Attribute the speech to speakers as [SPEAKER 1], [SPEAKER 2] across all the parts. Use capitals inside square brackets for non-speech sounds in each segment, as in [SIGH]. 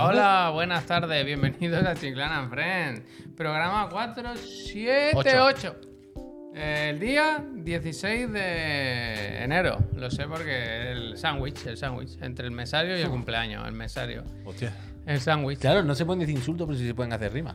[SPEAKER 1] hola, buenas tardes, bienvenidos a Chiclana and Friends, programa 478. El día 16 de enero, lo sé porque el sándwich, el sándwich, entre el mesario y el cumpleaños, el mesario.
[SPEAKER 2] Hostia.
[SPEAKER 1] El sándwich.
[SPEAKER 2] Ah. Claro, no se pueden decir insultos, pero sí se pueden hacer rimas.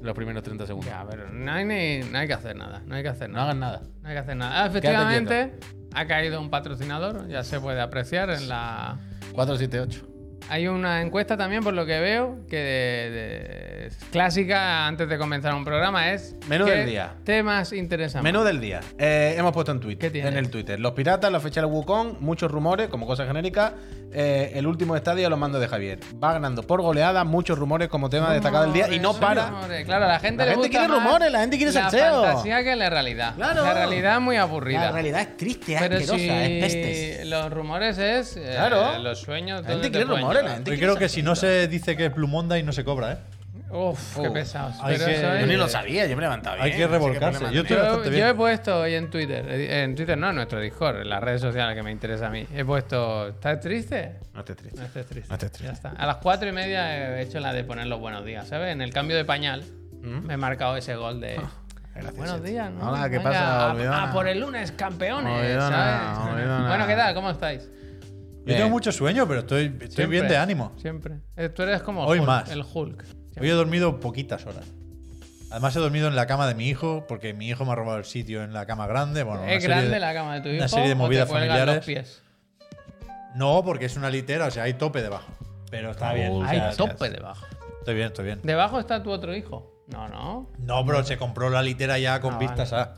[SPEAKER 2] Los primeros 30 segundos.
[SPEAKER 1] Ya, pero no hay, ni, no hay que hacer nada, no hay que hacer
[SPEAKER 2] No
[SPEAKER 1] nada.
[SPEAKER 2] hagan nada.
[SPEAKER 1] No hay que hacer nada. Ah, efectivamente, ha caído un patrocinador, ya se puede apreciar en la...
[SPEAKER 2] 478.
[SPEAKER 1] Hay una encuesta también, por lo que veo, que de- de- es clásica antes de comenzar un programa es...
[SPEAKER 2] Menú
[SPEAKER 1] ¿qué
[SPEAKER 2] del día.
[SPEAKER 1] Temas interesantes.
[SPEAKER 2] Menú del día. Eh, hemos puesto en
[SPEAKER 1] ¿Qué
[SPEAKER 2] Twitter.
[SPEAKER 1] tienes?
[SPEAKER 2] En el Twitter. Los piratas, la fecha del Wukong, muchos rumores, como cosas genéricas. eh, el último estadio a los mandos de Javier. Va ganando por goleada, muchos rumores como tema destacado del día. Y no para.
[SPEAKER 1] Claro, a la
[SPEAKER 2] La
[SPEAKER 1] gente le
[SPEAKER 2] gente
[SPEAKER 1] gusta
[SPEAKER 2] quiere
[SPEAKER 1] más
[SPEAKER 2] rumores, la gente quiere salseo.
[SPEAKER 1] La fantasía que la realidad.
[SPEAKER 2] Claro.
[SPEAKER 1] La realidad es muy aburrida.
[SPEAKER 3] La realidad es triste, es
[SPEAKER 1] Pero
[SPEAKER 3] asquerosa,
[SPEAKER 1] si
[SPEAKER 3] es pestes.
[SPEAKER 1] los rumores es... eh,
[SPEAKER 2] Claro.
[SPEAKER 1] Los sueños...
[SPEAKER 2] La gente
[SPEAKER 1] ¿dónde te
[SPEAKER 2] quiere
[SPEAKER 1] pueden
[SPEAKER 2] rumores,
[SPEAKER 1] llevar?
[SPEAKER 2] la gente
[SPEAKER 4] Yo
[SPEAKER 2] quiere
[SPEAKER 4] creo que si no se dice que es Plumonda y no se cobra, ¿eh?
[SPEAKER 1] Uf, qué
[SPEAKER 2] Uf.
[SPEAKER 1] pesados.
[SPEAKER 4] Hay
[SPEAKER 1] Pero
[SPEAKER 4] que-
[SPEAKER 1] eso es-
[SPEAKER 2] Yo ni lo sabía, yo me levantaba.
[SPEAKER 4] Hay que revolcarse. Yo estoy
[SPEAKER 1] Yo,
[SPEAKER 4] bastante
[SPEAKER 1] yo he
[SPEAKER 4] bien.
[SPEAKER 1] puesto hoy en Twitter, eh, en Twitter no, en nuestro Discord, en las redes sociales que me interesa a mí, he puesto, ¿estás triste?
[SPEAKER 2] No estés
[SPEAKER 1] No
[SPEAKER 2] triste.
[SPEAKER 1] estés triste.
[SPEAKER 2] No estés triste.
[SPEAKER 1] Ya está. A las cuatro y media he hecho la de poner los buenos días, ¿sabes? En el cambio de pañal
[SPEAKER 4] Mm.
[SPEAKER 1] me he marcado ese gol de...
[SPEAKER 4] Ah,
[SPEAKER 2] gracias,
[SPEAKER 1] buenos
[SPEAKER 2] Chechi.
[SPEAKER 1] días, ¿no?
[SPEAKER 2] Hola, ¿qué
[SPEAKER 1] Venga,
[SPEAKER 2] pasa,
[SPEAKER 1] a-
[SPEAKER 2] Olvidona?
[SPEAKER 1] A, por el lunes, campeones,
[SPEAKER 2] Olvidona,
[SPEAKER 1] ¿sabes?
[SPEAKER 2] Olvidona.
[SPEAKER 1] Bueno, ¿qué tal? ¿Cómo estáis?
[SPEAKER 4] Yo
[SPEAKER 2] Bien.
[SPEAKER 4] tengo mucho sueño, pero estoy, estoy bien
[SPEAKER 1] Siempre,
[SPEAKER 4] de ánimo.
[SPEAKER 1] Siempre. Eh, Tú eres como
[SPEAKER 4] Hoy
[SPEAKER 1] Hulk,
[SPEAKER 4] más.
[SPEAKER 1] el Hulk.
[SPEAKER 4] Hoy he dormido poquitas horas. Además, he dormido en la cama de mi hijo, porque mi hijo me ha robado el sitio en la cama grande. Bueno, una
[SPEAKER 1] es
[SPEAKER 4] serie
[SPEAKER 1] grande
[SPEAKER 4] de-
[SPEAKER 1] la cama de tu hijo.
[SPEAKER 4] una serie de
[SPEAKER 1] o te
[SPEAKER 4] movidas
[SPEAKER 1] cuelgan Los
[SPEAKER 4] familiares.
[SPEAKER 1] pies.
[SPEAKER 4] No, porque es una litera, o sea, hay tope debajo. Pero está bien. o sea,
[SPEAKER 1] Hay
[SPEAKER 4] gracias.
[SPEAKER 1] tope debajo.
[SPEAKER 4] Estoy bien, estoy bien.
[SPEAKER 1] Debajo está tu otro hijo. No, no.
[SPEAKER 4] No, pero se compró la litera ya con
[SPEAKER 1] Ah,
[SPEAKER 4] vistas a.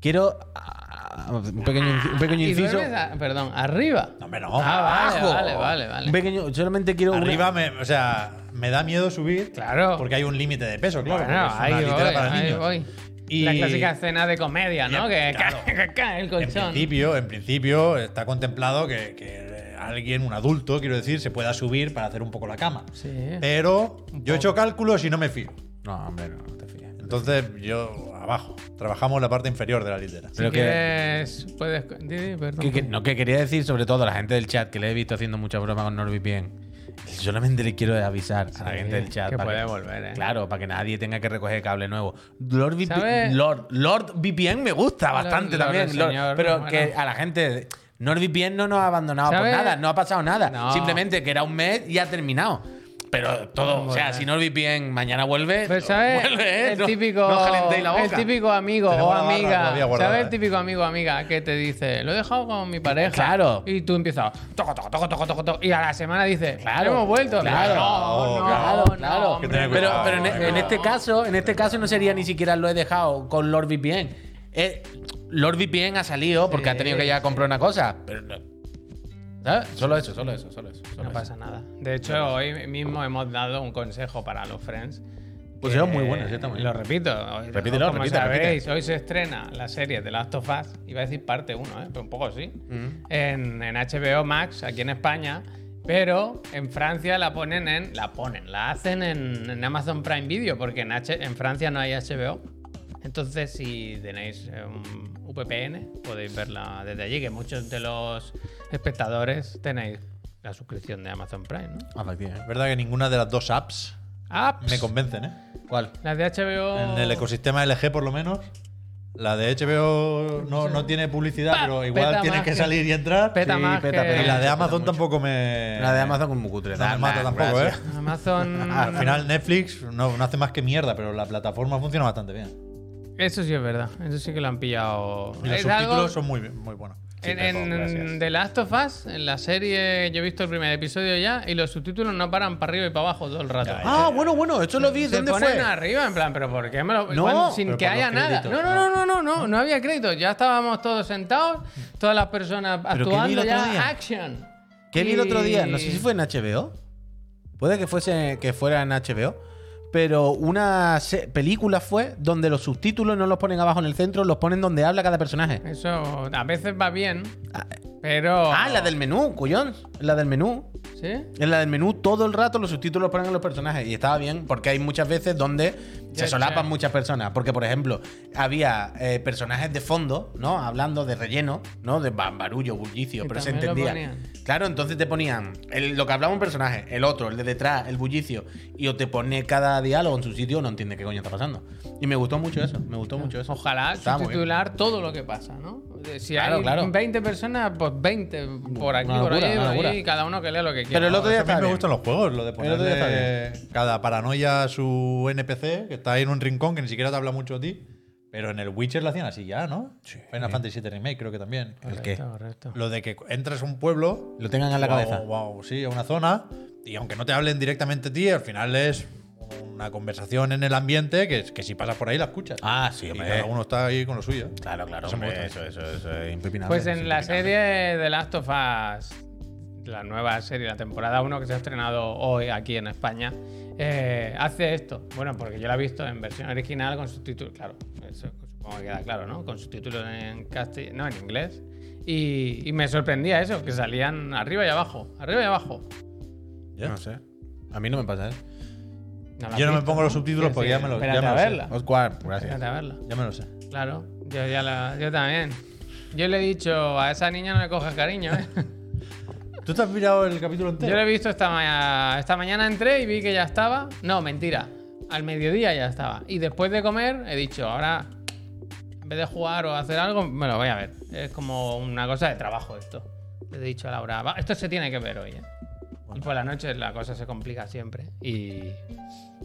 [SPEAKER 2] Quiero. ah, un pequeño, un pequeño
[SPEAKER 1] Ah, Y
[SPEAKER 2] inciso.
[SPEAKER 1] duermes a- perdón, arriba.
[SPEAKER 4] No, hombre, no.
[SPEAKER 1] Ah, vale,
[SPEAKER 2] Abajo.
[SPEAKER 1] vale, vale, vale.
[SPEAKER 2] Un pequeño, solamente quiero. una-
[SPEAKER 4] Arriba, me, o sea, me da miedo subir.
[SPEAKER 1] Claro.
[SPEAKER 4] Porque hay un límite de peso, claro.
[SPEAKER 1] Bueno,
[SPEAKER 4] porque es
[SPEAKER 1] ahí
[SPEAKER 4] una litera
[SPEAKER 1] voy,
[SPEAKER 4] para
[SPEAKER 1] ahí
[SPEAKER 4] niños.
[SPEAKER 1] voy.
[SPEAKER 4] Y-
[SPEAKER 1] La clásica escena de comedia, ¿no? [LAUGHS]
[SPEAKER 4] Y-
[SPEAKER 1] Que
[SPEAKER 4] claro.
[SPEAKER 1] cae el
[SPEAKER 4] En
[SPEAKER 1] colchón.
[SPEAKER 4] principio, en principio está contemplado que, que alguien, un adulto, quiero decir, se pueda subir para hacer un poco la cama.
[SPEAKER 1] Sí.
[SPEAKER 4] Pero yo he hecho cálculos y no me fío.
[SPEAKER 2] No, hombre, no, no te fíes.
[SPEAKER 4] Entonces yo abajo. Trabajamos la parte inferior de la litera.
[SPEAKER 1] Si
[SPEAKER 2] Pero que-
[SPEAKER 1] quieres, puedes. Didi, perdón.
[SPEAKER 2] Que- que- no, que quería decir sobre todo a la gente del chat, que le he visto haciendo mucha broma con NordVPN. que Solamente le quiero avisar a la
[SPEAKER 1] Sí,
[SPEAKER 2] gente del chat.
[SPEAKER 1] que
[SPEAKER 2] para
[SPEAKER 1] puede volver, ¿eh?
[SPEAKER 2] Claro, para que nadie tenga que recoger cable nuevo. Lord
[SPEAKER 1] ¿Sabes?
[SPEAKER 2] VPN, Lord, Lord VPN me gusta bastante
[SPEAKER 1] Lord,
[SPEAKER 2] también.
[SPEAKER 1] el
[SPEAKER 2] Lord,
[SPEAKER 1] señor,
[SPEAKER 2] pero
[SPEAKER 1] bueno.
[SPEAKER 2] que a la gente. NordVPN no nos ha abandonado
[SPEAKER 1] ¿Sabes?
[SPEAKER 2] por nada, no ha pasado nada.
[SPEAKER 1] No.
[SPEAKER 2] Simplemente que era un mes y ha terminado. Pero todo, o sea, si NordVPN mañana vuelve,
[SPEAKER 1] Pero, Pues, ¿sabes?
[SPEAKER 2] vuelve, ¿eh?
[SPEAKER 1] el,
[SPEAKER 2] No-
[SPEAKER 1] típico,
[SPEAKER 2] no os calentéis la boca.
[SPEAKER 1] el típico amigo
[SPEAKER 4] Tenemos
[SPEAKER 1] o
[SPEAKER 4] la barra
[SPEAKER 1] amiga.
[SPEAKER 4] todavía guardada,
[SPEAKER 1] ¿Sabes? El
[SPEAKER 4] ¿eh?
[SPEAKER 1] típico amigo o amiga que te dice, lo he dejado con mi pareja.
[SPEAKER 2] Claro.
[SPEAKER 1] Y tú empiezas, toco, toco, toco, toco, toco, toco. Y a la semana dices, claro, hemos vuelto.
[SPEAKER 2] Claro,
[SPEAKER 1] no, no,
[SPEAKER 2] claro,
[SPEAKER 1] no,
[SPEAKER 2] claro.
[SPEAKER 1] hombre,
[SPEAKER 4] Que tener
[SPEAKER 1] no,
[SPEAKER 2] pero
[SPEAKER 4] cuidado,
[SPEAKER 2] pero en,
[SPEAKER 4] eh,
[SPEAKER 2] en este caso, en este caso no sería ni siquiera lo he dejado con Lord VPN. Eh, Lord VPN ha salido porque
[SPEAKER 1] Sí,
[SPEAKER 2] ha tenido que ya comprar una cosa. Pero no- ¿Sabes? Solo eso, solo eso, solo eso. solo
[SPEAKER 1] No
[SPEAKER 2] eso.
[SPEAKER 1] pasa nada. De hecho, hoy mismo hemos dado un consejo para los friends.
[SPEAKER 2] Pues
[SPEAKER 1] que-
[SPEAKER 2] era muy bueno, sí, está muy bien.
[SPEAKER 1] Lo repito. hoy-
[SPEAKER 2] Repítelo,
[SPEAKER 1] como
[SPEAKER 2] repite,
[SPEAKER 1] sabéis, hoy se estrena la serie de Last of Us. Iba a decir parte 1, ¿eh? pero un poco sí.
[SPEAKER 2] Mm.
[SPEAKER 1] En, en HBO Max, aquí en España. Pero en Francia la ponen en. La ponen, la hacen en, en Amazon Prime Video, porque en, H- en Francia no hay HBO. Entonces, si tenéis eh, un VPN, podéis verla desde allí, que muchos de los espectadores tenéis la suscripción de Amazon Prime, ¿no?
[SPEAKER 2] Ah, ¿eh?
[SPEAKER 4] Es verdad que ninguna de las dos apps
[SPEAKER 1] Apps.
[SPEAKER 4] me convencen, ¿eh?
[SPEAKER 2] ¿Cuál?
[SPEAKER 1] Las de HBO.
[SPEAKER 4] En el ecosistema LG por lo menos. La de HBO no, no tiene publicidad,
[SPEAKER 1] Pa,
[SPEAKER 4] pero
[SPEAKER 1] peta
[SPEAKER 4] igual tienes
[SPEAKER 1] más
[SPEAKER 4] que
[SPEAKER 1] que-
[SPEAKER 4] salir y entrar.
[SPEAKER 1] Peta
[SPEAKER 2] Sí,
[SPEAKER 1] más
[SPEAKER 2] peta,
[SPEAKER 1] que-
[SPEAKER 2] peta.
[SPEAKER 4] Y la de
[SPEAKER 2] Peta
[SPEAKER 4] Amazon
[SPEAKER 2] mucho.
[SPEAKER 4] también tampoco me.
[SPEAKER 2] La de Amazon con Mucutre.
[SPEAKER 4] No me mata tampoco, ¿eh?
[SPEAKER 1] Amazon.
[SPEAKER 4] [LAUGHS]
[SPEAKER 5] Mm.
[SPEAKER 4] Al final Netflix no, no hace más que mierda, pero la plataforma funciona bastante bien.
[SPEAKER 1] Eso sí es verdad. Eso sí que lo han pillado.
[SPEAKER 4] Y los
[SPEAKER 1] Es algo-
[SPEAKER 4] subtítulos son muy, bien- muy buenos.
[SPEAKER 1] En, en The Last of Us, en la serie, yo he visto el primer episodio ya y los subtítulos no paran para arriba y para abajo todo el rato.
[SPEAKER 4] Ya,
[SPEAKER 2] Ah, bueno, bueno, esto lo vi.
[SPEAKER 1] Se
[SPEAKER 2] ¿Dónde
[SPEAKER 1] ponen
[SPEAKER 2] fue?
[SPEAKER 1] arriba, en plan, pero ¿por qué me lo.?
[SPEAKER 2] No,
[SPEAKER 1] cuando- sin
[SPEAKER 4] pero
[SPEAKER 1] que
[SPEAKER 4] por
[SPEAKER 1] haya
[SPEAKER 4] los
[SPEAKER 1] nada.
[SPEAKER 4] créditos,
[SPEAKER 1] No, no, no, no, no, no, no había créditos. Ya estábamos todos sentados, todas las personas
[SPEAKER 2] ¿Pero qué vi el
[SPEAKER 1] actuando
[SPEAKER 2] otro
[SPEAKER 1] ya.
[SPEAKER 2] día?
[SPEAKER 1] Action.
[SPEAKER 2] Que vi el otro día, no sé
[SPEAKER 1] Y-
[SPEAKER 2] si fue en HBO. Puede que fuese que fuera en HBO. Pero una se- película fue donde los subtítulos no los ponen abajo en el centro, los ponen donde habla cada personaje.
[SPEAKER 1] Eso a veces va bien, pero.
[SPEAKER 2] Ah, la del menú, cuyón. La del menú.
[SPEAKER 1] ¿Sí?
[SPEAKER 2] En la del menú todo el rato los subtítulos los ponen a los personajes. Y estaba bien, porque hay muchas veces donde
[SPEAKER 1] Ya,
[SPEAKER 5] se solapan
[SPEAKER 1] ya.
[SPEAKER 5] muchas personas. Porque, por ejemplo, había eh, personajes de fondo, ¿no? Hablando de relleno, ¿no? De ba- barullo, bullicio,
[SPEAKER 1] Y
[SPEAKER 5] pero se
[SPEAKER 1] también lo
[SPEAKER 5] entendía.
[SPEAKER 1] ponían.
[SPEAKER 5] Claro, entonces te ponían el- lo que hablaba un personaje, el otro, el de detrás, el bullicio, y o te pone cada diálogo en su sitio, no entiende qué coño está pasando. Y me gustó mucho eso, me gustó mucho eso.
[SPEAKER 1] Ojalá
[SPEAKER 5] Está muy bien.
[SPEAKER 1] subtitular todo lo que pasa, ¿no? De- Si
[SPEAKER 5] Claro,
[SPEAKER 1] hay
[SPEAKER 5] claro.
[SPEAKER 1] 20 personas, pues 20 por aquí,
[SPEAKER 5] Una
[SPEAKER 1] por
[SPEAKER 5] locura,
[SPEAKER 1] ahí,
[SPEAKER 5] una
[SPEAKER 1] por ahí,
[SPEAKER 5] locura.
[SPEAKER 1] y cada uno que lea lo que quiera.
[SPEAKER 5] Pero el otro
[SPEAKER 4] Ah, Eso
[SPEAKER 5] día
[SPEAKER 4] a mí me
[SPEAKER 5] está bien.
[SPEAKER 4] gustan los juegos, lo de
[SPEAKER 5] El otro día está
[SPEAKER 4] ponerle cada paranoia a su NPC, que está ahí en un rincón que ni siquiera te habla mucho a ti. Pero en el Witcher lo hacían así ya, ¿no? Final Fantasy VII Remake creo que también.
[SPEAKER 5] ¿El qué?
[SPEAKER 1] Correcto.
[SPEAKER 4] Lo de que entras a un pueblo
[SPEAKER 5] Lo tengan en la
[SPEAKER 4] o a-
[SPEAKER 5] cabeza.
[SPEAKER 4] o a- o sí, a una zona. Y aunque no te hablen directamente a ti, al final es una conversación en el ambiente que, que si pasas por ahí la escuchas.
[SPEAKER 5] Ah, sí,
[SPEAKER 4] y
[SPEAKER 5] hombre.
[SPEAKER 4] cada uno está ahí con lo suyo.
[SPEAKER 5] Claro, claro.
[SPEAKER 4] Eso me
[SPEAKER 5] hombre,
[SPEAKER 4] gusta.
[SPEAKER 5] Eso, eso, eso es impepinable.
[SPEAKER 1] Pues
[SPEAKER 5] eso
[SPEAKER 1] en
[SPEAKER 5] es
[SPEAKER 1] la
[SPEAKER 5] impepinable.
[SPEAKER 1] serie de Last of Us, la nueva serie, la temporada 1 que se ha estrenado hoy aquí en España, eh, hace esto. Bueno, porque yo la he visto en versión original con subtítulos, claro, eso supongo que queda claro, ¿no? Con subtítulos en castellano, no, en inglés. Y, y me sorprendía eso, que salían arriba y abajo, arriba y abajo.
[SPEAKER 4] Ya.
[SPEAKER 5] No sé. A mí no me pasa ¿eh? eso.
[SPEAKER 1] No la has
[SPEAKER 4] Yo no me
[SPEAKER 1] visto,
[SPEAKER 4] pongo los subtítulos porque ya me lo- ya
[SPEAKER 1] Espérate
[SPEAKER 4] me lo
[SPEAKER 1] a
[SPEAKER 4] sé.
[SPEAKER 1] verla.
[SPEAKER 5] Oscar, gracias.
[SPEAKER 1] Espérate a verla.
[SPEAKER 4] Ya me lo sé.
[SPEAKER 1] Claro, yo, ya la, yo también. Yo le he dicho, a esa niña no le cojas cariño, ¿eh?
[SPEAKER 4] ¿Tú te has mirado el capítulo
[SPEAKER 1] Yo
[SPEAKER 4] entero?
[SPEAKER 1] lo he visto esta, ma- esta mañana, entré y vi que ya estaba. No, mentira. Al mediodía ya estaba. Y después de comer, he dicho, ahora, en vez de jugar o hacer algo, me lo voy a ver. Es como una cosa de trabajo esto. Le he dicho a Laura, "Va, esto se tiene que ver hoy. ¿eh". Y por la noche la cosa se complica siempre. Y,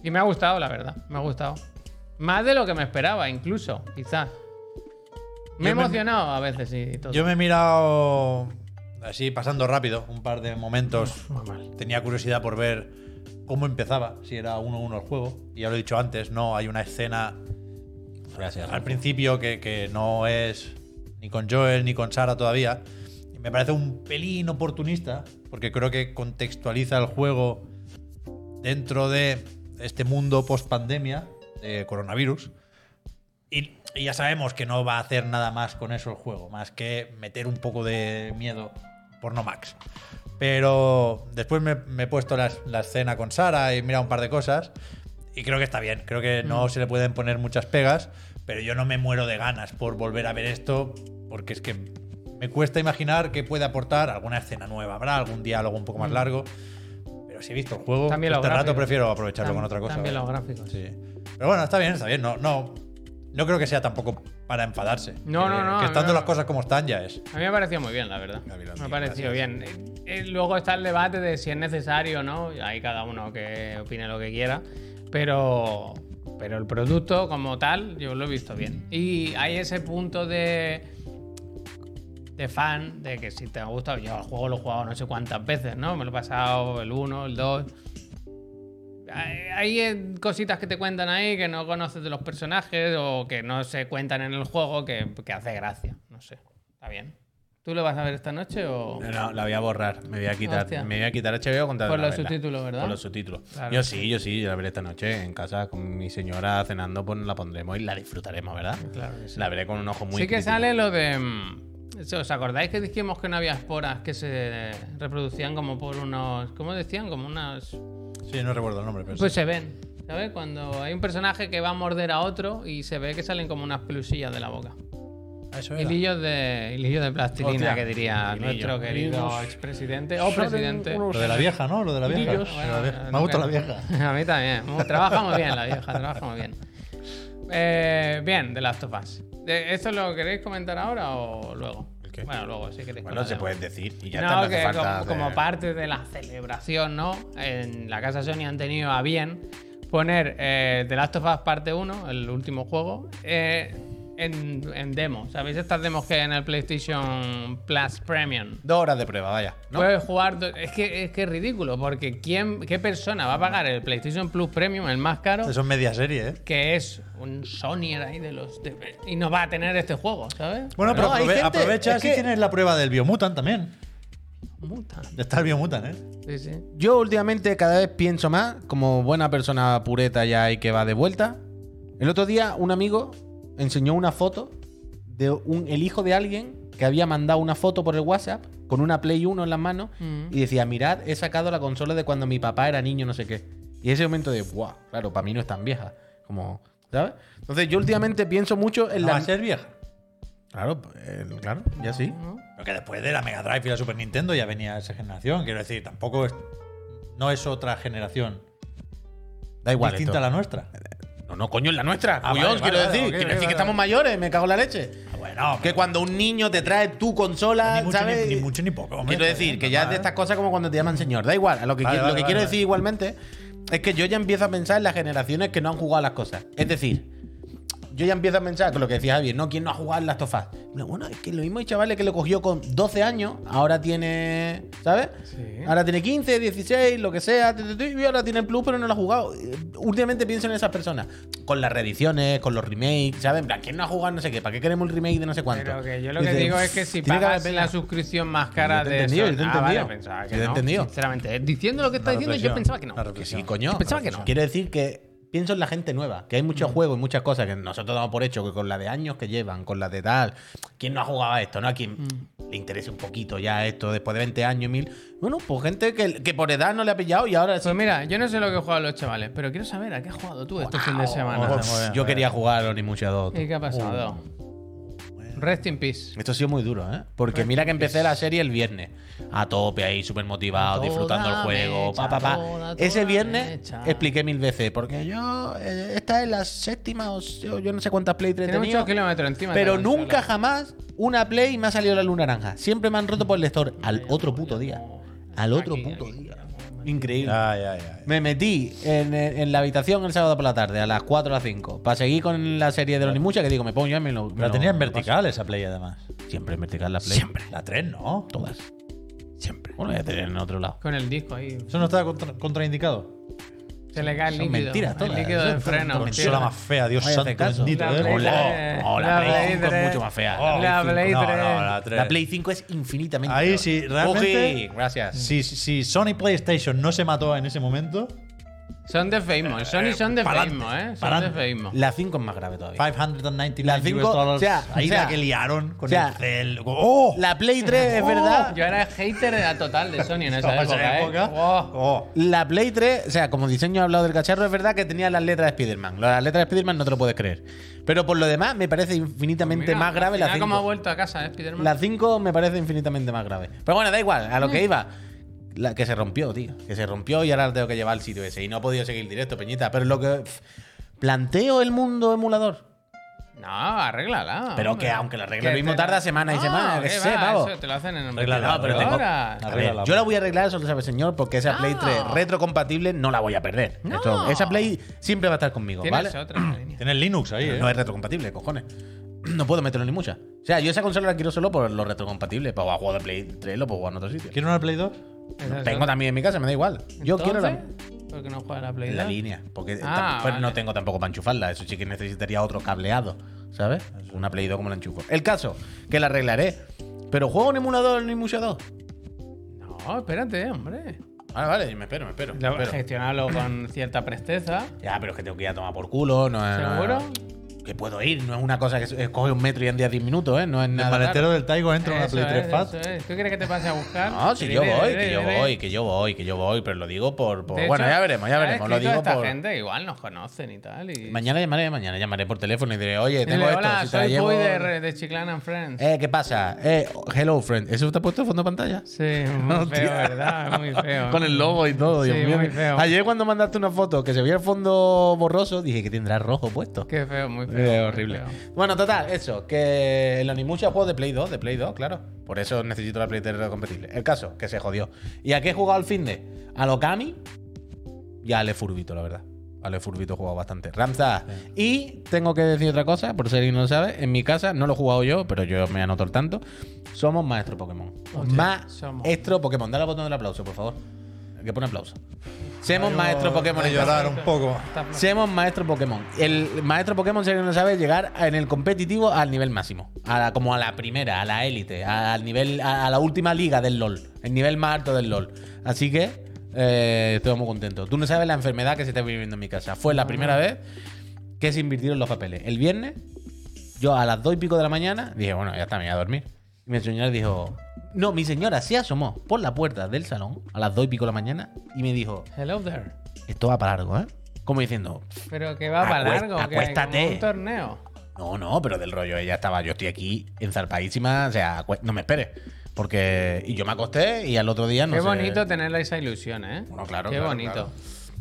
[SPEAKER 1] y me ha gustado, la verdad. Me ha gustado. Más de lo que me esperaba, incluso, quizás. Me he
[SPEAKER 4] Yo me-
[SPEAKER 1] emocionado a veces y todo.
[SPEAKER 4] Yo me he mirado así, pasando rápido, un par de momentos.
[SPEAKER 1] Muy mal.
[SPEAKER 4] Tenía curiosidad por ver cómo empezaba, si era 1-1 el juego. Y ya lo he dicho antes, no, hay una escena
[SPEAKER 5] Gracias.
[SPEAKER 4] al principio que, que no es ni con Joel ni con Sara todavía. Y me parece un pelín oportunista, porque creo que contextualiza el juego dentro de este mundo post pandemia de coronavirus. Y, y ya sabemos que no va a hacer nada más con eso el juego, más que meter un poco de miedo por no max. Pero después me, me he puesto la, la escena con Sara y mira un par de cosas. Y creo que está bien, creo que
[SPEAKER 1] Mm.
[SPEAKER 4] no se le pueden poner muchas pegas, pero yo no me muero de ganas por volver a ver esto, porque es que me cuesta imaginar que puede aportar alguna escena nueva, habrá algún diálogo un poco más largo. Pero si he visto el juego,
[SPEAKER 1] Mm. También los
[SPEAKER 4] este rato
[SPEAKER 1] gráficos.
[SPEAKER 4] prefiero aprovecharlo con
[SPEAKER 1] Tam-
[SPEAKER 4] otra cosa.
[SPEAKER 1] También
[SPEAKER 4] ¿vale?
[SPEAKER 1] los gráficos.
[SPEAKER 4] Sí. Pero bueno, está bien, está bien. No, no, no creo que sea tampoco para enfadarse.
[SPEAKER 1] No,
[SPEAKER 4] Que-
[SPEAKER 1] no, no,
[SPEAKER 4] Que
[SPEAKER 1] a mí
[SPEAKER 4] estando
[SPEAKER 1] no.
[SPEAKER 4] las cosas como están ya es.
[SPEAKER 1] A mí me ha parecido muy bien, la verdad.
[SPEAKER 5] Gavirote,
[SPEAKER 1] me ha parecido bien. Eh, eh, Luego está el debate de si es necesario o no. Hay cada uno que opine lo que quiera. Pero, pero el producto como tal, yo lo he visto bien. Y hay ese punto de, de fan, de que si te ha gustado, yo el juego lo he jugado no sé cuántas veces, ¿no? Me lo he pasado el 1, el 2. Hay- Hay eh, cositas que te cuentan ahí que no conoces de los personajes o que no se cuentan en el juego que, que hace gracia. No sé. Está bien. ¿Tú lo vas a ver esta noche o.?
[SPEAKER 5] No, no, la voy a borrar. Me voy a quitar,
[SPEAKER 1] Hostia.
[SPEAKER 5] me voy a quitar HBO con tal de
[SPEAKER 1] Por
[SPEAKER 5] no
[SPEAKER 1] los
[SPEAKER 5] verla.
[SPEAKER 1] subtítulos, ¿verdad?
[SPEAKER 5] Por los subtítulos.
[SPEAKER 1] Claro.
[SPEAKER 5] Yo sí, yo sí, yo la veré esta noche en casa con mi señora cenando, pues la pondremos y la disfrutaremos, ¿verdad?
[SPEAKER 1] Claro que sí.
[SPEAKER 5] La veré con un ojo muy
[SPEAKER 1] sí que
[SPEAKER 5] crítico.
[SPEAKER 1] sale lo de. mm, ¿Os acordáis que dijimos que no había esporas que se reproducían como por unos. ¿Cómo decían? Como unas.
[SPEAKER 4] Sí, no recuerdo el nombre, pero.
[SPEAKER 1] Pues
[SPEAKER 4] sí.
[SPEAKER 1] se ven. ¿Sabes? Cuando hay un personaje que va a morder a otro y se ve que salen como unas pelusillas de la boca.
[SPEAKER 4] Eso era.
[SPEAKER 1] Hilillos de, hilillos de plastilina,
[SPEAKER 5] Hostia.
[SPEAKER 1] que diría
[SPEAKER 5] Hilillo.
[SPEAKER 1] nuestro querido
[SPEAKER 5] Hilillos.
[SPEAKER 1] expresidente. O presidente.
[SPEAKER 4] Lo de la vieja, ¿no? Lo de la vieja.
[SPEAKER 1] Hilillos.
[SPEAKER 4] Lo de la vieja.
[SPEAKER 1] Bueno,
[SPEAKER 4] Me ha gustado la
[SPEAKER 1] nunca- [LAUGHS]
[SPEAKER 4] vieja.
[SPEAKER 1] A mí también. Mu- Trabaja muy bien la vieja, trabaja muy bien. Eh, bien, de Last of Us. De- ¿Esto lo queréis comentar ahora o luego?
[SPEAKER 5] ¿El qué?
[SPEAKER 1] Bueno, luego, si queréis
[SPEAKER 5] Bueno, se
[SPEAKER 1] comentar.
[SPEAKER 5] puede decir y ya está,
[SPEAKER 1] No,
[SPEAKER 5] no hace
[SPEAKER 1] que
[SPEAKER 5] falta
[SPEAKER 1] como,
[SPEAKER 5] hacer-
[SPEAKER 1] como parte de la celebración, ¿no? En la casa Sony han tenido a bien poner eh, The Last of Us parte 1, el último juego, eh, en, en demo. ¿Sabéis estas demos que hay en el PlayStation Plus Premium?
[SPEAKER 5] Dos horas de prueba, vaya. ¿no?
[SPEAKER 1] Puedes jugar. do- Es que, es que es ridículo, porque ¿quién, ¿qué persona va a pagar el PlayStation Plus Premium, el más caro,
[SPEAKER 4] Eso es media serie, ¿eh?
[SPEAKER 1] que es un Sony ahí de los. de- y no va a tener este juego, ¿sabes?
[SPEAKER 4] Bueno, pero
[SPEAKER 5] No, hay
[SPEAKER 4] aprove-
[SPEAKER 5] gente-
[SPEAKER 4] aprovecha
[SPEAKER 5] es
[SPEAKER 4] si
[SPEAKER 5] que-
[SPEAKER 4] tienes la prueba del Biomutant también.
[SPEAKER 1] Muta.
[SPEAKER 4] Está el Biomutant, ¿eh?
[SPEAKER 1] Sí, sí.
[SPEAKER 5] Yo últimamente cada vez pienso más, como buena persona pureta ya y que va de vuelta. El otro día un amigo enseñó una foto de un, el hijo de alguien que había mandado una foto por el WhatsApp con una Play 1 en las manos
[SPEAKER 1] Mm.
[SPEAKER 5] y decía, mirad, he sacado la consola de cuando mi papá era niño, no sé qué. Y ese momento de, guau, claro, para mí no es tan vieja.
[SPEAKER 2] Como, ¿sabes? Entonces yo últimamente pienso mucho en
[SPEAKER 4] No va a
[SPEAKER 2] la...
[SPEAKER 4] ser vieja.
[SPEAKER 2] Claro, eh, claro, ya sí.
[SPEAKER 4] Porque después de la Mega Drive y la Super Nintendo ya venía esa generación. Quiero decir, tampoco es. No es otra generación
[SPEAKER 2] Da igual.
[SPEAKER 4] distinta
[SPEAKER 2] esto.
[SPEAKER 4] a la nuestra.
[SPEAKER 2] No, no, coño, es la nuestra.
[SPEAKER 4] Ah,
[SPEAKER 2] cuyón,
[SPEAKER 4] vale,
[SPEAKER 2] quiero
[SPEAKER 4] vale,
[SPEAKER 2] decir.
[SPEAKER 4] vale, ok,
[SPEAKER 2] quiero decir
[SPEAKER 4] vale,
[SPEAKER 2] que
[SPEAKER 4] vale.
[SPEAKER 2] estamos mayores, me cago en la leche.
[SPEAKER 4] Ah, bueno,
[SPEAKER 2] Que
[SPEAKER 4] pero
[SPEAKER 2] cuando un niño te trae tu consola,
[SPEAKER 4] ni mucho, ni-
[SPEAKER 2] ¿sabes?
[SPEAKER 4] Ni, mucho ni poco. hombre.
[SPEAKER 2] Quiero decir que ya es de estas
[SPEAKER 4] Normal.
[SPEAKER 2] cosas como cuando te llaman señor, da igual. A lo que,
[SPEAKER 4] Vale,
[SPEAKER 2] qui-
[SPEAKER 4] vale,
[SPEAKER 2] lo que
[SPEAKER 4] vale,
[SPEAKER 2] quiero
[SPEAKER 4] vale.
[SPEAKER 2] decir igualmente es que yo ya empiezo a pensar en las generaciones que no han jugado a las cosas. Es decir, yo ya empiezo a pensar con lo que decía Javier, ¿no? ¿Quién no ha jugado en las tofas? Bueno, es que lo mismo hay chavales que lo cogió con 12 años, ahora tiene, ¿sabes?
[SPEAKER 1] Sí.
[SPEAKER 2] Ahora tiene 15, 16, lo que sea, tu, tu, tu, y ahora tiene el plus, pero no lo ha jugado. Eh, Últimamente pienso en esas personas, con las reediciones, con los remakes, ¿sabes? En plan, ¿quién no ha jugado no sé qué? ¿Para qué queremos el remake de no sé cuánto?
[SPEAKER 1] Pero que yo lo que
[SPEAKER 2] Dice,
[SPEAKER 1] digo es que si
[SPEAKER 2] tiene haber
[SPEAKER 1] pagas
[SPEAKER 2] pena.
[SPEAKER 1] la suscripción más cara
[SPEAKER 2] Yo te he
[SPEAKER 1] de
[SPEAKER 2] entendido,
[SPEAKER 1] Sony-
[SPEAKER 2] yo te he
[SPEAKER 1] Ah, vale,
[SPEAKER 2] entendido.
[SPEAKER 1] pensaba que
[SPEAKER 2] Yo te he
[SPEAKER 1] no,
[SPEAKER 2] entendido. pues
[SPEAKER 1] Sinceramente, eh, diciendo lo que está
[SPEAKER 4] Una
[SPEAKER 1] diciendo, yo
[SPEAKER 4] reflexión,
[SPEAKER 1] pensaba que no.
[SPEAKER 4] una
[SPEAKER 1] Que
[SPEAKER 4] reflexión.
[SPEAKER 1] sí,
[SPEAKER 2] coño.
[SPEAKER 1] Yo pensaba que no. Mm.
[SPEAKER 2] Quiero decir que pienso en la gente nueva, que hay muchos juegos y muchas cosas que nosotros damos por hecho, que con la de años que llevan, con la de tal. ¿Quién no ha jugado a esto? ¿No? A quien
[SPEAKER 1] Mm.
[SPEAKER 2] le interese un poquito ya esto después de 20 años, mil. Bueno, pues gente que, que por edad no le ha pillado y ahora sí.
[SPEAKER 1] Pues mira, yo no sé lo que han jugado los chavales, pero quiero saber a qué has jugado tú este fin de semana.
[SPEAKER 4] Muy bien,
[SPEAKER 2] Yo
[SPEAKER 4] muy
[SPEAKER 2] quería jugar a Onimusha 2. tú.
[SPEAKER 1] ¿Y qué ha pasado? Rest in peace.
[SPEAKER 2] Esto ha sido muy duro, ¿eh? Porque
[SPEAKER 1] Pues
[SPEAKER 2] mira que empecé la serie el viernes. A tope ahí, súper motivado,
[SPEAKER 1] Toda
[SPEAKER 2] disfrutando el juego.
[SPEAKER 1] mecha,
[SPEAKER 2] Pa, pa, pa.
[SPEAKER 1] toda, toda
[SPEAKER 2] Ese viernes
[SPEAKER 1] mecha.
[SPEAKER 2] expliqué mil veces. Porque yo. eh, esta es la séptima o s- o yo no sé cuántas Play 3
[SPEAKER 1] Tiene
[SPEAKER 2] tenía.
[SPEAKER 1] muchos kilómetros encima.
[SPEAKER 2] Pero
[SPEAKER 1] esta consola.
[SPEAKER 2] nunca jamás una Play me ha salido la luz naranja. Siempre me han roto por el lector. Al otro puto día. Al otro
[SPEAKER 1] Aquí,
[SPEAKER 2] puto
[SPEAKER 1] aquí.
[SPEAKER 2] día. Increíble.
[SPEAKER 4] Ya, ya, ya.
[SPEAKER 2] Me metí en, en la habitación el sábado por la tarde, a las 4 o las 5, para seguir con la serie de los Nimucha, que digo, me pongo yo y me lo. me
[SPEAKER 4] La
[SPEAKER 2] lo-
[SPEAKER 4] tenía en
[SPEAKER 2] me lo paso.
[SPEAKER 4] vertical esa play, además.
[SPEAKER 2] Siempre en vertical la Play.
[SPEAKER 4] La 3, ¿no?
[SPEAKER 2] Todas. Siempre. Bueno, ya tenían en otro lado.
[SPEAKER 1] Con el disco ahí.
[SPEAKER 4] Eso no estaba contra- contraindicado.
[SPEAKER 1] Se le cae el
[SPEAKER 2] Son
[SPEAKER 1] líquido.
[SPEAKER 2] mentiras
[SPEAKER 1] El
[SPEAKER 2] todas.
[SPEAKER 1] líquido
[SPEAKER 2] Eso
[SPEAKER 1] del
[SPEAKER 2] es
[SPEAKER 1] freno.
[SPEAKER 2] tonto,
[SPEAKER 1] tío.
[SPEAKER 4] Consola más fea, Dios
[SPEAKER 2] Vaya
[SPEAKER 4] santo
[SPEAKER 2] fracaso.
[SPEAKER 4] bendito.
[SPEAKER 1] La
[SPEAKER 4] ¿eh?
[SPEAKER 1] Play
[SPEAKER 4] Oh,
[SPEAKER 1] tres.
[SPEAKER 2] no, la,
[SPEAKER 1] La
[SPEAKER 2] Play
[SPEAKER 1] Play
[SPEAKER 2] 5 es
[SPEAKER 1] tres.
[SPEAKER 2] mucho más fea.
[SPEAKER 4] oh,
[SPEAKER 1] La
[SPEAKER 4] cinco.
[SPEAKER 1] Play
[SPEAKER 4] No, no,
[SPEAKER 1] tres.
[SPEAKER 4] la 3.
[SPEAKER 2] La Play 5 es infinitamente.
[SPEAKER 4] Ahí
[SPEAKER 2] peor.
[SPEAKER 4] sí, realmente-
[SPEAKER 2] Uji, gracias.
[SPEAKER 4] Si, si Sony PlayStation no se mató en ese momento,
[SPEAKER 1] Son de Feimo. Sony son de
[SPEAKER 4] pa'lante,
[SPEAKER 1] Feimo, ¿eh? Son
[SPEAKER 4] pa'lante.
[SPEAKER 1] de Feimo.
[SPEAKER 2] La 5 es más grave todavía.
[SPEAKER 4] 599
[SPEAKER 2] La cinco,
[SPEAKER 4] US dollars.
[SPEAKER 2] o sea,
[SPEAKER 4] ahí
[SPEAKER 2] o sea,
[SPEAKER 4] la que liaron con
[SPEAKER 2] o sea,
[SPEAKER 4] el cel. ¡Oh!
[SPEAKER 2] La Play 3 es verdad.
[SPEAKER 1] Yo era hater a total
[SPEAKER 2] [LAUGHS]
[SPEAKER 1] de Sony en esa época, ¿eh? Wow.
[SPEAKER 4] Oh.
[SPEAKER 2] La Play 3, o sea, como diseño he hablado del cacharro, es verdad que tenía las letras de Spider-Man. Las letras de Spider-Man no te lo puedes creer. Pero por lo demás, me parece infinitamente
[SPEAKER 1] Mira,
[SPEAKER 2] más grave la
[SPEAKER 1] mira cómo ha
[SPEAKER 2] 5.
[SPEAKER 1] vuelto a casa, ¿eh, Spiderman?
[SPEAKER 2] La 5 me parece infinitamente más grave. Pero bueno, da igual, a lo que iba. La que se rompió, tío. Que se rompió y ahora la tengo que llevar al sitio ese. Y no he podido seguir directo, Peñita. Pero lo que. pff, Planteo el mundo emulador.
[SPEAKER 1] No, arréglala.
[SPEAKER 2] Pero
[SPEAKER 1] hombre.
[SPEAKER 2] que aunque la arregle lo
[SPEAKER 1] te
[SPEAKER 2] mismo
[SPEAKER 1] la-
[SPEAKER 2] tarda semana y
[SPEAKER 1] No,
[SPEAKER 2] semana, que
[SPEAKER 1] ¿qué
[SPEAKER 2] sé,
[SPEAKER 1] va?
[SPEAKER 2] pavo.
[SPEAKER 1] Eso te lo hacen en
[SPEAKER 4] Arréglala,
[SPEAKER 1] no, pero tengo...
[SPEAKER 2] A ver, yo la voy a arreglar, eso lo sabe el señor, porque esa Play
[SPEAKER 1] No.
[SPEAKER 2] 3
[SPEAKER 5] Ah.
[SPEAKER 2] retrocompatible no la voy a perder.
[SPEAKER 1] No.
[SPEAKER 2] Esto- esa Play siempre va a estar conmigo, ¿vale?
[SPEAKER 1] Tienes otra línea.
[SPEAKER 4] Tienes Linux ahí, ¿eh?
[SPEAKER 2] No es retrocompatible, cojones. No puedo meterlo ni mucha. O sea, yo esa consola la quiero solo por lo retrocompatible. Para jugar juego de Play 3 lo puedo jugar en otro sitio.
[SPEAKER 4] ¿Quieres una Play 2?
[SPEAKER 1] Esa es
[SPEAKER 2] Tengo
[SPEAKER 1] otra.
[SPEAKER 2] también en mi casa, me da igual. Yo quiero la,
[SPEAKER 1] Entonces, ¿Por qué no juega la Play
[SPEAKER 2] la
[SPEAKER 1] dos?
[SPEAKER 2] línea, porque
[SPEAKER 1] Ah,
[SPEAKER 2] tam- pues no
[SPEAKER 1] vale.
[SPEAKER 2] tengo tampoco para enchufarla. Eso sí que necesitaría otro cableado, ¿sabes? Una Play 2 como la enchufo. El caso, que la arreglaré. Pero juego un emulador ni mucha 2.
[SPEAKER 1] No, espérate, hombre.
[SPEAKER 2] Vale, Ah, vale, me espero, me espero. me
[SPEAKER 1] Lo-
[SPEAKER 2] espero.
[SPEAKER 1] Gestionarlo con cierta presteza.
[SPEAKER 2] Ya, pero es que tengo que ir a tomar por culo, no es. no
[SPEAKER 1] ¿Seguro?
[SPEAKER 2] es- que puedo ir, no es una cosa que es- es coger un metro y en día 10 minutos, ¿eh? No es
[SPEAKER 4] En el
[SPEAKER 2] nada.
[SPEAKER 4] maletero del Taigo entra una
[SPEAKER 1] Eso
[SPEAKER 4] Play 3
[SPEAKER 1] es,
[SPEAKER 4] Fat.
[SPEAKER 1] eso es. ¿Tú crees que te pase a buscar?
[SPEAKER 2] raro. No, si yo voy, que yo voy, que yo voy, que yo voy, pero lo digo por. por-
[SPEAKER 1] De
[SPEAKER 2] bueno,
[SPEAKER 1] hecho,
[SPEAKER 2] ya veremos, ya
[SPEAKER 1] ha
[SPEAKER 2] veremos. Lo
[SPEAKER 1] escrito
[SPEAKER 2] digo
[SPEAKER 1] esta
[SPEAKER 2] por.
[SPEAKER 1] gente igual nos conocen y tal. Y...
[SPEAKER 2] Mañana llamaré, mañana llamaré por teléfono y diré, oye,
[SPEAKER 1] Y
[SPEAKER 2] tengo
[SPEAKER 1] le,
[SPEAKER 2] esto.
[SPEAKER 1] Hola,
[SPEAKER 2] si te la
[SPEAKER 1] soy
[SPEAKER 2] llevo-
[SPEAKER 1] Puy de, de Chiclana and Friends.
[SPEAKER 2] Eh, ¿qué pasa? Eh, hello, friend. ¿Eso te ha puesto de fondo de pantalla?
[SPEAKER 1] Sí, muy feo, ¿verdad? Es
[SPEAKER 2] [LAUGHS]
[SPEAKER 1] Muy feo.
[SPEAKER 2] Con el logo y todo,
[SPEAKER 1] Sí,
[SPEAKER 2] Dios mío.
[SPEAKER 1] muy feo.
[SPEAKER 2] Ayer cuando mandaste una foto que se veía el fondo borroso, dije que tendrá rojo puesto.
[SPEAKER 1] Qué feo, muy feo.
[SPEAKER 2] Eh,
[SPEAKER 1] muy
[SPEAKER 2] horrible.
[SPEAKER 1] feo.
[SPEAKER 2] Bueno, total, eso. Que el Onimusha juego de Play 2, de Play 2, claro. Por eso necesito la Play 3 compatible. El caso, que se jodió. ¿Y a qué he jugado al fin de? A Lokami y a Ale Furbito, la verdad. A Ale Furbito he jugado bastante. Ramza. Y tengo que decir otra cosa, por si alguien no lo sabe. En mi casa, no lo he jugado yo, pero yo me anoto al tanto. Somos maestro Pokémon.
[SPEAKER 1] Hostia, somos.
[SPEAKER 2] maestro Pokémon. Dale al botón del aplauso, por favor. El que pone aplauso. Somos maestro Pokémon.
[SPEAKER 4] a
[SPEAKER 2] en casa.
[SPEAKER 4] oh, llorar un poco.
[SPEAKER 1] Está pla-
[SPEAKER 2] Seamos maestro Pokémon. El maestro Pokémon, si alguien no sabe, llegar a- en el competitivo al nivel máximo. A la- como a la primera, a la élite, a- al nivel, a, a la última liga del LOL. El nivel más alto del LOL. Así que eh, estoy muy contento. Tú no sabes la enfermedad que se está viviendo en mi casa. Fue la primera vez que se invirtieron los papeles. El viernes, yo a las dos y pico de la mañana, dije, bueno, ya está, me voy a dormir. Y mi señora dijo. No, mi señora se asomó por la puerta del salón a las dos y pico de la mañana y me dijo,
[SPEAKER 1] Hello there.
[SPEAKER 2] esto va para largo, ¿eh?
[SPEAKER 5] como diciendo,
[SPEAKER 1] Pero que va para
[SPEAKER 5] Acuest-
[SPEAKER 1] largo, que
[SPEAKER 5] acuéstate.
[SPEAKER 1] como un torneo.
[SPEAKER 5] no, no, pero del rollo ella estaba, yo estoy aquí enzarpadísima, o sea, acue- no me esperes. Porque. Y yo me acosté y al otro día no
[SPEAKER 1] Qué
[SPEAKER 5] sé-
[SPEAKER 1] bonito tener esa ilusión, ¿eh?
[SPEAKER 5] Bueno, claro,
[SPEAKER 1] Qué
[SPEAKER 5] claro,
[SPEAKER 1] bonito.
[SPEAKER 5] claro.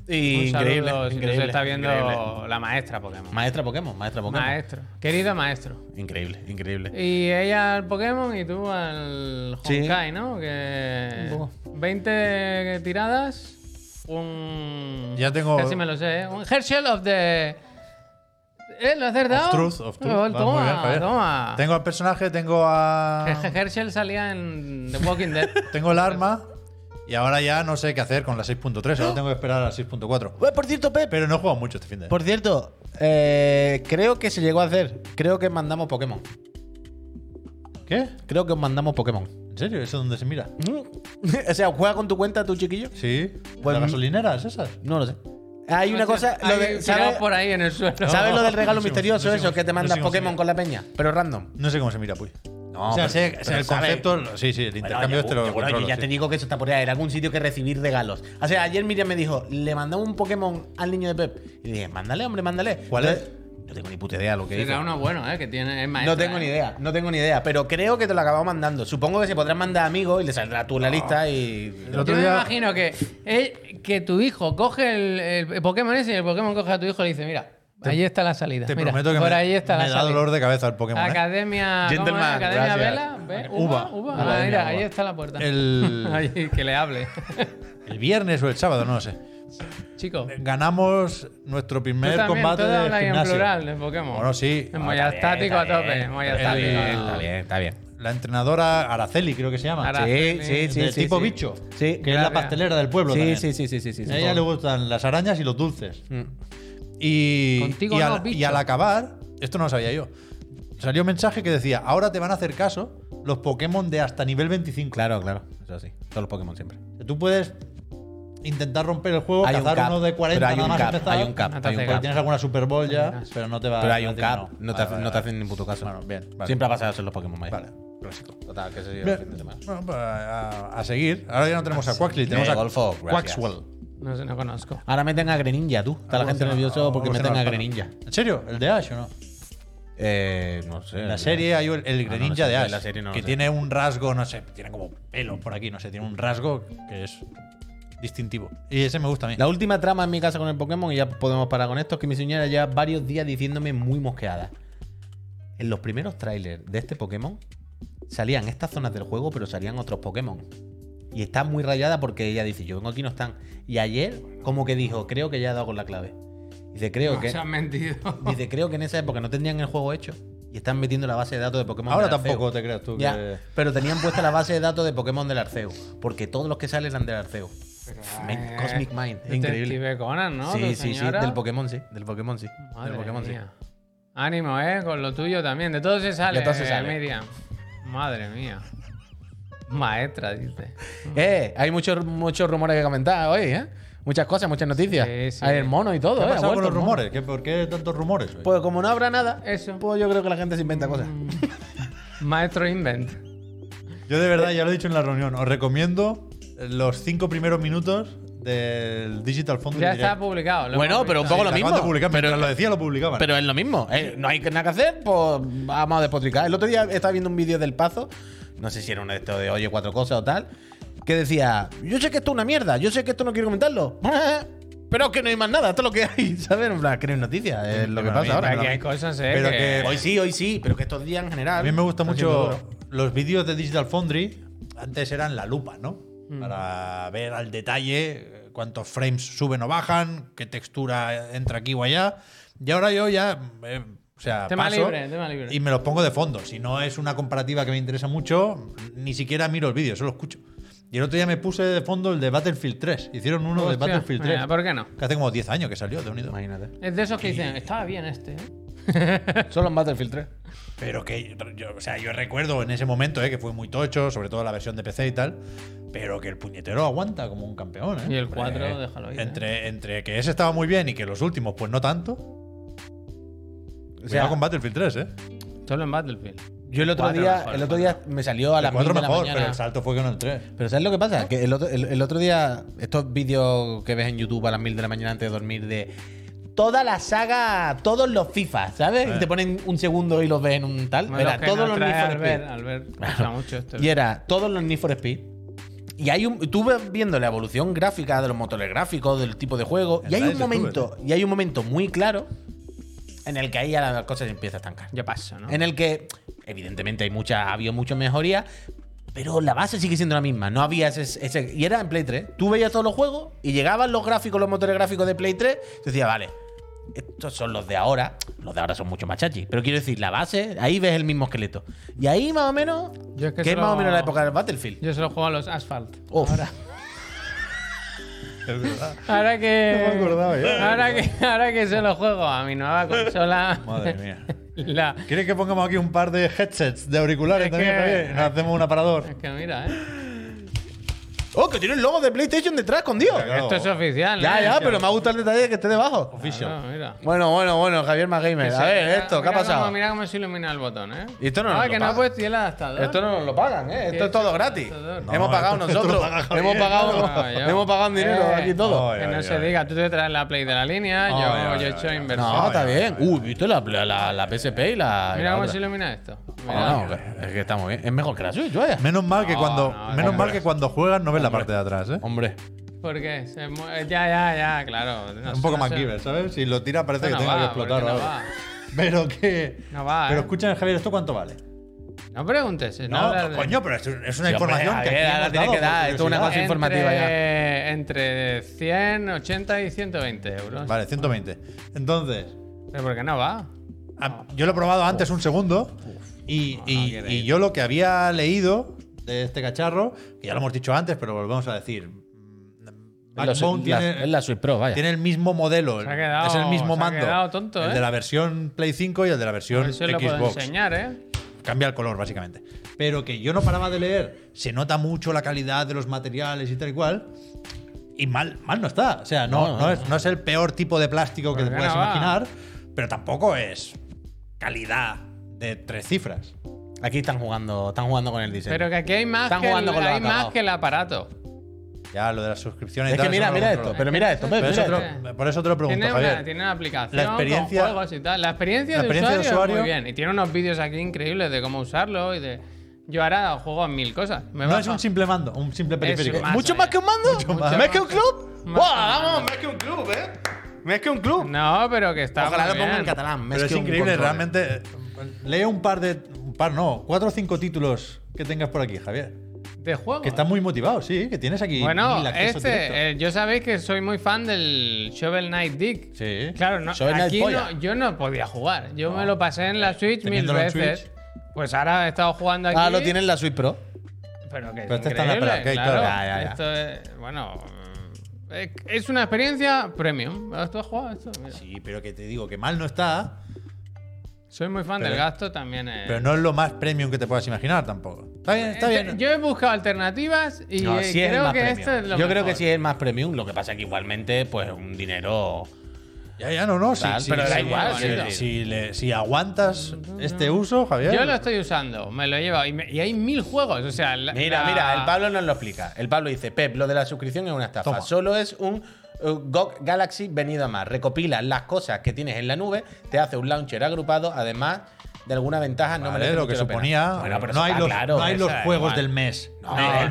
[SPEAKER 1] Un
[SPEAKER 5] Y
[SPEAKER 1] saludo
[SPEAKER 5] increíble,
[SPEAKER 1] si
[SPEAKER 5] increíble,
[SPEAKER 1] nos está viendo
[SPEAKER 5] increíble.
[SPEAKER 1] la maestra Pokémon.
[SPEAKER 5] Maestra Pokémon, maestra Pokémon.
[SPEAKER 1] Maestro. Querido maestro.
[SPEAKER 5] Increíble, increíble.
[SPEAKER 1] Y ella al Pokémon y tú al
[SPEAKER 5] Sí.
[SPEAKER 1] Honkai, ¿no? Que 20 tiradas, un...
[SPEAKER 4] Ya tengo-
[SPEAKER 1] Casi me lo sé, ¿eh? Un Herschel of the... ¿Eh? ¿Lo has acertado?
[SPEAKER 4] Of truth, of truth.
[SPEAKER 1] Oh,
[SPEAKER 4] Va, muy
[SPEAKER 1] toma,
[SPEAKER 4] bien, Javier.
[SPEAKER 1] toma. [LAUGHS]
[SPEAKER 4] Tengo al personaje, tengo
[SPEAKER 2] [LAUGHS]
[SPEAKER 4] a.
[SPEAKER 1] Herschel salía en The Walking Dead.
[SPEAKER 4] tengo el arma. Y ahora ya no sé qué hacer con la 6.3. Ahora tengo que esperar a la 6.4.
[SPEAKER 5] Pues, por cierto, Pep.
[SPEAKER 4] Pero no he jugado mucho este fin de
[SPEAKER 5] Por cierto, eh, creo que se llegó a hacer. Creo que mandamos Pokémon.
[SPEAKER 4] ¿Qué?
[SPEAKER 5] Creo que os mandamos Pokémon.
[SPEAKER 4] ¿En serio? ¿Eso es donde se mira?
[SPEAKER 5] [LAUGHS] o sea, ¿juega con tu cuenta tu chiquillo?
[SPEAKER 4] Sí.
[SPEAKER 5] Pues-
[SPEAKER 4] ¿Las gasolineras esas?
[SPEAKER 5] No lo sé. Hay una cosa. Lo de-
[SPEAKER 1] Ahí, tirados
[SPEAKER 5] ¿Sabes
[SPEAKER 1] por ahí en el suelo.
[SPEAKER 5] sabes lo del regalo
[SPEAKER 4] No sé,
[SPEAKER 5] misterioso?
[SPEAKER 4] no sé,
[SPEAKER 5] eso, que te
[SPEAKER 4] no
[SPEAKER 5] mandas
[SPEAKER 4] sé, no sé.
[SPEAKER 5] Pokémon con la peña, pero random.
[SPEAKER 4] No sé cómo se mira, Puy.
[SPEAKER 5] No,
[SPEAKER 4] o sea,
[SPEAKER 5] pero-
[SPEAKER 4] sé,
[SPEAKER 5] pero
[SPEAKER 4] sé el
[SPEAKER 5] sabe.
[SPEAKER 4] concepto, sí, sí, el intercambio
[SPEAKER 5] Bueno,
[SPEAKER 4] este lo
[SPEAKER 5] yo- yo- bueno,
[SPEAKER 4] controlo,
[SPEAKER 5] yo ya
[SPEAKER 4] sí.
[SPEAKER 5] te digo que eso está por ahí. Era algún sitio que recibir regalos. O sea, ayer Miriam me dijo, le mandamos un Pokémon al niño de Pep. Y dije, mándale, hombre, mándale.
[SPEAKER 4] ¿Cuál es?
[SPEAKER 5] No tengo ni puta idea lo que dice.
[SPEAKER 1] Era uno bueno, ¿eh? Que tiene, es maestra,
[SPEAKER 5] No tengo ni
[SPEAKER 1] ¿eh?
[SPEAKER 5] idea, no tengo ni idea. Pero creo que te lo acabamos mandando. Supongo que se podrán mandar amigos y le saldrá tú la lista y.
[SPEAKER 4] El otro
[SPEAKER 1] Yo me
[SPEAKER 4] día-
[SPEAKER 1] imagino que, eh, que tu hijo coge el, el Pokémon ese y el Pokémon coge a tu hijo y le dice, mira, ahí está la salida.
[SPEAKER 4] Te
[SPEAKER 1] mira,
[SPEAKER 4] prometo que
[SPEAKER 1] por
[SPEAKER 4] me,
[SPEAKER 1] ahí está
[SPEAKER 4] me
[SPEAKER 1] la
[SPEAKER 4] da
[SPEAKER 1] salida.
[SPEAKER 4] dolor de cabeza el
[SPEAKER 5] Ah,
[SPEAKER 4] Pokémon. ¿eh?
[SPEAKER 1] Academia, ¿cómo
[SPEAKER 5] Gentleman,
[SPEAKER 1] es? Academia Vela,
[SPEAKER 5] gracias.
[SPEAKER 1] ¿Ve?
[SPEAKER 4] Uva,
[SPEAKER 1] uva, uva.
[SPEAKER 4] uva,
[SPEAKER 1] Ah, mira,
[SPEAKER 4] uva.
[SPEAKER 1] ahí está la puerta. [LAUGHS]
[SPEAKER 5] [LAUGHS]
[SPEAKER 4] El,
[SPEAKER 1] Ay, que le hable. [LAUGHS]
[SPEAKER 4] el viernes o el sábado, no lo sé.
[SPEAKER 1] Chico, tú
[SPEAKER 4] Ganamos nuestro primer
[SPEAKER 1] también,
[SPEAKER 4] combate
[SPEAKER 1] todo
[SPEAKER 4] de
[SPEAKER 1] habla ahí en
[SPEAKER 4] gimnasio.
[SPEAKER 1] plural de Pokémon.
[SPEAKER 4] Bueno, sí.
[SPEAKER 1] Es muy estático a tope, muy
[SPEAKER 4] Está bien,
[SPEAKER 1] estático.
[SPEAKER 4] está bien.
[SPEAKER 5] está bien.
[SPEAKER 4] La entrenadora Araceli, creo que se llama.
[SPEAKER 1] Ara-
[SPEAKER 5] Sí, sí, sí.
[SPEAKER 4] Del
[SPEAKER 5] sí,
[SPEAKER 4] tipo
[SPEAKER 5] sí.
[SPEAKER 4] bicho.
[SPEAKER 5] Sí,
[SPEAKER 4] que es
[SPEAKER 1] gracias.
[SPEAKER 4] la pastelera del pueblo
[SPEAKER 5] Sí,
[SPEAKER 4] también.
[SPEAKER 5] sí, sí, sí, sí, sí. Mm.
[SPEAKER 4] A ella le gustan las arañas y los dulces. Y,
[SPEAKER 1] Contigo
[SPEAKER 4] y
[SPEAKER 1] no,
[SPEAKER 4] al,
[SPEAKER 1] bicho.
[SPEAKER 4] y al acabar, esto no lo sabía yo, salió un mensaje que decía, ahora te van a hacer caso los Pokémon de hasta nivel 25.
[SPEAKER 5] Claro, claro. Eso sí. Todos los Pokémon siempre.
[SPEAKER 4] Tú puedes intentar romper el juego,
[SPEAKER 5] Hay un
[SPEAKER 4] cazar
[SPEAKER 5] cap,
[SPEAKER 4] uno de 40
[SPEAKER 5] pero hay
[SPEAKER 4] nada
[SPEAKER 5] un
[SPEAKER 4] más
[SPEAKER 5] cap,
[SPEAKER 4] empezar,
[SPEAKER 5] hay un cap,
[SPEAKER 1] No te
[SPEAKER 5] hay un
[SPEAKER 1] hace
[SPEAKER 5] cap.
[SPEAKER 1] gracia.
[SPEAKER 4] Tienes alguna Super Bowl ya,
[SPEAKER 1] Verás.
[SPEAKER 4] pero no te va
[SPEAKER 5] Pero hay un
[SPEAKER 4] no te-
[SPEAKER 5] cap, no te
[SPEAKER 4] Vale,
[SPEAKER 5] hacen
[SPEAKER 4] vale,
[SPEAKER 5] no te
[SPEAKER 4] vale.
[SPEAKER 5] hacen ni puto caso.
[SPEAKER 4] Bueno, bien, vale.
[SPEAKER 5] Siempre ha pasado eso en los Pokémon mayores.
[SPEAKER 4] Vale, clásico.
[SPEAKER 5] Total, que se
[SPEAKER 4] Bien, bueno, pues, a, a seguir. Ahora ya no tenemos a Quaxley, tenemos a
[SPEAKER 5] Golfo, gracias.
[SPEAKER 4] Quaxwell.
[SPEAKER 1] No sé, no conozco.
[SPEAKER 5] Ahora meten a Greninja, tú. Está la
[SPEAKER 4] Algo
[SPEAKER 5] gente
[SPEAKER 4] será-
[SPEAKER 5] nerviosa
[SPEAKER 4] algo
[SPEAKER 5] porque
[SPEAKER 4] será
[SPEAKER 5] meten a
[SPEAKER 4] bastante.
[SPEAKER 5] Greninja.
[SPEAKER 4] ¿En serio? ¿El de Ash o no?
[SPEAKER 5] Eh, no sé.
[SPEAKER 4] En la serie hay el, el
[SPEAKER 5] no
[SPEAKER 4] Greninja
[SPEAKER 5] sé,
[SPEAKER 4] de
[SPEAKER 5] en
[SPEAKER 4] Ash,
[SPEAKER 5] la serie no lo
[SPEAKER 4] que
[SPEAKER 5] sé.
[SPEAKER 4] tiene un rasgo, no sé, tiene como pelo por aquí, no sé, tiene un rasgo que es distintivo. Y ese me gusta a mí.
[SPEAKER 5] La última trama en mi casa con el Pokémon, y ya podemos parar con esto, es que mi señora lleva varios días diciéndome muy mosqueada. En los primeros trailers de este Pokémon salían estas zonas del juego, pero salían otros Pokémon. Y está muy rayada porque ella dice, yo vengo aquí y no están. Y ayer, como que dijo, creo que ya he dado con la clave. Dice, creo
[SPEAKER 1] [LAUGHS]
[SPEAKER 5] que.
[SPEAKER 1] Se han mentido.
[SPEAKER 5] Dice, creo que en esa época no tendrían el juego hecho. Y están metiendo la base de datos de Pokémon.
[SPEAKER 4] Ahora
[SPEAKER 5] del Arceus.
[SPEAKER 4] tampoco te creas tú
[SPEAKER 5] Ya, Eh,
[SPEAKER 4] que...
[SPEAKER 5] pero tenían puesta la base de datos de Pokémon del Arceo. Porque todos los que salen eran del Arceo.
[SPEAKER 1] eh,
[SPEAKER 5] Cosmic Mind. Increíble.
[SPEAKER 1] Detective Conan, ¿no?
[SPEAKER 5] sí,
[SPEAKER 1] Tu
[SPEAKER 5] sí, sí.
[SPEAKER 1] señora.
[SPEAKER 5] Del Pokémon, sí. Del Pokémon, sí.
[SPEAKER 1] Madre
[SPEAKER 5] del Pokémon,
[SPEAKER 1] mía. Ánimo, eh, con lo tuyo también. De todo se sale,
[SPEAKER 5] De todo se sale.
[SPEAKER 1] Miriam. Madre mía. Maestra, dice.
[SPEAKER 5] sí. Eh, hay muchos muchos rumores que comentar hoy, ¿eh? Muchas cosas, muchas noticias.
[SPEAKER 1] Sí, sí.
[SPEAKER 5] Hay el mono y todo,
[SPEAKER 4] ¿Qué ha
[SPEAKER 5] ¿eh? Ha
[SPEAKER 4] pasado con
[SPEAKER 5] vuelto
[SPEAKER 4] los
[SPEAKER 5] el mono.
[SPEAKER 4] rumores? ¿Qué- ¿Por qué tantos rumores? hoy?
[SPEAKER 5] Pues como no habrá nada,
[SPEAKER 1] Eso. Mm.
[SPEAKER 5] pues yo creo que la gente se inventa cosas.
[SPEAKER 1] Maestro Invent.
[SPEAKER 4] Yo de verdad, ya lo he dicho en la reunión, os recomiendo los cinco primeros minutos del Digital Foundry
[SPEAKER 1] Ya
[SPEAKER 4] Direct.
[SPEAKER 1] está publicado. lo
[SPEAKER 5] Bueno,
[SPEAKER 1] hemos
[SPEAKER 5] pero un
[SPEAKER 1] visto.
[SPEAKER 5] poco lo
[SPEAKER 4] Acaban
[SPEAKER 5] mismo.
[SPEAKER 4] de publicar, mientras lo decía, lo publicaban.
[SPEAKER 5] Pero es lo mismo. eh, no hay nada que hacer, pues vamos a despotricar. El otro día estaba viendo un vídeo del Pazo, no sé si era uno de estos de Oye Cuatro Cosas o tal, que decía, yo sé que esto es una mierda, yo sé que esto no quiero comentarlo. [LAUGHS] Pero es que no hay más nada, esto es lo que hay, [LAUGHS] ¿sabes? En plan, que no hay noticias, es lo que
[SPEAKER 4] Pero a mí
[SPEAKER 5] pasa ahora.
[SPEAKER 1] Aquí hay cosas, eh.
[SPEAKER 4] Pero
[SPEAKER 1] que-
[SPEAKER 4] que-
[SPEAKER 5] Hoy sí, hoy sí, pero que estos días en general.
[SPEAKER 4] A mí me gustan
[SPEAKER 5] está siendo
[SPEAKER 4] mucho
[SPEAKER 5] duro.
[SPEAKER 4] los vídeos de Digital Foundry. Antes eran la lupa, ¿no?
[SPEAKER 1] Mm.
[SPEAKER 4] Para ver al detalle eh, cuántos frames suben o bajan, qué textura entra aquí o allá. Y ahora yo ya. eh, o sea,
[SPEAKER 1] Tema
[SPEAKER 4] paso
[SPEAKER 1] libre, tema libre.
[SPEAKER 4] Y me los pongo de fondo. Si no es una comparativa que me interesa mucho, ni siquiera miro el vídeo, solo escucho. Y el otro día me puse de fondo el de Battlefield 3. Hicieron uno de
[SPEAKER 1] Hostia,
[SPEAKER 4] Battlefield 3.
[SPEAKER 1] mira, ¿Por qué no?
[SPEAKER 4] Que hace como 10 años que salió de unido.
[SPEAKER 5] Imagínate.
[SPEAKER 1] Es de esos que dicen, estaba bien este. ¿eh?
[SPEAKER 5] Solo en Battlefield 3.
[SPEAKER 4] Pero que yo, o sea, yo recuerdo en ese momento eh, que fue muy tocho, sobre todo la versión de PC y tal, pero que el puñetero aguanta como un campeón. ¿eh?
[SPEAKER 1] Y el
[SPEAKER 4] Hombre,
[SPEAKER 1] 4, déjalo ¿eh? ir,
[SPEAKER 4] Entre, entre que ese estaba muy bien y que los últimos, pues no tanto. O
[SPEAKER 5] sea-
[SPEAKER 4] con Battlefield 3, ¿eh?
[SPEAKER 1] Solo en Battlefield.
[SPEAKER 5] Yo el otro
[SPEAKER 1] Cuatro
[SPEAKER 5] día,
[SPEAKER 1] mejor,
[SPEAKER 5] el otro día me salió a
[SPEAKER 4] La
[SPEAKER 5] las
[SPEAKER 4] 4
[SPEAKER 5] mil de la
[SPEAKER 4] mejor,
[SPEAKER 5] mañana.
[SPEAKER 4] pero el salto fue con el 3.
[SPEAKER 5] Pero ¿sabes lo que pasa? Que el otro, el, el otro día, estos vídeos que ves en YouTube a las mil de la mañana antes de dormir de toda la saga, todos los FIFA, ¿sabes? Y te ponen un segundo y los ves en un tal.
[SPEAKER 1] Como
[SPEAKER 5] Era
[SPEAKER 1] Eh. los que
[SPEAKER 5] todos
[SPEAKER 1] nos
[SPEAKER 5] los
[SPEAKER 1] trae
[SPEAKER 5] Need for Speed.
[SPEAKER 1] Albert, Albert, me gusta mucho esto.
[SPEAKER 5] Y era todos los Need for Speed. Y hay un, tú ves viendo la evolución gráfica de los motores gráficos, del tipo de juego.
[SPEAKER 4] El
[SPEAKER 5] Y hay
[SPEAKER 4] Rise
[SPEAKER 5] un
[SPEAKER 4] of Tuber.
[SPEAKER 5] momento,
[SPEAKER 1] ¿eh?
[SPEAKER 5] y hay un momento muy claro en el que ahí ya las cosas empiezan a estancar.
[SPEAKER 1] Ya pasa, ¿no?
[SPEAKER 5] En el que, evidentemente, hay mucha, ha habido mucha mejoría, pero la base sigue siendo la misma. No había ese, ese- Y era en Play 3. Tú veías todos los juegos y llegaban los gráficos, los motores gráficos de Play 3. Y decías, vale, estos son los de ahora. Los de ahora son mucho más chachis. Pero quiero decir, la base, ahí ves el mismo esqueleto. Y ahí más o menos.
[SPEAKER 1] Yo es que
[SPEAKER 5] que es
[SPEAKER 1] solo-
[SPEAKER 5] más o menos la época del Battlefield. Oh.
[SPEAKER 1] Yo solo juego a los Asphalt.
[SPEAKER 5] Uf.
[SPEAKER 4] [LAUGHS] Es verdad.
[SPEAKER 1] Ahora que.
[SPEAKER 4] No me acordaba yo.
[SPEAKER 1] Ahora que, ahora que se lo juego a mi nueva consola. [LAUGHS]
[SPEAKER 4] Madre mía.
[SPEAKER 1] La,
[SPEAKER 4] ¿Quieres que pongamos aquí un par de headsets de auriculares
[SPEAKER 1] Es
[SPEAKER 4] también,
[SPEAKER 1] que-
[SPEAKER 4] Javier? Y Nos hacemos un aparador.
[SPEAKER 1] es que mira, ¿eh?
[SPEAKER 5] ¡Oh, que tiene el logo de PlayStation detrás, escondido!
[SPEAKER 4] Ya,
[SPEAKER 1] Esto es oficial.
[SPEAKER 5] Ya,
[SPEAKER 1] ¿eh?
[SPEAKER 5] ya,
[SPEAKER 1] Yo-
[SPEAKER 5] pero me ha gustado el detalle de que esté debajo.
[SPEAKER 1] Claro, mira.
[SPEAKER 5] Bueno, bueno, bueno, Javier Magamer. A ver,
[SPEAKER 1] Mira-
[SPEAKER 5] esto, ¿qué ha
[SPEAKER 1] mira
[SPEAKER 5] pasado?
[SPEAKER 1] Cómo, mira cómo se ilumina el botón, ¿eh?
[SPEAKER 5] Y esto no
[SPEAKER 1] Ah,
[SPEAKER 5] nos lo
[SPEAKER 1] que no
[SPEAKER 5] paga.
[SPEAKER 1] ha puesto el adaptador.
[SPEAKER 5] Esto no nos lo pagan, ¿eh? Esto es todo gratis.
[SPEAKER 1] No,
[SPEAKER 5] hemos pagado
[SPEAKER 4] esto- esto
[SPEAKER 5] nosotros.
[SPEAKER 4] lo paga Javier.
[SPEAKER 5] hemos pagado,
[SPEAKER 1] No, yo-
[SPEAKER 5] hemos pagado en dinero
[SPEAKER 1] Eh.
[SPEAKER 5] aquí todo.
[SPEAKER 4] Ay,
[SPEAKER 1] Ah, que no
[SPEAKER 4] ay,
[SPEAKER 1] se
[SPEAKER 4] ay.
[SPEAKER 1] diga, tú te traes la play de la
[SPEAKER 5] Ah,
[SPEAKER 1] línea, yo,
[SPEAKER 4] Ay, ay,
[SPEAKER 1] yo he
[SPEAKER 4] ay,
[SPEAKER 1] hecho
[SPEAKER 4] ay.
[SPEAKER 1] inversión.
[SPEAKER 5] no, está
[SPEAKER 4] ay,
[SPEAKER 5] bien.
[SPEAKER 4] ay,
[SPEAKER 5] Uy, ¿viste la, la, la- la PSP y la. y
[SPEAKER 1] Mira
[SPEAKER 5] la
[SPEAKER 1] cómo
[SPEAKER 5] otra?
[SPEAKER 1] se ilumina esto. Mira.
[SPEAKER 5] Ah, No, no, es que está muy bien. Es mejor que la Switch, vaya.
[SPEAKER 4] Menos mal que
[SPEAKER 1] No,
[SPEAKER 4] cuando,
[SPEAKER 1] no,
[SPEAKER 4] menos
[SPEAKER 1] hombre.
[SPEAKER 4] mal que cuando juegas no ves la parte de atrás, ¿eh?
[SPEAKER 5] Hombre.
[SPEAKER 1] Porque se mue- ya, ya, ya, claro. No sé,
[SPEAKER 4] Un poco
[SPEAKER 1] no sé.
[SPEAKER 4] MacGyver, ¿sabes? Si lo tira parece
[SPEAKER 1] Esto
[SPEAKER 4] que
[SPEAKER 1] no
[SPEAKER 4] tenga
[SPEAKER 1] va,
[SPEAKER 4] que explotar
[SPEAKER 1] porque
[SPEAKER 4] o
[SPEAKER 1] no
[SPEAKER 4] algo.
[SPEAKER 1] va.
[SPEAKER 4] Pero que...
[SPEAKER 1] No va,
[SPEAKER 4] Pero
[SPEAKER 1] ¿eh?
[SPEAKER 4] escucha, Javier, ¿esto cuánto vale?
[SPEAKER 1] No preguntes.
[SPEAKER 4] No,
[SPEAKER 1] hablas de-
[SPEAKER 4] coño, pero es, un- es una
[SPEAKER 5] Sí, hombre,
[SPEAKER 4] información que
[SPEAKER 5] Javier,
[SPEAKER 4] aquí
[SPEAKER 5] ahora
[SPEAKER 4] hemos
[SPEAKER 5] tiene
[SPEAKER 4] dado
[SPEAKER 5] que dar,
[SPEAKER 4] por
[SPEAKER 5] esto es una
[SPEAKER 4] curiosidad.
[SPEAKER 5] cosa informativa
[SPEAKER 1] ya. Entre 180 y 120 euros.
[SPEAKER 4] Vale, 120. Entonces,
[SPEAKER 1] Pero ¿por qué no va?
[SPEAKER 4] a- yo lo he probado antes un segundo y, y-
[SPEAKER 1] qué
[SPEAKER 4] y
[SPEAKER 1] leído.
[SPEAKER 4] yo lo que había leído de este cacharro, que ya lo hemos dicho antes, pero volvemos a decir, mm,
[SPEAKER 5] Es la,
[SPEAKER 4] Backbone tiene-
[SPEAKER 5] es la Switch Pro, vaya.
[SPEAKER 4] Tiene el mismo modelo.
[SPEAKER 1] Se ha quedado-
[SPEAKER 4] es el mismo
[SPEAKER 1] se ha
[SPEAKER 4] mando.
[SPEAKER 1] quedado tonto,
[SPEAKER 4] el
[SPEAKER 1] ¿eh?
[SPEAKER 4] de la versión Play 5 y el de la versión
[SPEAKER 1] Eso lo puedo
[SPEAKER 4] Xbox.
[SPEAKER 1] enseñar, ¿eh?
[SPEAKER 4] Cambia el color, básicamente. Pero que yo no paraba de leer. Se nota mucho la calidad de los materiales y tal y cual. Y mal, mal no está. O sea, no,
[SPEAKER 5] No,
[SPEAKER 4] no,
[SPEAKER 5] no,
[SPEAKER 4] es, no es el peor tipo de plástico que
[SPEAKER 1] Pues
[SPEAKER 4] te puedas
[SPEAKER 1] venga, va.
[SPEAKER 4] imaginar. Pero tampoco es calidad de tres cifras.
[SPEAKER 5] Aquí están jugando, están jugando con el diseño.
[SPEAKER 1] Pero que aquí hay más,
[SPEAKER 5] Están
[SPEAKER 1] que el,
[SPEAKER 5] jugando con los
[SPEAKER 1] hay más
[SPEAKER 5] acabados.
[SPEAKER 1] que el aparato.
[SPEAKER 4] Ya lo de las suscripciones y
[SPEAKER 5] es
[SPEAKER 4] tal,
[SPEAKER 5] que
[SPEAKER 4] eso
[SPEAKER 5] mira,
[SPEAKER 4] no lo
[SPEAKER 5] mira
[SPEAKER 4] controlo.
[SPEAKER 5] esto. Pero mira esto, ve,
[SPEAKER 4] Pero eso
[SPEAKER 5] mira
[SPEAKER 4] te
[SPEAKER 5] esto.
[SPEAKER 1] esto.
[SPEAKER 4] lo- por eso te lo pregunto,
[SPEAKER 1] Tiene
[SPEAKER 4] Javier.
[SPEAKER 1] una, tiene una aplicación.
[SPEAKER 4] La experiencia-
[SPEAKER 1] con juegos y tal. La experiencia,
[SPEAKER 4] La
[SPEAKER 1] de,
[SPEAKER 4] experiencia de
[SPEAKER 1] usuario,
[SPEAKER 4] usuario-
[SPEAKER 1] Muy bien. Y tiene unos vídeos aquí increíbles de cómo usarlo y de. Yo ahora juego a mil cosas. Me
[SPEAKER 4] No
[SPEAKER 1] bajo-
[SPEAKER 4] es un simple mando, un simple periférico.
[SPEAKER 1] más.
[SPEAKER 5] ¿Mucho
[SPEAKER 1] Más
[SPEAKER 5] más
[SPEAKER 1] allá.
[SPEAKER 5] que un mando?
[SPEAKER 4] Mucho
[SPEAKER 5] ¿Más,
[SPEAKER 4] más.
[SPEAKER 5] que un club?
[SPEAKER 1] Más.
[SPEAKER 5] ¡Buah, vamos! ¡Más que un club, eh! ¡Más que un club!
[SPEAKER 1] No, pero que está.
[SPEAKER 5] Ojalá
[SPEAKER 1] muy
[SPEAKER 5] lo pongan
[SPEAKER 1] bien.
[SPEAKER 5] en catalán. más
[SPEAKER 4] Pero es,
[SPEAKER 5] que un
[SPEAKER 4] increíble,
[SPEAKER 5] control.
[SPEAKER 4] realmente. eh, Lee un par de. Un par, no, cuatro o cinco títulos que tengas por aquí, Javier.
[SPEAKER 1] De juego.
[SPEAKER 4] Que estás muy motivado, sí, que tienes aquí.
[SPEAKER 1] Bueno,
[SPEAKER 4] mil accesos directos.
[SPEAKER 1] este, eh, yo sabéis que soy muy fan del Shovel Knight Dick.
[SPEAKER 4] Sí.
[SPEAKER 1] eh, Claro, no,
[SPEAKER 5] Shovel Knight
[SPEAKER 1] aquí
[SPEAKER 5] polla.
[SPEAKER 1] no- yo no podía jugar. Yo me lo pasé en la Switch mil
[SPEAKER 4] Teniéndolo en
[SPEAKER 1] veces.
[SPEAKER 4] Switch.
[SPEAKER 1] Pues ahora he estado jugando aquí.
[SPEAKER 5] Ah, lo tienen la Switch Pro.
[SPEAKER 1] Pero que
[SPEAKER 4] Pero
[SPEAKER 1] es
[SPEAKER 4] este está en la
[SPEAKER 1] increíble,
[SPEAKER 4] placa, y
[SPEAKER 1] claro.
[SPEAKER 4] claro, ya, ya, ya.
[SPEAKER 1] Esto es, bueno, eh, es una experiencia premium. ¿Tú has jugado esto? Mira.
[SPEAKER 4] Sí, pero que te digo que mal no está,
[SPEAKER 1] Soy muy fan
[SPEAKER 4] Pero-
[SPEAKER 1] del gasto también. eh.
[SPEAKER 4] pero no es lo más premium que te puedas imaginar tampoco. Está bien, está
[SPEAKER 1] Este-
[SPEAKER 4] bien.
[SPEAKER 1] Yo he buscado alternativas y
[SPEAKER 5] No,
[SPEAKER 1] eh,
[SPEAKER 5] sí es el
[SPEAKER 1] creo
[SPEAKER 5] más
[SPEAKER 1] que
[SPEAKER 5] premium.
[SPEAKER 1] este es lo
[SPEAKER 5] Yo creo que
[SPEAKER 1] mejor.
[SPEAKER 5] sí es el más premium. Lo que pasa es que igualmente, pues un dinero.
[SPEAKER 4] ya, ya, no, no. sí,
[SPEAKER 5] Tal,
[SPEAKER 4] sí,
[SPEAKER 5] pero
[SPEAKER 4] sí,
[SPEAKER 5] da
[SPEAKER 4] sí,
[SPEAKER 5] igual,
[SPEAKER 4] sí,
[SPEAKER 5] sí.
[SPEAKER 4] si, le- si aguantas este uso, Javier.
[SPEAKER 1] Yo lo estoy usando, me lo he llevado. Y, me- y hay mil juegos. O sea, la-
[SPEAKER 5] Mira,
[SPEAKER 1] la-
[SPEAKER 5] mira, el Pablo nos lo explica. El Pablo dice: Pep, lo de la suscripción es una estafa.
[SPEAKER 4] Toma.
[SPEAKER 5] Solo es un uh, GOG Galaxy venido a más. Recopila las cosas que tienes en la nube, te hace un launcher agrupado, además de alguna ventaja no
[SPEAKER 4] Vale,
[SPEAKER 5] merece
[SPEAKER 4] lo
[SPEAKER 5] mucho
[SPEAKER 4] que
[SPEAKER 5] la pena.
[SPEAKER 4] suponía.
[SPEAKER 5] Bueno, pero
[SPEAKER 4] no
[SPEAKER 5] eso
[SPEAKER 4] hay
[SPEAKER 5] está
[SPEAKER 4] los,
[SPEAKER 5] claro,
[SPEAKER 4] no hay
[SPEAKER 5] eso
[SPEAKER 4] los
[SPEAKER 5] da
[SPEAKER 4] juegos
[SPEAKER 5] igual.
[SPEAKER 4] del mes.
[SPEAKER 5] No,
[SPEAKER 4] del
[SPEAKER 5] no,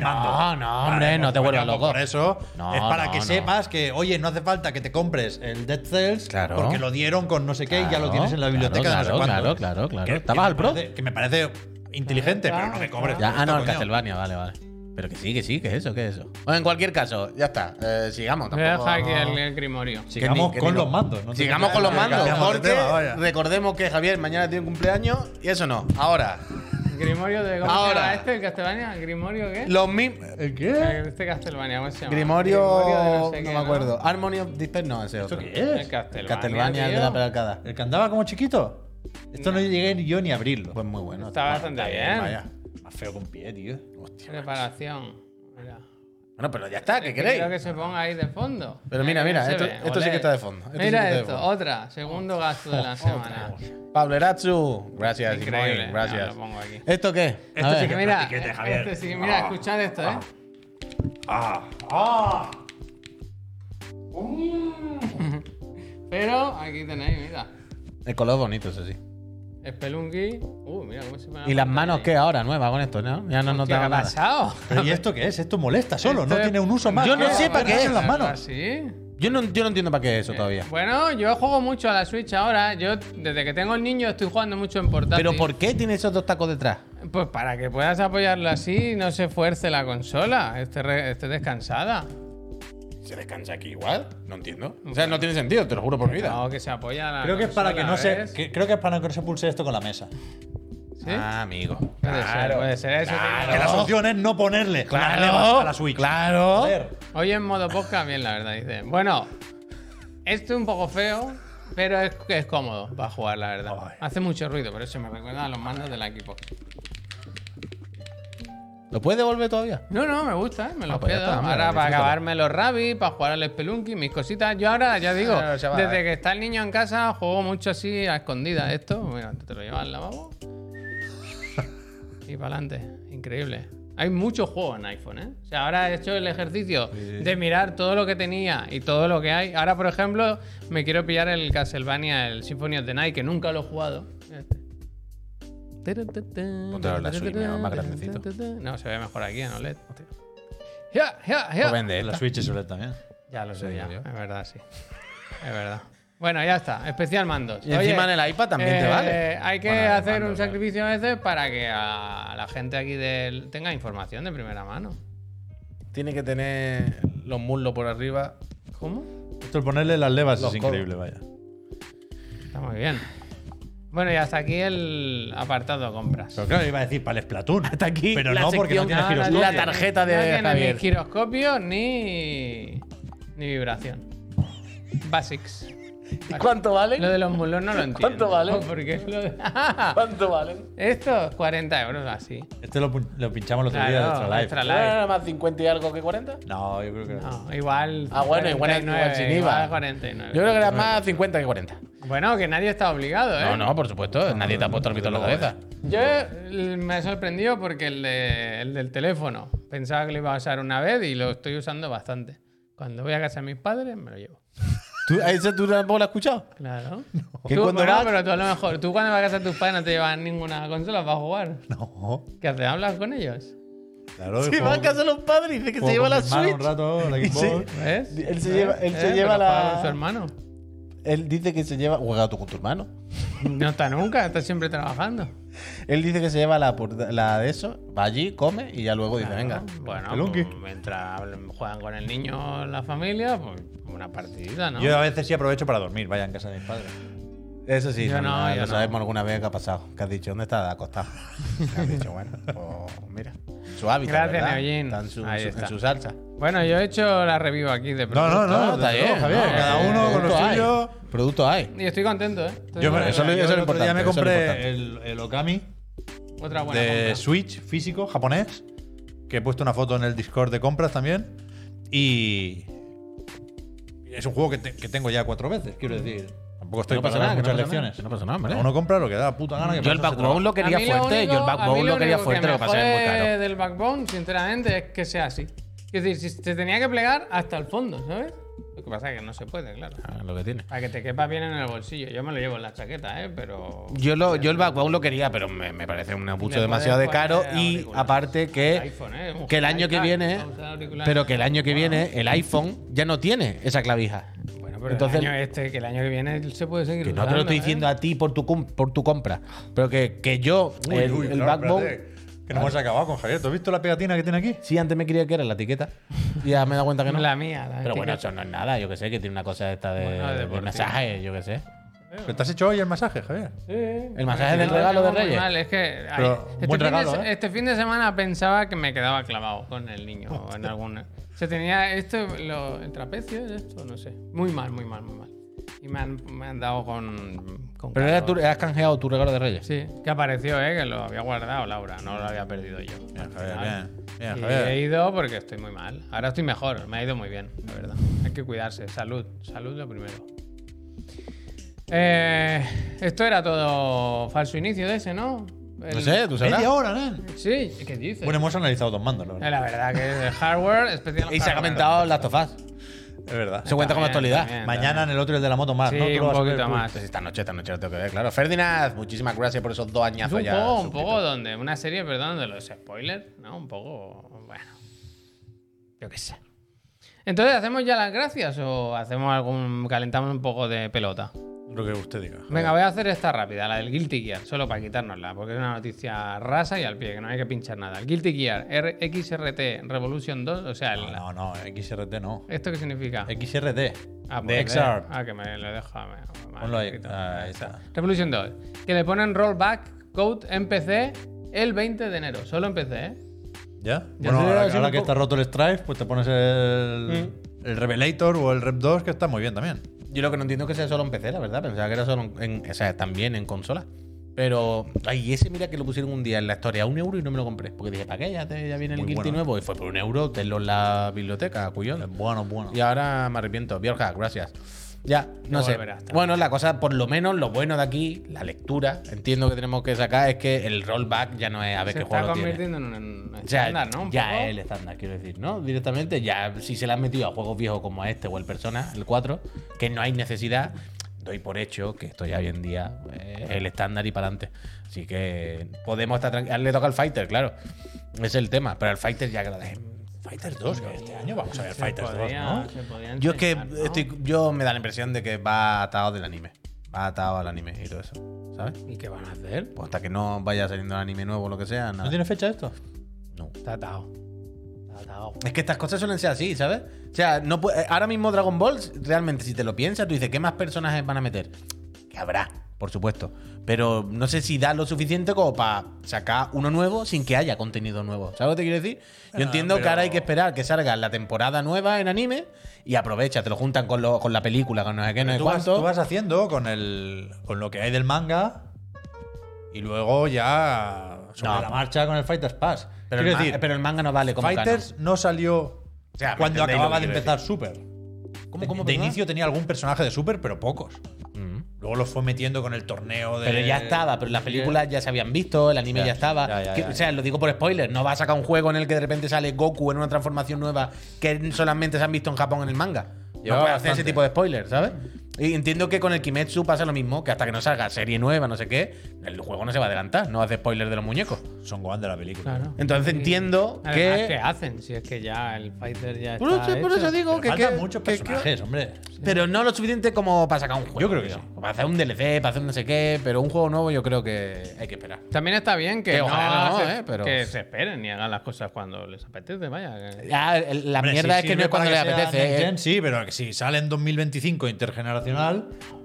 [SPEAKER 5] no, Ah, hombre, no te vuelvas
[SPEAKER 4] pues
[SPEAKER 5] loco.
[SPEAKER 4] Por eso
[SPEAKER 5] No,
[SPEAKER 4] es para
[SPEAKER 5] no,
[SPEAKER 4] que
[SPEAKER 5] no.
[SPEAKER 4] sepas que, oye, no hace falta que te compres el Dead Cells
[SPEAKER 5] Claro.
[SPEAKER 4] porque lo dieron con no sé qué y ya lo
[SPEAKER 5] Claro,
[SPEAKER 4] tienes en la biblioteca
[SPEAKER 5] claro,
[SPEAKER 4] de no sé cuánto.
[SPEAKER 5] claro, claro, claro.
[SPEAKER 4] Que-
[SPEAKER 5] Estabas
[SPEAKER 4] que
[SPEAKER 5] al
[SPEAKER 4] me
[SPEAKER 5] pro.
[SPEAKER 4] parece- Que me parece inteligente, pero no que compres.
[SPEAKER 5] Ya, ah,
[SPEAKER 4] esto,
[SPEAKER 5] no, el
[SPEAKER 4] coño.
[SPEAKER 5] Castlevania, vale, vale. Pero que sí, que sí, que es eso, que es eso. Bueno, en cualquier caso, ya está. Eh, sigamos,
[SPEAKER 1] Voy a
[SPEAKER 5] tampoco.
[SPEAKER 1] dejar aquí el, el Grimorio.
[SPEAKER 5] Que
[SPEAKER 4] Sigamos
[SPEAKER 5] ni- que
[SPEAKER 4] con
[SPEAKER 5] ni-
[SPEAKER 4] los mandos, ¿no?
[SPEAKER 5] Sigamos con los
[SPEAKER 4] Cambiamos
[SPEAKER 5] mandos.
[SPEAKER 4] de
[SPEAKER 5] Porque
[SPEAKER 4] tema, vaya.
[SPEAKER 5] recordemos que Javier mañana tiene cumpleaños y eso no. Ahora,
[SPEAKER 1] Grimorio de ¿cómo se
[SPEAKER 5] Ahora.
[SPEAKER 1] llama este, el Castlevania? ¿Grimorio qué?
[SPEAKER 5] los mismos.
[SPEAKER 4] ¿El qué?
[SPEAKER 1] Este Castlevania, ¿cómo se llama?
[SPEAKER 5] Grimorio.
[SPEAKER 1] de
[SPEAKER 5] No,
[SPEAKER 1] sé qué,
[SPEAKER 5] me acuerdo. Harmony of Despair, no, ese
[SPEAKER 4] ¿Esto
[SPEAKER 5] otro.
[SPEAKER 4] qué
[SPEAKER 1] El
[SPEAKER 4] es?
[SPEAKER 1] Castlevania.
[SPEAKER 5] Castlevania el de
[SPEAKER 1] tío.
[SPEAKER 5] la peralcada.
[SPEAKER 4] ¿El que andaba como chiquito? Esto no llegué ni yo ni a abrirlo.
[SPEAKER 5] Pues muy bueno.
[SPEAKER 1] Está bastante bien.
[SPEAKER 5] Vaya.
[SPEAKER 4] Más feo con pie, tío. Hostia.
[SPEAKER 1] Preparación. Mira.
[SPEAKER 5] Bueno, pero ya está, ¿qué queréis?
[SPEAKER 1] Quiero que se ponga ahí de fondo.
[SPEAKER 5] Pero mira,
[SPEAKER 1] que
[SPEAKER 5] mira,
[SPEAKER 1] no se
[SPEAKER 5] esto-
[SPEAKER 1] ve.
[SPEAKER 5] esto sí
[SPEAKER 1] Olé.
[SPEAKER 5] que está de fondo. Esto sí que
[SPEAKER 1] mira
[SPEAKER 5] está de
[SPEAKER 1] esto,
[SPEAKER 5] fondo.
[SPEAKER 1] otra. Segundo gasto de la semana.
[SPEAKER 5] Pablo Eratsu, gracias,
[SPEAKER 1] Increíble.
[SPEAKER 5] Simón, gracias.
[SPEAKER 1] No, lo pongo aquí. Este
[SPEAKER 5] ¿Esto qué? A
[SPEAKER 4] Esto
[SPEAKER 5] ver.
[SPEAKER 4] sí que-
[SPEAKER 1] Mira,
[SPEAKER 4] Platiquete, Javier.
[SPEAKER 1] este sí, mira, escuchad esto, ¿eh?
[SPEAKER 4] ¡Ah!
[SPEAKER 1] [LAUGHS] Pero aquí tenéis, mira.
[SPEAKER 5] El color bonito, eso sí.
[SPEAKER 1] Spelunky. Uh, mira cómo se me
[SPEAKER 5] ¿Y las manos qué ahora? Nuevas con esto, ¿no? Ya
[SPEAKER 1] Hostia, Este,
[SPEAKER 5] no
[SPEAKER 1] ¿Qué
[SPEAKER 5] notaba
[SPEAKER 1] ha
[SPEAKER 5] nada.
[SPEAKER 1] pasado?
[SPEAKER 4] ¿Pero y esto qué es? Esto molesta solo, no
[SPEAKER 1] Esto es-
[SPEAKER 4] tiene un uso más.
[SPEAKER 5] Este Yo no
[SPEAKER 4] ¿Qué?
[SPEAKER 5] sé para
[SPEAKER 4] ¿Qué
[SPEAKER 5] qué
[SPEAKER 4] hacen
[SPEAKER 5] es.
[SPEAKER 4] las manos.
[SPEAKER 1] ¿Así?
[SPEAKER 5] Yo no, yo no entiendo para qué es eso todavía.
[SPEAKER 1] Bueno, yo juego mucho a la Switch ahora. Yo, desde que tengo el niño, estoy jugando mucho en portátil.
[SPEAKER 5] Pero ¿por qué tiene esos dos tacos detrás?
[SPEAKER 1] Pues para que puedas apoyarlo así y no se fuerce la consola, esté, re- esté descansada.
[SPEAKER 5] Se descansa aquí igual. No entiendo. O sea, no tiene sentido, te lo juro por mi
[SPEAKER 1] No, que se apoya
[SPEAKER 5] Ah,
[SPEAKER 1] la
[SPEAKER 4] Creo que es para que
[SPEAKER 1] consola,
[SPEAKER 4] no se.
[SPEAKER 1] ¿ves?
[SPEAKER 4] que- creo que es para que no se pulse esto con la mesa.
[SPEAKER 1] ¿Sí?
[SPEAKER 5] Ah, amigo.
[SPEAKER 1] puede ser, puede ser. Eso
[SPEAKER 4] Que la
[SPEAKER 1] tiene-
[SPEAKER 4] solución es no ponerle las levas
[SPEAKER 5] Claro.
[SPEAKER 4] a la Switch.
[SPEAKER 5] Claro.
[SPEAKER 4] Joder.
[SPEAKER 1] Hoy en modo podcast bien, la verdad, dice. Bueno, esto es un poco feo, pero es, es cómodo para jugar, la verdad.
[SPEAKER 4] Ay.
[SPEAKER 1] Hace mucho ruido, pero eso me recuerda a los mandos de la Xbox.
[SPEAKER 5] ¿Lo puedes devolver todavía?
[SPEAKER 1] No, no, me gusta, ¿eh? me los
[SPEAKER 5] pues ya
[SPEAKER 1] quedo.
[SPEAKER 5] está, mira,
[SPEAKER 1] ahora para
[SPEAKER 5] disfrútalo.
[SPEAKER 1] acabarme los rabis, para jugar al Spelunky, mis cositas. Yo ahora, ya digo,
[SPEAKER 5] Ah, chaval.
[SPEAKER 1] desde que está el niño en casa, juego mucho así a escondidas. Esto, mira, te lo llevas al
[SPEAKER 5] [LAUGHS]
[SPEAKER 1] lavabo. y para adelante. Increíble. Hay mucho juego en iPhone, ¿eh? O sea, ahora he hecho el ejercicio de mirar todo lo que tenía y todo lo que hay. Ahora, por ejemplo, me quiero pillar el Castlevania, el Symphony of the Night, que nunca lo he jugado. Este.
[SPEAKER 5] Póntelo en la Switch, mira, más grandecito.
[SPEAKER 1] No, se ve mejor aquí en OLED. Ya, ya, ya.
[SPEAKER 5] Lo vende
[SPEAKER 4] La
[SPEAKER 5] esta.
[SPEAKER 4] Switch es OLED también.
[SPEAKER 1] Ya lo sé,
[SPEAKER 5] Sí,
[SPEAKER 1] ya.
[SPEAKER 5] yo.
[SPEAKER 1] Es verdad, sí. Es verdad. Bueno, ya está. Especial mandos. eh,
[SPEAKER 5] Y encima en el iPad también te vale.
[SPEAKER 1] Hay que
[SPEAKER 5] Bueno, el
[SPEAKER 1] hacer
[SPEAKER 5] mando,
[SPEAKER 1] un
[SPEAKER 5] claro.
[SPEAKER 1] sacrificio a veces para que a la gente aquí del tenga información de primera mano.
[SPEAKER 5] Tiene que tener los muslos por arriba.
[SPEAKER 1] ¿Cómo?
[SPEAKER 4] Esto el ponerle las levas
[SPEAKER 5] Los
[SPEAKER 4] es
[SPEAKER 5] codos.
[SPEAKER 4] increíble, vaya.
[SPEAKER 1] Está muy bien. Bueno, y hasta aquí el apartado compras.
[SPEAKER 4] Pero claro, iba a decir para el Splatoon.
[SPEAKER 5] Hasta aquí
[SPEAKER 4] Pero
[SPEAKER 5] la
[SPEAKER 4] no porque no
[SPEAKER 5] sección-
[SPEAKER 4] tiene
[SPEAKER 5] Ah,
[SPEAKER 4] giroscopio.
[SPEAKER 5] la tarjeta de
[SPEAKER 1] no tiene
[SPEAKER 5] Javier.
[SPEAKER 1] ni giroscopio ni, ni vibración. Basics.
[SPEAKER 5] ¿Y cuánto vale?
[SPEAKER 1] Lo de los mulos no lo entiendo.
[SPEAKER 5] [LAUGHS] ¿Cuánto vale?
[SPEAKER 1] Porque es lo de- [LAUGHS] Ah,
[SPEAKER 5] ¿Cuánto vale?
[SPEAKER 1] Esto, 40 euros así.
[SPEAKER 4] Este lo, pun- lo pinchamos el otro
[SPEAKER 1] Claro,
[SPEAKER 4] día de Extra Life.
[SPEAKER 1] Extra
[SPEAKER 5] ¿No era más 50 y algo que 40?
[SPEAKER 4] No, yo creo que no.
[SPEAKER 1] No, igual.
[SPEAKER 5] Ah, bueno, igual es- igual sin IVA.
[SPEAKER 1] igual 49.
[SPEAKER 5] Yo creo que era más 50 que 40.
[SPEAKER 1] Bueno, que nadie está obligado, ¿eh?
[SPEAKER 5] No, no, por supuesto. Nadie te ha puesto el pito en la cabeza.
[SPEAKER 1] Yo eh, me he sorprendido porque el, de- el del teléfono pensaba que lo iba a usar una vez y lo estoy usando bastante. Cuando voy a casa de mis padres me lo llevo.
[SPEAKER 5] ¿Tú, ¿a ¿Esa tú tampoco la has escuchado? [LAUGHS]
[SPEAKER 1] Claro.
[SPEAKER 5] Que
[SPEAKER 1] Tú,
[SPEAKER 5] cuando
[SPEAKER 1] bueno,
[SPEAKER 5] vas-
[SPEAKER 1] pero tú a lo mejor, tú cuando vas a casa de tus padres no te llevas ninguna consola para jugar.
[SPEAKER 4] No,
[SPEAKER 1] ¿Qué haces? ¿Hablas con ellos?
[SPEAKER 4] claro.
[SPEAKER 5] Si
[SPEAKER 4] y juego-
[SPEAKER 5] va a casa de los padres y dice que se
[SPEAKER 4] juego
[SPEAKER 5] lleva
[SPEAKER 4] con
[SPEAKER 5] la
[SPEAKER 4] mi hermano
[SPEAKER 5] Switch.
[SPEAKER 4] un
[SPEAKER 5] [LAUGHS]
[SPEAKER 4] rato, la
[SPEAKER 5] Y se-
[SPEAKER 4] Xbox.
[SPEAKER 1] ¿Ves?
[SPEAKER 5] Él se
[SPEAKER 1] ¿Ves?
[SPEAKER 5] lleva- él se
[SPEAKER 1] ¿Eh?
[SPEAKER 5] lleva
[SPEAKER 1] Pero
[SPEAKER 5] la-
[SPEAKER 1] juega con su hermano.
[SPEAKER 5] Él dice que se lleva. Juega tú con tu hermano.
[SPEAKER 1] No está nunca, está siempre trabajando.
[SPEAKER 5] Él dice que se lleva la, por- la de eso, va allí, come y ya luego dice,
[SPEAKER 4] Ah,
[SPEAKER 5] venga.
[SPEAKER 1] Bueno,
[SPEAKER 4] Pelunqui.
[SPEAKER 1] pues, mientras hablan- juegan con el niño la familia, pues una partidita, ¿no?
[SPEAKER 4] Yo a veces sí aprovecho para dormir, vaya en casa de mis padres.
[SPEAKER 5] Eso sí,
[SPEAKER 1] Yo no,
[SPEAKER 5] no,
[SPEAKER 1] yo
[SPEAKER 5] lo
[SPEAKER 1] no.
[SPEAKER 5] sabemos alguna vez que ha pasado. Que has dicho, ¿dónde está [LAUGHS] acostado? Que has dicho, bueno, pues mira. Su hábitat.
[SPEAKER 1] Gracias,
[SPEAKER 5] ¿verdad?
[SPEAKER 1] Neoyin.
[SPEAKER 5] Está en su,
[SPEAKER 1] Ahí
[SPEAKER 5] su-
[SPEAKER 1] está.
[SPEAKER 5] en su salsa.
[SPEAKER 1] Bueno, yo he hecho la review aquí de
[SPEAKER 4] No, no,
[SPEAKER 1] producto.
[SPEAKER 4] no,
[SPEAKER 5] está
[SPEAKER 4] desde luego,
[SPEAKER 5] bien,
[SPEAKER 4] Javier.
[SPEAKER 5] no,
[SPEAKER 4] cada
[SPEAKER 5] eh,
[SPEAKER 4] uno con lo
[SPEAKER 5] producto hay.
[SPEAKER 4] suyo.
[SPEAKER 5] Producto hay.
[SPEAKER 1] Y estoy contento, ¿eh? Estoy
[SPEAKER 4] Yo,
[SPEAKER 1] contento.
[SPEAKER 4] me-
[SPEAKER 5] eso lo-
[SPEAKER 4] yo
[SPEAKER 5] eso es
[SPEAKER 4] el otro día
[SPEAKER 5] importante,
[SPEAKER 4] me
[SPEAKER 5] eso es
[SPEAKER 4] compré
[SPEAKER 5] importante.
[SPEAKER 4] el, el Okami
[SPEAKER 1] Otra buena
[SPEAKER 4] de
[SPEAKER 1] compra.
[SPEAKER 4] Switch físico japonés, que he puesto una foto en el Discord de compras también. Y es un juego que, te- que tengo ya cuatro veces, quiero decir. Tampoco estoy
[SPEAKER 5] No
[SPEAKER 4] para
[SPEAKER 5] pasa
[SPEAKER 4] dar
[SPEAKER 5] nada, que
[SPEAKER 4] muchas
[SPEAKER 5] no pasa nada,
[SPEAKER 4] lecciones.
[SPEAKER 5] que no pasa nada, hombre.
[SPEAKER 4] Cada uno compra lo que da la puta gana. Que
[SPEAKER 5] Yo el
[SPEAKER 4] pasa ese
[SPEAKER 5] backbone lo
[SPEAKER 1] A
[SPEAKER 5] quería
[SPEAKER 1] mí
[SPEAKER 5] fuerte,
[SPEAKER 1] único-
[SPEAKER 5] yo el
[SPEAKER 1] a mí
[SPEAKER 5] backbone lo quería
[SPEAKER 1] único
[SPEAKER 5] fuerte,
[SPEAKER 1] que
[SPEAKER 5] lo
[SPEAKER 1] me
[SPEAKER 5] que pasa es que es muy
[SPEAKER 1] jode
[SPEAKER 5] caro.
[SPEAKER 1] del backbone, sinceramente, es que sea así. Es decir, si te tenía que plegar hasta el fondo, ¿sabes? Lo que pasa es que no se puede, claro.
[SPEAKER 5] Ah, Lo que tiene.
[SPEAKER 1] Para que te quepa bien en el bolsillo. Yo me lo llevo en la chaqueta, ¿eh? Pero...
[SPEAKER 5] Yo, lo, yo el backbone lo quería, pero me, me parece un abuso
[SPEAKER 1] Le
[SPEAKER 5] demasiado de
[SPEAKER 1] puedes
[SPEAKER 5] caro.
[SPEAKER 1] poner
[SPEAKER 5] Y
[SPEAKER 1] auriculares.
[SPEAKER 5] aparte que,
[SPEAKER 1] iPhone, ¿eh? Vamos,
[SPEAKER 5] que el año que
[SPEAKER 1] iPad,
[SPEAKER 5] viene,
[SPEAKER 1] vamos a usar auriculares.
[SPEAKER 5] pero que el año que viene el iPhone ya no tiene esa clavija.
[SPEAKER 1] Bueno, pero
[SPEAKER 5] Entonces-
[SPEAKER 1] el año este, que el año que viene se puede seguir
[SPEAKER 5] Que no te lo
[SPEAKER 1] usando,
[SPEAKER 5] estoy
[SPEAKER 1] ¿eh?
[SPEAKER 5] diciendo a ti por tu, cum- por tu compra, pero que, que yo,
[SPEAKER 4] Uy,
[SPEAKER 5] el,
[SPEAKER 4] uy,
[SPEAKER 5] el
[SPEAKER 4] claro,
[SPEAKER 5] backbone,
[SPEAKER 4] espérate, Que no hemos acabado con Javier. ¿Tú has visto la pegatina que tiene aquí?
[SPEAKER 5] sí, antes me creía que era la etiqueta, ya me he dado cuenta que no.
[SPEAKER 1] La mía, la
[SPEAKER 5] pero bueno,
[SPEAKER 1] etiqueta.
[SPEAKER 5] eso no es nada, yo que sé, que tiene una cosa esta de,
[SPEAKER 1] Bueno,
[SPEAKER 5] de
[SPEAKER 1] deportivo.
[SPEAKER 5] masaje, yo que sé.
[SPEAKER 4] ¿Pero te has hecho hoy el masaje, Javier?
[SPEAKER 5] El masaje
[SPEAKER 1] Sí,
[SPEAKER 5] del
[SPEAKER 1] no,
[SPEAKER 5] regalo de
[SPEAKER 1] muy
[SPEAKER 5] Reyes.
[SPEAKER 1] mal, es que ay,
[SPEAKER 4] Pero,
[SPEAKER 1] este,
[SPEAKER 4] buen
[SPEAKER 1] fin de
[SPEAKER 4] regalo,
[SPEAKER 1] se-
[SPEAKER 4] ¿eh?
[SPEAKER 1] este fin de semana pensaba que me quedaba clavado con el niño o en alguna. Se tenía esto, lo- el trapecio, esto, no sé. Muy mal, muy mal, muy mal. Y me han, me han dado con, con
[SPEAKER 5] Pero era
[SPEAKER 1] calor.
[SPEAKER 5] tu- has canjeado tu regalo de Reyes.
[SPEAKER 1] Sí, que apareció, ¿eh? Que lo había guardado Laura, no lo había perdido yo.
[SPEAKER 4] Bien,
[SPEAKER 1] Al
[SPEAKER 4] Javier,
[SPEAKER 1] final.
[SPEAKER 4] bien. Bien,
[SPEAKER 1] Y
[SPEAKER 4] Javier.
[SPEAKER 1] he ido porque estoy muy mal. Ahora estoy mejor, me ha ido muy bien, la verdad. Hay que cuidarse, salud, salud lo primero. Eh, esto era todo falso inicio de ese, ¿no? El-
[SPEAKER 5] No sé, tú sabrás.
[SPEAKER 4] Media hora, ¿no?
[SPEAKER 1] Sí, ¿qué dices?
[SPEAKER 4] Bueno, hemos analizado dos mandos, la
[SPEAKER 1] Eh,
[SPEAKER 4] verdad.
[SPEAKER 1] la verdad que es el hardware especial.
[SPEAKER 5] Y se ha
[SPEAKER 1] hardware.
[SPEAKER 5] comentado las tofás.
[SPEAKER 4] Es verdad.
[SPEAKER 5] Se cuenta como
[SPEAKER 1] También,
[SPEAKER 5] actualidad.
[SPEAKER 1] también.
[SPEAKER 4] Mañana en el otro y el de la moto más,
[SPEAKER 1] Sí,
[SPEAKER 4] ¿no? Tú lo
[SPEAKER 1] un
[SPEAKER 4] vas a ver,
[SPEAKER 1] poquito
[SPEAKER 4] tú.
[SPEAKER 1] más.
[SPEAKER 5] Pues esta noche, esta noche lo tengo que ver, claro. Ferdinand, muchísimas gracias por esos dos
[SPEAKER 1] Es
[SPEAKER 5] añazos
[SPEAKER 1] un
[SPEAKER 5] ya.
[SPEAKER 1] poco, un
[SPEAKER 5] suscritos.
[SPEAKER 1] poco donde. Una serie, perdón, de los spoilers, ¿no? Un poco. Bueno. Yo qué sé. Entonces, ¿hacemos ya las gracias o hacemos algún. calentamos un poco de pelota?
[SPEAKER 4] Lo que usted diga.
[SPEAKER 1] Venga, voy a hacer esta rápida, la del Guilty Gear, solo para quitárnosla, porque es una noticia rasa y al pie, que no hay que pinchar nada. El Guilty Gear R- XRT Revolution 2, o sea, el-
[SPEAKER 4] No, no, no, XRT no.
[SPEAKER 1] ¿esto qué significa?
[SPEAKER 4] XRT.
[SPEAKER 1] Ah,
[SPEAKER 4] de
[SPEAKER 1] pues,
[SPEAKER 4] XR.
[SPEAKER 1] Ah, que me lo deja. me- me-
[SPEAKER 4] Ponlo ahí. Ah,
[SPEAKER 1] escrito.
[SPEAKER 4] Ahí está.
[SPEAKER 1] Revolution 2. Que le ponen rollback code en PC el 20 de enero. Solo en PC, ¿eh?
[SPEAKER 4] ¿Ya?
[SPEAKER 1] Ya
[SPEAKER 4] bueno,
[SPEAKER 1] te
[SPEAKER 4] ahora,
[SPEAKER 1] voy a decir
[SPEAKER 4] ahora
[SPEAKER 1] un
[SPEAKER 4] que
[SPEAKER 1] poco-
[SPEAKER 4] está roto el Strife, pues te pones el, el Revelator o el Rep 2, que está muy bien también.
[SPEAKER 5] Yo lo que no entiendo es que sea solo en PC, la verdad. Pensaba que era solo en, en- o sea, también en consola. Pero, ay, ese mira que lo pusieron un día en la historia a un euro y no me lo compré. Porque dije, ¿para qué? Ya, te- ya viene el
[SPEAKER 4] Muy
[SPEAKER 5] Guilty
[SPEAKER 4] bueno.
[SPEAKER 5] nuevo. Y fue por un euro, tenlo en la biblioteca,
[SPEAKER 4] Es
[SPEAKER 5] cuyón.
[SPEAKER 4] bueno, bueno.
[SPEAKER 5] Mm. Y ahora me arrepiento. Biorja, gracias. Ya, no sé.
[SPEAKER 1] volverás tarde.
[SPEAKER 5] Bueno, la cosa, por lo menos, lo bueno de aquí, la lectura, entiendo que tenemos que sacar, es que el rollback ya no es a ver
[SPEAKER 1] Se
[SPEAKER 5] qué
[SPEAKER 1] está
[SPEAKER 5] juego tiene.
[SPEAKER 1] convirtiendo en un- en un
[SPEAKER 5] O sea,
[SPEAKER 1] estándar, ¿no? Un poco.
[SPEAKER 5] ya es el estándar, quiero decir, ¿no? Directamente, ya si se le han metido a juegos viejos como a este o el Persona, el 4, que no hay necesidad, doy por hecho que esto ya hoy en día es el estándar y para adelante. Así que podemos estar tranquilos. Le toca al Fighter, claro. Es el tema, pero al Fighter ya que lo dejen. Fighter 2, que este año vamos a ver
[SPEAKER 1] Se
[SPEAKER 5] Fighter 2,
[SPEAKER 1] podía-
[SPEAKER 5] ¿no?
[SPEAKER 1] se podía
[SPEAKER 5] Yo es que
[SPEAKER 1] enseñar, ¿no?
[SPEAKER 5] estoy, yo me da la impresión de que va atado del anime. Va atado al anime y todo eso, ¿sabes?
[SPEAKER 1] ¿Y qué van a hacer?
[SPEAKER 5] Pues hasta que no vaya saliendo el anime nuevo o lo que sea, nada.
[SPEAKER 4] ¿No tiene fecha esto?
[SPEAKER 5] No.
[SPEAKER 1] Está atado. Está atado.
[SPEAKER 5] Es que estas cosas suelen ser así, ¿sabes? O sea, no pu- eh, ahora mismo Dragon Ball, realmente, si te lo piensas, tú dices, ¿qué más personajes van a meter? Que habrá, por supuesto. Pero no sé si da lo suficiente como para sacar uno nuevo sin que haya contenido nuevo. ¿Sabes lo que te quiero decir? Yo
[SPEAKER 4] Ah,
[SPEAKER 5] entiendo que
[SPEAKER 4] pero-
[SPEAKER 5] ahora hay que esperar que salga la temporada nueva en anime y aprovecha, te lo juntan con, lo- con la película, con no sé qué, no sé
[SPEAKER 4] tú, vas,
[SPEAKER 5] cuánto.
[SPEAKER 4] tú vas haciendo con, el, con lo que hay del manga y luego ya sobre
[SPEAKER 5] No.
[SPEAKER 4] la marcha con el Fighters Pass.
[SPEAKER 5] pero, el
[SPEAKER 4] Quiero
[SPEAKER 5] ma-
[SPEAKER 4] decir,
[SPEAKER 5] pero el manga no vale como
[SPEAKER 4] Fighters no salió
[SPEAKER 5] O sea, me
[SPEAKER 4] cuando
[SPEAKER 5] entendéis lo
[SPEAKER 4] acababa
[SPEAKER 5] que
[SPEAKER 4] de
[SPEAKER 5] quiero
[SPEAKER 4] empezar Super.
[SPEAKER 5] ¿Cómo,
[SPEAKER 4] De-
[SPEAKER 5] cómo,
[SPEAKER 4] de
[SPEAKER 5] perdona?
[SPEAKER 4] inicio tenía algún personaje de Super, pero pocos.
[SPEAKER 5] canon. Mm.
[SPEAKER 4] Luego los fue metiendo con el torneo de.
[SPEAKER 5] Pero ya estaba, pero las
[SPEAKER 4] eh,
[SPEAKER 5] películas ya se habían visto, el anime
[SPEAKER 4] Ya,
[SPEAKER 5] ya, estaba.
[SPEAKER 4] ya, ya,
[SPEAKER 5] Que-
[SPEAKER 4] ya.
[SPEAKER 5] O sea, lo digo por spoiler, no va a sacar un juego en el que de repente sale Goku en una transformación nueva que solamente se han visto en Japón en el manga.
[SPEAKER 4] Llevaba
[SPEAKER 5] no puede hacer ese
[SPEAKER 4] bastante.
[SPEAKER 5] tipo de spoiler, ¿sabes? Y entiendo que con el Kimetsu pasa lo mismo, que hasta que no salga serie nueva, no sé qué, el juego no se va a adelantar, no hace spoiler de los muñecos.
[SPEAKER 4] Son Gohan de la película.
[SPEAKER 1] Claro.
[SPEAKER 5] Entonces entiendo
[SPEAKER 1] Además, ¿Qué
[SPEAKER 5] que...
[SPEAKER 1] hacen? Si es que ya el Fighter ya
[SPEAKER 5] Por
[SPEAKER 1] está
[SPEAKER 5] eso, por eso
[SPEAKER 1] hecho.
[SPEAKER 5] digo
[SPEAKER 4] Pero
[SPEAKER 5] que...
[SPEAKER 4] faltan
[SPEAKER 5] que-
[SPEAKER 4] muchos
[SPEAKER 5] que-
[SPEAKER 4] personajes, hombre.
[SPEAKER 5] Pero no lo suficiente como para sacar un juego.
[SPEAKER 4] Yo creo que
[SPEAKER 5] tío.
[SPEAKER 4] sí.
[SPEAKER 5] Para hacer un DLC, para hacer no sé qué, pero un juego nuevo yo creo que hay que esperar.
[SPEAKER 1] También está bien que,
[SPEAKER 5] Que
[SPEAKER 1] no,
[SPEAKER 5] ojalá no,
[SPEAKER 1] se,
[SPEAKER 5] eh, pero-
[SPEAKER 1] que se esperen y hagan las cosas cuando les apetece, vaya. que-
[SPEAKER 5] Ya, el- la
[SPEAKER 4] Hombre,
[SPEAKER 5] mierda
[SPEAKER 4] sí
[SPEAKER 5] es que
[SPEAKER 4] sirve
[SPEAKER 5] no es cuando le
[SPEAKER 4] para que sea
[SPEAKER 5] apetece.
[SPEAKER 4] next
[SPEAKER 5] ¿eh?
[SPEAKER 4] gen, sí, pero que si sale en 2025 intergeneracional,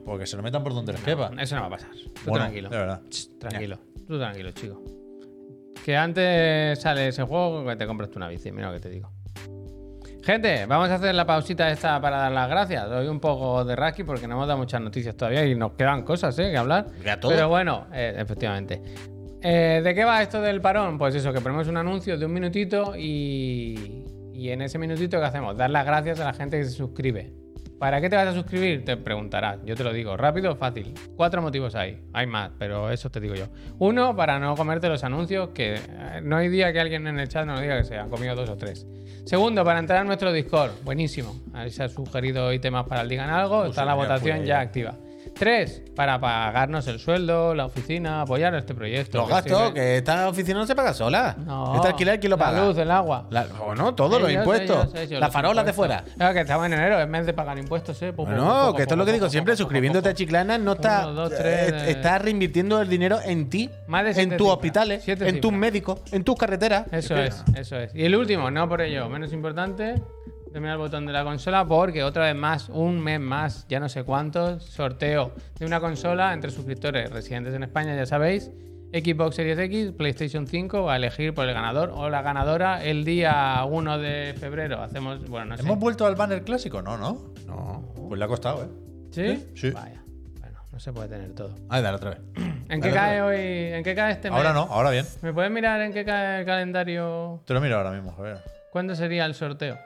[SPEAKER 4] porque se lo metan por donde les quepa.
[SPEAKER 1] Eso no va a pasar. Tú
[SPEAKER 4] Bueno,
[SPEAKER 1] tranquilo.
[SPEAKER 4] De verdad.
[SPEAKER 1] Tranquilo. Tú tranquilo, chico. Que antes sale ese juego que te compras tú una bici, mira lo que te digo. Gente, vamos a hacer la pausita esta para dar las gracias. Doy un poco de rasqui porque no hemos dado muchas noticias todavía y nos quedan cosas ¿eh? que hablar.
[SPEAKER 5] Venga, todo.
[SPEAKER 1] Pero bueno, eh, efectivamente. Eh, ¿De qué va esto del parón? Pues eso, que ponemos un anuncio de un minutito y, y en ese minutito ¿qué hacemos? Dar las gracias a la gente que se suscribe. ¿Para qué te vas a suscribir? Te preguntarás. Yo te lo digo, rápido, fácil. Cuatro motivos hay. Hay más, pero eso te digo yo. Uno, para no comerte los anuncios, que eh, no hay día que alguien en el chat nos diga que se han comido dos o tres. Segundo, para entrar a nuestro Discord. Buenísimo. Ahí se ha sugerido hoy temas para el Digan Algo. Está la
[SPEAKER 4] mira,
[SPEAKER 1] votación
[SPEAKER 4] fui
[SPEAKER 1] ya
[SPEAKER 4] ahí.
[SPEAKER 1] activa. Tres, para pagarnos el sueldo, la oficina, apoyar este proyecto.
[SPEAKER 5] Los
[SPEAKER 1] que
[SPEAKER 5] gastos,
[SPEAKER 1] sirve-
[SPEAKER 5] que esta oficina no se paga sola.
[SPEAKER 1] No.
[SPEAKER 5] Este alquiler, ¿quién lo paga?
[SPEAKER 1] La luz, el Eh, agua.
[SPEAKER 5] La- o no, todos los
[SPEAKER 1] Ellos,
[SPEAKER 5] impuestos.
[SPEAKER 1] ellos, ellos,
[SPEAKER 5] Las
[SPEAKER 1] los
[SPEAKER 5] farolas de
[SPEAKER 1] impuestos.
[SPEAKER 5] fuera.
[SPEAKER 1] Claro, que estamos en enero, es mes de pagar impuestos, ¿eh? Po, po, po,
[SPEAKER 5] No,
[SPEAKER 1] po,
[SPEAKER 5] que
[SPEAKER 1] po,
[SPEAKER 5] esto es lo que
[SPEAKER 1] po,
[SPEAKER 5] digo
[SPEAKER 1] po,
[SPEAKER 5] siempre,
[SPEAKER 1] po, po,
[SPEAKER 5] suscribiéndote
[SPEAKER 1] po,
[SPEAKER 5] a
[SPEAKER 1] po.
[SPEAKER 5] Chiclana no está,
[SPEAKER 1] Uno, dos, tres,
[SPEAKER 5] eh,
[SPEAKER 1] eh.
[SPEAKER 5] está reinvirtiendo el dinero en ti,
[SPEAKER 1] Más de
[SPEAKER 5] en
[SPEAKER 1] siete
[SPEAKER 5] tus
[SPEAKER 1] cifras,
[SPEAKER 5] hospitales,
[SPEAKER 1] siete
[SPEAKER 5] en tus
[SPEAKER 1] cifras.
[SPEAKER 5] médicos, en tus carreteras.
[SPEAKER 1] Eso es, eso es. Y el último, no por ello, menos importante, terminar el botón de la consola porque otra vez más, un mes más, ya no sé cuántos, sorteo de una consola entre suscriptores residentes en España, ya sabéis, Xbox Series X, PlayStation 5, va a elegir por el ganador o la ganadora el día 1 de febrero. Hacemos, bueno, no sé.
[SPEAKER 4] ¿Hemos vuelto al banner clásico? No, no.
[SPEAKER 5] No.
[SPEAKER 4] Pues le ha costado, ¿eh?
[SPEAKER 1] ¿Sí?
[SPEAKER 4] Sí.
[SPEAKER 1] Vaya. Bueno, No se puede tener todo.
[SPEAKER 5] Ahí, dale otra vez.
[SPEAKER 1] ¿En qué
[SPEAKER 5] Dale,
[SPEAKER 1] cae hoy? ¿En qué cae este mes?
[SPEAKER 4] Ahora no, ahora bien.
[SPEAKER 1] ¿Me puedes mirar en qué cae el calendario?
[SPEAKER 4] Te lo miro ahora mismo, Javier.
[SPEAKER 1] ¿Cuándo sería el sorteo?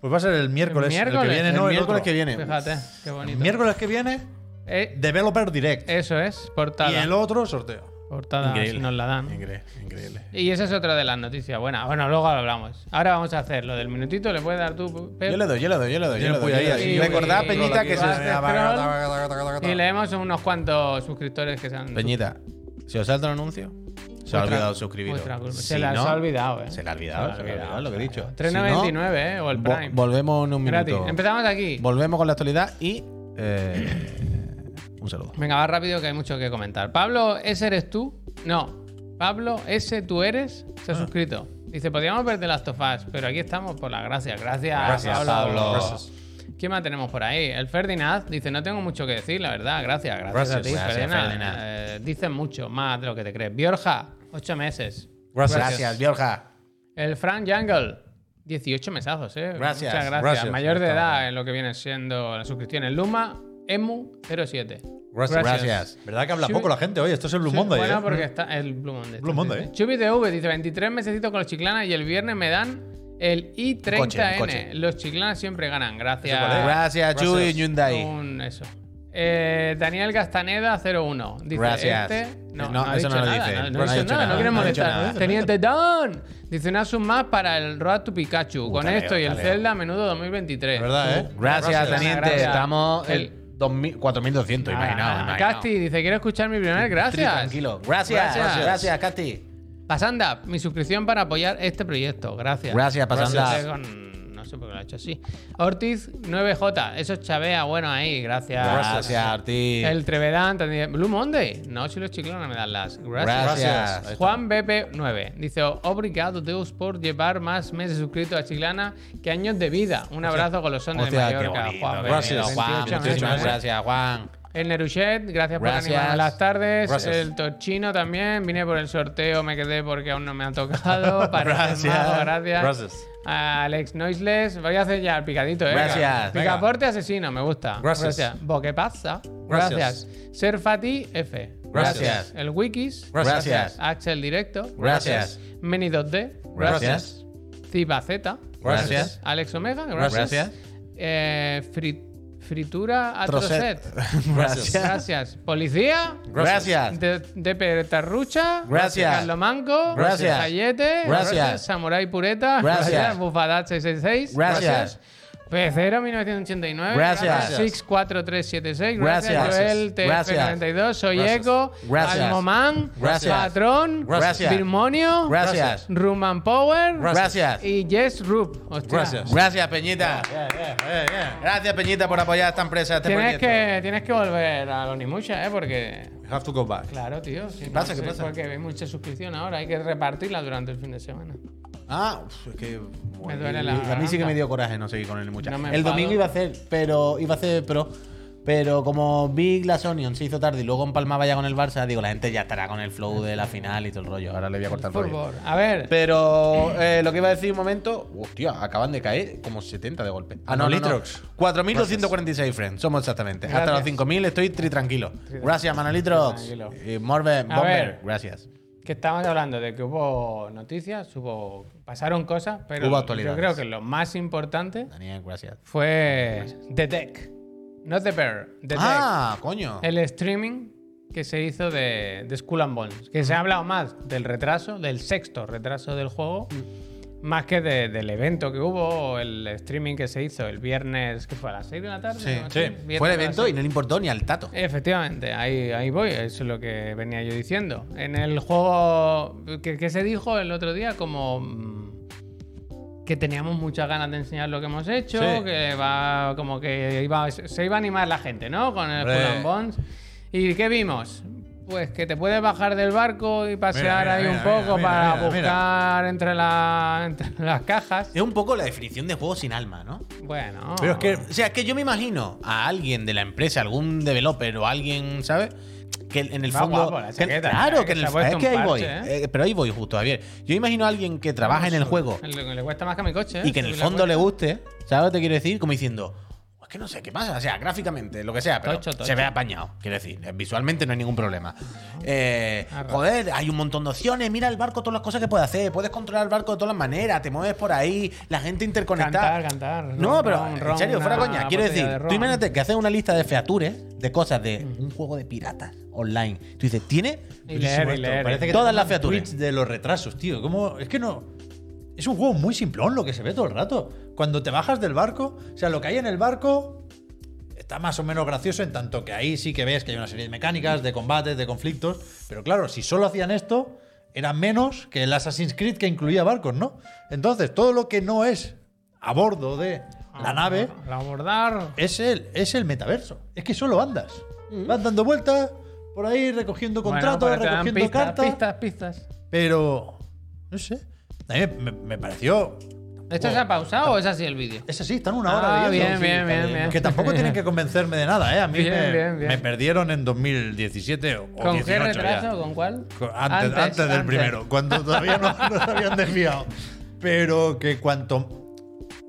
[SPEAKER 4] Pues va a ser el miércoles, el,
[SPEAKER 1] miércoles?
[SPEAKER 4] que viene,
[SPEAKER 1] El
[SPEAKER 4] no el,
[SPEAKER 5] miércoles
[SPEAKER 4] otro.
[SPEAKER 5] que viene.
[SPEAKER 1] Fíjate, qué bonito.
[SPEAKER 4] Miércoles que viene,
[SPEAKER 1] Eh,
[SPEAKER 4] Developer Direct.
[SPEAKER 1] eso es, portada.
[SPEAKER 4] y el otro sorteo.
[SPEAKER 1] Portada, si nos la dan.
[SPEAKER 5] Increíble, increíble.
[SPEAKER 1] Y esa es otra de las noticias buenas. Bueno, luego lo hablamos. Ahora vamos a hacer lo del minutito, le puedes dar tú. Pep?
[SPEAKER 5] Yo le doy, yo le doy, yo le doy.
[SPEAKER 4] Yo
[SPEAKER 5] Yo le
[SPEAKER 4] voy
[SPEAKER 5] doy, yo
[SPEAKER 4] ahí,
[SPEAKER 5] le
[SPEAKER 4] así
[SPEAKER 5] doy.
[SPEAKER 1] yo
[SPEAKER 5] Recordad,
[SPEAKER 1] voy-
[SPEAKER 5] Peñita, que
[SPEAKER 1] yo
[SPEAKER 5] se.
[SPEAKER 1] voy- este Y leemos unos cuantos suscriptores que se han.
[SPEAKER 5] Peñita, si os salta un anuncio, se ha
[SPEAKER 1] Vuestra-
[SPEAKER 5] olvidado suscribiros.
[SPEAKER 1] vuestra culpa.
[SPEAKER 5] Si
[SPEAKER 1] se las
[SPEAKER 5] no,
[SPEAKER 1] ha olvidado, ¿eh?
[SPEAKER 5] Se la ha olvidado, se la ha olvidado, lo que he dicho. Si no,
[SPEAKER 1] 3.99, ¿eh? O el
[SPEAKER 5] vo-
[SPEAKER 1] Prime.
[SPEAKER 5] Volvemos en un
[SPEAKER 1] Gratis.
[SPEAKER 5] minuto.
[SPEAKER 1] Empezamos aquí.
[SPEAKER 5] Volvemos con la actualidad y. eh, un saludo.
[SPEAKER 1] Venga, va rápido que hay mucho que comentar. Pablo, ¿ese eres tú? No. Pablo, ¿ese tú eres?
[SPEAKER 4] Ah.
[SPEAKER 1] Se ha suscrito. Dice, podríamos ver The Last of Us, pero aquí estamos por la gracia. Gracias,
[SPEAKER 4] Gracias, Pablo. Gracias.
[SPEAKER 1] ¿Quién más tenemos por ahí? El Ferdinand dice, no tengo mucho que decir, la verdad. Gracias, gracias, a ti,
[SPEAKER 5] Gracias,
[SPEAKER 1] Ferdinand.
[SPEAKER 5] Ferdinand.
[SPEAKER 1] Eh, dices mucho, más de lo que te crees. Biorja, 8 meses.
[SPEAKER 4] Gracias.
[SPEAKER 5] Gracias, Biorja.
[SPEAKER 1] El Frank Jungle, 18 mesazos, ¿eh?
[SPEAKER 5] Gracias,
[SPEAKER 1] Muchas gracias.
[SPEAKER 4] gracias.
[SPEAKER 1] Mayor de
[SPEAKER 4] Está
[SPEAKER 1] edad en lo que viene siendo las suscripciones. Luma, Emu07.
[SPEAKER 4] Gracias.
[SPEAKER 5] Gracias.
[SPEAKER 4] ¿Verdad que habla
[SPEAKER 1] Sí.
[SPEAKER 4] poco la gente hoy? Esto es el Blue
[SPEAKER 1] Sí,
[SPEAKER 4] Monday,
[SPEAKER 1] Bueno,
[SPEAKER 4] ¿eh?
[SPEAKER 1] porque está el Blue Monday.
[SPEAKER 4] Blue
[SPEAKER 1] está,
[SPEAKER 4] Monday,
[SPEAKER 1] sí, sí.
[SPEAKER 4] ¿eh?
[SPEAKER 1] Chubi TV dice 23 mesecitos con los chiclanas y el viernes me dan el I30N.
[SPEAKER 5] Coche, coche.
[SPEAKER 1] Los chiclanas siempre ganan.
[SPEAKER 4] ¿Eso
[SPEAKER 1] Gracias.
[SPEAKER 4] cuál
[SPEAKER 5] Gracias, Chuy
[SPEAKER 4] Gracias.
[SPEAKER 5] Hyundai.
[SPEAKER 1] Un- eso. Eh, Daniel Castaneda 01 dice
[SPEAKER 5] Gracias.
[SPEAKER 1] este no,
[SPEAKER 5] No,
[SPEAKER 1] no, ha
[SPEAKER 5] eso
[SPEAKER 1] dicho
[SPEAKER 5] no lo
[SPEAKER 1] nada,
[SPEAKER 5] dice.
[SPEAKER 1] no, no
[SPEAKER 5] No
[SPEAKER 1] ha dicho nada, no quiere
[SPEAKER 5] no ha dicho
[SPEAKER 1] molestar
[SPEAKER 5] nada.
[SPEAKER 1] Teniente Don dice una sub más para el Road to Pikachu con
[SPEAKER 5] taleo,
[SPEAKER 1] esto y el
[SPEAKER 5] taleo.
[SPEAKER 1] Zelda menudo 2023
[SPEAKER 4] ¿Verdad, eh?
[SPEAKER 5] Gracias,
[SPEAKER 1] Daniel.
[SPEAKER 5] teniente.
[SPEAKER 1] Gracias.
[SPEAKER 5] Estamos
[SPEAKER 1] El-
[SPEAKER 5] el 2000 4200,
[SPEAKER 1] Ah,
[SPEAKER 5] imaginado. imaginado.
[SPEAKER 1] Casti dice quiero escuchar mi primer
[SPEAKER 5] Tri-
[SPEAKER 1] gracias
[SPEAKER 5] Tranquilo. Gracias,
[SPEAKER 1] Gracias.
[SPEAKER 5] gracias, gracias Casti.
[SPEAKER 1] Pasanda, mi suscripción para apoyar este proyecto. Gracias.
[SPEAKER 5] Gracias, Pasanda.
[SPEAKER 1] No sé, con- no sé por qué lo ha hecho así. Ortiz 9J, eso es Chavea, bueno ahí, gracias.
[SPEAKER 5] Gracias, Arti. Ah,
[SPEAKER 1] El Trevedán también. Blue Monday. No, si los chiclones me dan las. Gracias.
[SPEAKER 5] Gracias. Ahí está.
[SPEAKER 1] Juan BP9 dice: Obrigado, Deus, por llevar más meses suscritos a Chiclana que años de vida. Un abrazo con los de
[SPEAKER 5] Hostia, qué
[SPEAKER 1] Mallorca.
[SPEAKER 5] bonito.
[SPEAKER 1] Juan BP.
[SPEAKER 5] Gracias, Juan.
[SPEAKER 1] 28
[SPEAKER 5] Muchísimas
[SPEAKER 1] meses.
[SPEAKER 5] gracias, Juan.
[SPEAKER 1] El Neruchet, gracias,
[SPEAKER 5] Gracias.
[SPEAKER 1] por animarme las tardes.
[SPEAKER 4] Gracias.
[SPEAKER 1] El Tochino también, vine por el sorteo, me quedé porque aún no me ha tocado. [LAUGHS] Para
[SPEAKER 4] Gracias.
[SPEAKER 1] gracias.
[SPEAKER 4] Gracias.
[SPEAKER 1] Alex Noiseless, voy a hacer ya el picadito, ¿eh?
[SPEAKER 5] Gracias.
[SPEAKER 1] Picaporte asesino, me gusta.
[SPEAKER 4] Gracias.
[SPEAKER 1] Boquepazza, gracias.
[SPEAKER 4] Gracias.
[SPEAKER 1] Ser Fati F.
[SPEAKER 5] Gracias.
[SPEAKER 1] El Wikis,
[SPEAKER 5] Gracias.
[SPEAKER 1] Axel Directo,
[SPEAKER 5] Gracias.
[SPEAKER 1] Meni2D,
[SPEAKER 5] Gracias.
[SPEAKER 1] Ziba Z,
[SPEAKER 5] Gracias.
[SPEAKER 1] Alex Omega,
[SPEAKER 5] Gracias.
[SPEAKER 1] Eh, fri- fritura Atroset. [LAUGHS]
[SPEAKER 5] Trocet. Gracias.
[SPEAKER 1] Gracias. Policía.
[SPEAKER 5] Gracias.
[SPEAKER 1] De, de Pertarrucha.
[SPEAKER 5] Gracias.
[SPEAKER 1] Carlos Manco.
[SPEAKER 5] Gracias.
[SPEAKER 1] Gallete.
[SPEAKER 5] Gracias.
[SPEAKER 1] Samurai Pureta.
[SPEAKER 5] Gracias.
[SPEAKER 1] Bufadat 666.
[SPEAKER 5] Gracias.
[SPEAKER 1] Pecero 1989.
[SPEAKER 5] Gracias.
[SPEAKER 1] 64376.
[SPEAKER 5] Gracias.
[SPEAKER 1] Joel TF92. Soy
[SPEAKER 4] Gracias.
[SPEAKER 1] Eco.
[SPEAKER 5] Gracias.
[SPEAKER 1] Almomán.
[SPEAKER 5] Gracias.
[SPEAKER 1] Patrón.
[SPEAKER 5] Gracias.
[SPEAKER 1] Birmonio.
[SPEAKER 5] Gracias.
[SPEAKER 1] Ruman Power.
[SPEAKER 5] Gracias.
[SPEAKER 1] Y Jess Rup. Hostia.
[SPEAKER 4] Gracias.
[SPEAKER 5] Gracias, Peñita. Gracias, Peñita, por apoyar a esta empresa, a este
[SPEAKER 1] Tienes
[SPEAKER 5] proyecto.
[SPEAKER 1] que, tienes que volver a los Nimucha, ¿eh? Porque
[SPEAKER 4] You have to go back.
[SPEAKER 1] Claro, tío. Si no
[SPEAKER 5] pasa?
[SPEAKER 1] sé,
[SPEAKER 5] ¿Qué pasa?
[SPEAKER 1] Porque hay mucha suscripción ahora, hay que repartirla durante el fin de semana.
[SPEAKER 5] Ah, uf, es que.
[SPEAKER 1] Me duele la
[SPEAKER 5] a mí sí que
[SPEAKER 1] garganta.
[SPEAKER 5] me dio coraje no seguir con él mucho.
[SPEAKER 1] No me
[SPEAKER 5] el
[SPEAKER 1] enfado.
[SPEAKER 5] domingo iba a hacer, pero iba a hacer pro. Pero como vi Glass Onion se hizo tarde y luego empalmaba ya con el Barça, digo, la gente ya estará con el flow de la final y todo el rollo. Ahora le voy a cortar el
[SPEAKER 1] Por
[SPEAKER 5] rollo.
[SPEAKER 1] favor. A ver,
[SPEAKER 5] Pero eh, lo que iba a decir un momento, hostia, acaban de caer como 70 de golpe. Ah, no, no, no.
[SPEAKER 4] Manolitrox.
[SPEAKER 5] 4.246 friends, somos exactamente. Hasta
[SPEAKER 1] Gracias.
[SPEAKER 5] los 5.000 estoy tri tranquilo. Gracias, Manolitrox.
[SPEAKER 1] Tranquilo.
[SPEAKER 5] Y Morbe,
[SPEAKER 1] A ver.
[SPEAKER 5] Bomber, gracias.
[SPEAKER 1] que estábamos hablando de que hubo noticias, hubo pasaron cosas, pero
[SPEAKER 5] Hubo
[SPEAKER 1] yo
[SPEAKER 5] actualidades.
[SPEAKER 1] creo que lo más importante
[SPEAKER 5] Daniel, gracias.
[SPEAKER 1] fue The Deck. No The Bear, The
[SPEAKER 5] Ah, coño.
[SPEAKER 1] Deck. El streaming que se hizo de, de Skull and Bones. Que se ha hablado más del retraso, del sexto retraso del juego, más que de- del evento que hubo, el streaming que se hizo el viernes, que fue a las 6 de la tarde.
[SPEAKER 5] Sí,
[SPEAKER 1] ¿no?
[SPEAKER 4] sí.
[SPEAKER 1] Viernes
[SPEAKER 5] Fue
[SPEAKER 1] a
[SPEAKER 5] el
[SPEAKER 1] las
[SPEAKER 5] evento y no le importó ni al tato.
[SPEAKER 1] Efectivamente, ahí, ahí voy, eso es lo que venía yo diciendo. En el juego que, que se dijo el otro día, como mm, que teníamos muchas ganas de enseñar lo que hemos hecho,
[SPEAKER 4] Sí.
[SPEAKER 1] que va como que iba, se iba a animar la gente, ¿no? Con el
[SPEAKER 4] Hombre.
[SPEAKER 1] Skull and Bones. ¿Y qué vimos? Pues que te puedes bajar del barco y pasear
[SPEAKER 4] mira,
[SPEAKER 1] ahí un
[SPEAKER 4] mira,
[SPEAKER 1] poco
[SPEAKER 4] mira,
[SPEAKER 1] para
[SPEAKER 4] mira, mira.
[SPEAKER 1] buscar Entre, la, entre las cajas.
[SPEAKER 5] Es un poco la definición de juego sin alma, ¿no?
[SPEAKER 1] Bueno.
[SPEAKER 4] Pero es que
[SPEAKER 5] O sea, es que yo me imagino a alguien de la empresa, algún developer o alguien, ¿sabes? Que en el
[SPEAKER 1] Va
[SPEAKER 5] fondo.
[SPEAKER 1] guapo la
[SPEAKER 5] que-
[SPEAKER 1] chaqueta,
[SPEAKER 5] claro,
[SPEAKER 1] que
[SPEAKER 5] que en
[SPEAKER 1] se
[SPEAKER 5] el
[SPEAKER 1] ha puesto
[SPEAKER 5] Es que
[SPEAKER 1] un
[SPEAKER 5] ahí voy.
[SPEAKER 1] parche,
[SPEAKER 5] eh, pero ahí voy justo, Javier. Yo imagino a alguien que trabaja en el juego
[SPEAKER 1] Le, le cuesta más que a mi coche. ¿eh?
[SPEAKER 5] y que en el
[SPEAKER 1] Le
[SPEAKER 5] fondo
[SPEAKER 1] cuesta.
[SPEAKER 5] le guste, ¿sabes lo que te quiero decir? Como diciendo, "Uah, que no sé qué pasa. O sea, gráficamente, lo que sea, pero
[SPEAKER 1] Tocho, tocho.
[SPEAKER 5] se ve apañado. Quiero decir, eh, visualmente no hay ningún problema. Eh,
[SPEAKER 1] Arroz.
[SPEAKER 5] joder, hay un montón de opciones. Mira el barco, todas las cosas que puedes hacer. Puedes controlar el barco de todas las maneras. Te mueves por ahí, la gente interconectada.
[SPEAKER 1] Cantar, cantar.
[SPEAKER 5] No,
[SPEAKER 1] Ron,
[SPEAKER 5] pero
[SPEAKER 1] ron,
[SPEAKER 5] en
[SPEAKER 1] ron,
[SPEAKER 5] serio, fuera
[SPEAKER 1] una
[SPEAKER 5] coña. Quiero
[SPEAKER 1] botella
[SPEAKER 5] decir,
[SPEAKER 1] de
[SPEAKER 5] tú
[SPEAKER 1] ron. Mm.
[SPEAKER 5] imagínate que haces una lista de features, de cosas de un juego de piratas online. Tú dices, tiene
[SPEAKER 1] Y leer, y
[SPEAKER 4] Buenísimo esto.
[SPEAKER 1] leer.
[SPEAKER 4] Parece que
[SPEAKER 5] Todas
[SPEAKER 4] tenemos
[SPEAKER 5] las featuras.
[SPEAKER 4] tweets de los retrasos, tío. ¿Cómo? Es que no. Es un juego muy simplón lo que se ve todo el rato. Cuando te bajas del barco, o sea, lo que hay en el barco está más o menos gracioso en tanto que ahí sí que ves que hay una serie de mecánicas, de combates, de conflictos. Pero claro, si solo hacían esto, era menos que el Assassin's Creed que incluía barcos, ¿no? Entonces, todo lo que no es a bordo de
[SPEAKER 1] Ah,
[SPEAKER 4] la nave
[SPEAKER 1] La abordar.
[SPEAKER 4] es el, es el metaverso. Es que solo andas. Vas dando vueltas por ahí recogiendo contratos,
[SPEAKER 1] Bueno, pero te dan
[SPEAKER 4] recogiendo
[SPEAKER 1] pistas,
[SPEAKER 4] cartas.
[SPEAKER 1] Pistas, pistas.
[SPEAKER 4] Pero. No sé. A mí me, me pareció.
[SPEAKER 1] ¿Esto se ha pausado o es así el vídeo?
[SPEAKER 4] Es así, están una hora
[SPEAKER 1] Ah,
[SPEAKER 4] de
[SPEAKER 1] bien, bien, bien, bien.
[SPEAKER 4] Que tampoco
[SPEAKER 1] [LAUGHS]
[SPEAKER 4] tienen que convencerme de nada, ¿eh? A mí
[SPEAKER 1] Bien,
[SPEAKER 4] me,
[SPEAKER 1] bien, bien.
[SPEAKER 4] me perdieron en 2017 o
[SPEAKER 1] ¿Con
[SPEAKER 4] 18
[SPEAKER 1] qué
[SPEAKER 4] ya.
[SPEAKER 1] retraso? ¿Con cuál?
[SPEAKER 4] Antes, antes, del
[SPEAKER 1] antes.
[SPEAKER 4] primero, cuando todavía [LAUGHS] no, no se habían desviado. Pero que cuanto.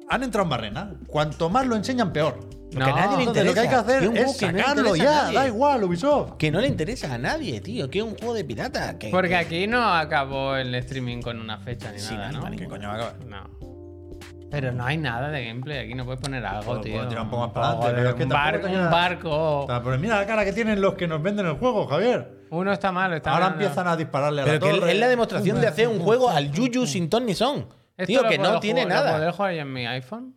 [SPEAKER 4] Han entrado en barrena. Cuanto más lo enseñan, peor. Porque
[SPEAKER 1] No.
[SPEAKER 4] a nadie le
[SPEAKER 5] Entonces,
[SPEAKER 4] interesa. Lo que hay que
[SPEAKER 5] es
[SPEAKER 4] hacer
[SPEAKER 5] un
[SPEAKER 4] es
[SPEAKER 5] juego que no
[SPEAKER 4] sacarlo
[SPEAKER 5] interesa a
[SPEAKER 4] ya.
[SPEAKER 5] nadie.
[SPEAKER 4] Da igual, Ubisoft.
[SPEAKER 5] que no le interesa a nadie, tío. Que es un juego de piratas. Que,
[SPEAKER 1] Porque aquí no acabó el streaming con una fecha ni
[SPEAKER 5] Sí,
[SPEAKER 1] nada,
[SPEAKER 5] no,
[SPEAKER 1] ¿no?
[SPEAKER 5] no,
[SPEAKER 4] ¿Qué coño va a acabar?
[SPEAKER 1] No. Pero no hay nada de gameplay, aquí no puedes poner algo,
[SPEAKER 4] Puedo-
[SPEAKER 1] tío.
[SPEAKER 4] puedo tirar un poco más para
[SPEAKER 1] Joder,
[SPEAKER 4] adelante, pero es que
[SPEAKER 1] un,
[SPEAKER 4] tampoco
[SPEAKER 1] barco,
[SPEAKER 4] tenía-
[SPEAKER 1] un barco.
[SPEAKER 4] Ah, Pero mira la cara que tienen los que nos venden el juego, Javier.
[SPEAKER 1] Uno está malo, está
[SPEAKER 4] Ahora
[SPEAKER 1] malo.
[SPEAKER 4] empiezan a dispararle a
[SPEAKER 5] pero
[SPEAKER 4] la
[SPEAKER 5] que
[SPEAKER 4] torre.
[SPEAKER 5] es la demostración de hacer un juego al Yuyu sin ton ni son.
[SPEAKER 1] Esto
[SPEAKER 5] Tío,
[SPEAKER 1] lo
[SPEAKER 5] que
[SPEAKER 1] puedo
[SPEAKER 5] no tiene
[SPEAKER 1] jugar- ¿Lo podré
[SPEAKER 5] nada.
[SPEAKER 1] jugar yo en mi iPhone?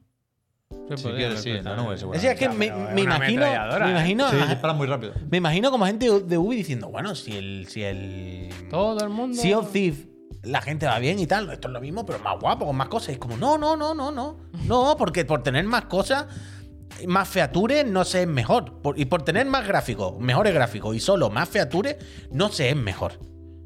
[SPEAKER 1] Sí,
[SPEAKER 4] Si
[SPEAKER 1] podría,
[SPEAKER 4] quieres, sí, en la nube,
[SPEAKER 5] O sea, que me,
[SPEAKER 1] Pero es
[SPEAKER 5] me
[SPEAKER 1] una
[SPEAKER 5] imagino,
[SPEAKER 1] ametralladora,
[SPEAKER 5] me
[SPEAKER 1] ¿eh?
[SPEAKER 5] imagino,
[SPEAKER 4] Sí, disparan muy rápido.
[SPEAKER 5] me imagino como gente de Ubi diciendo, bueno, si el, si el,
[SPEAKER 1] Todo el mundo.
[SPEAKER 5] Sea of Thief, la gente va bien y tal, esto es lo mismo, pero más guapo, con más cosas. Y es como, no, no, no, no, no. No, porque por tener más cosas, más features, no se es mejor. Por- y por tener más gráficos, mejores gráficos y solo más features, no se es mejor.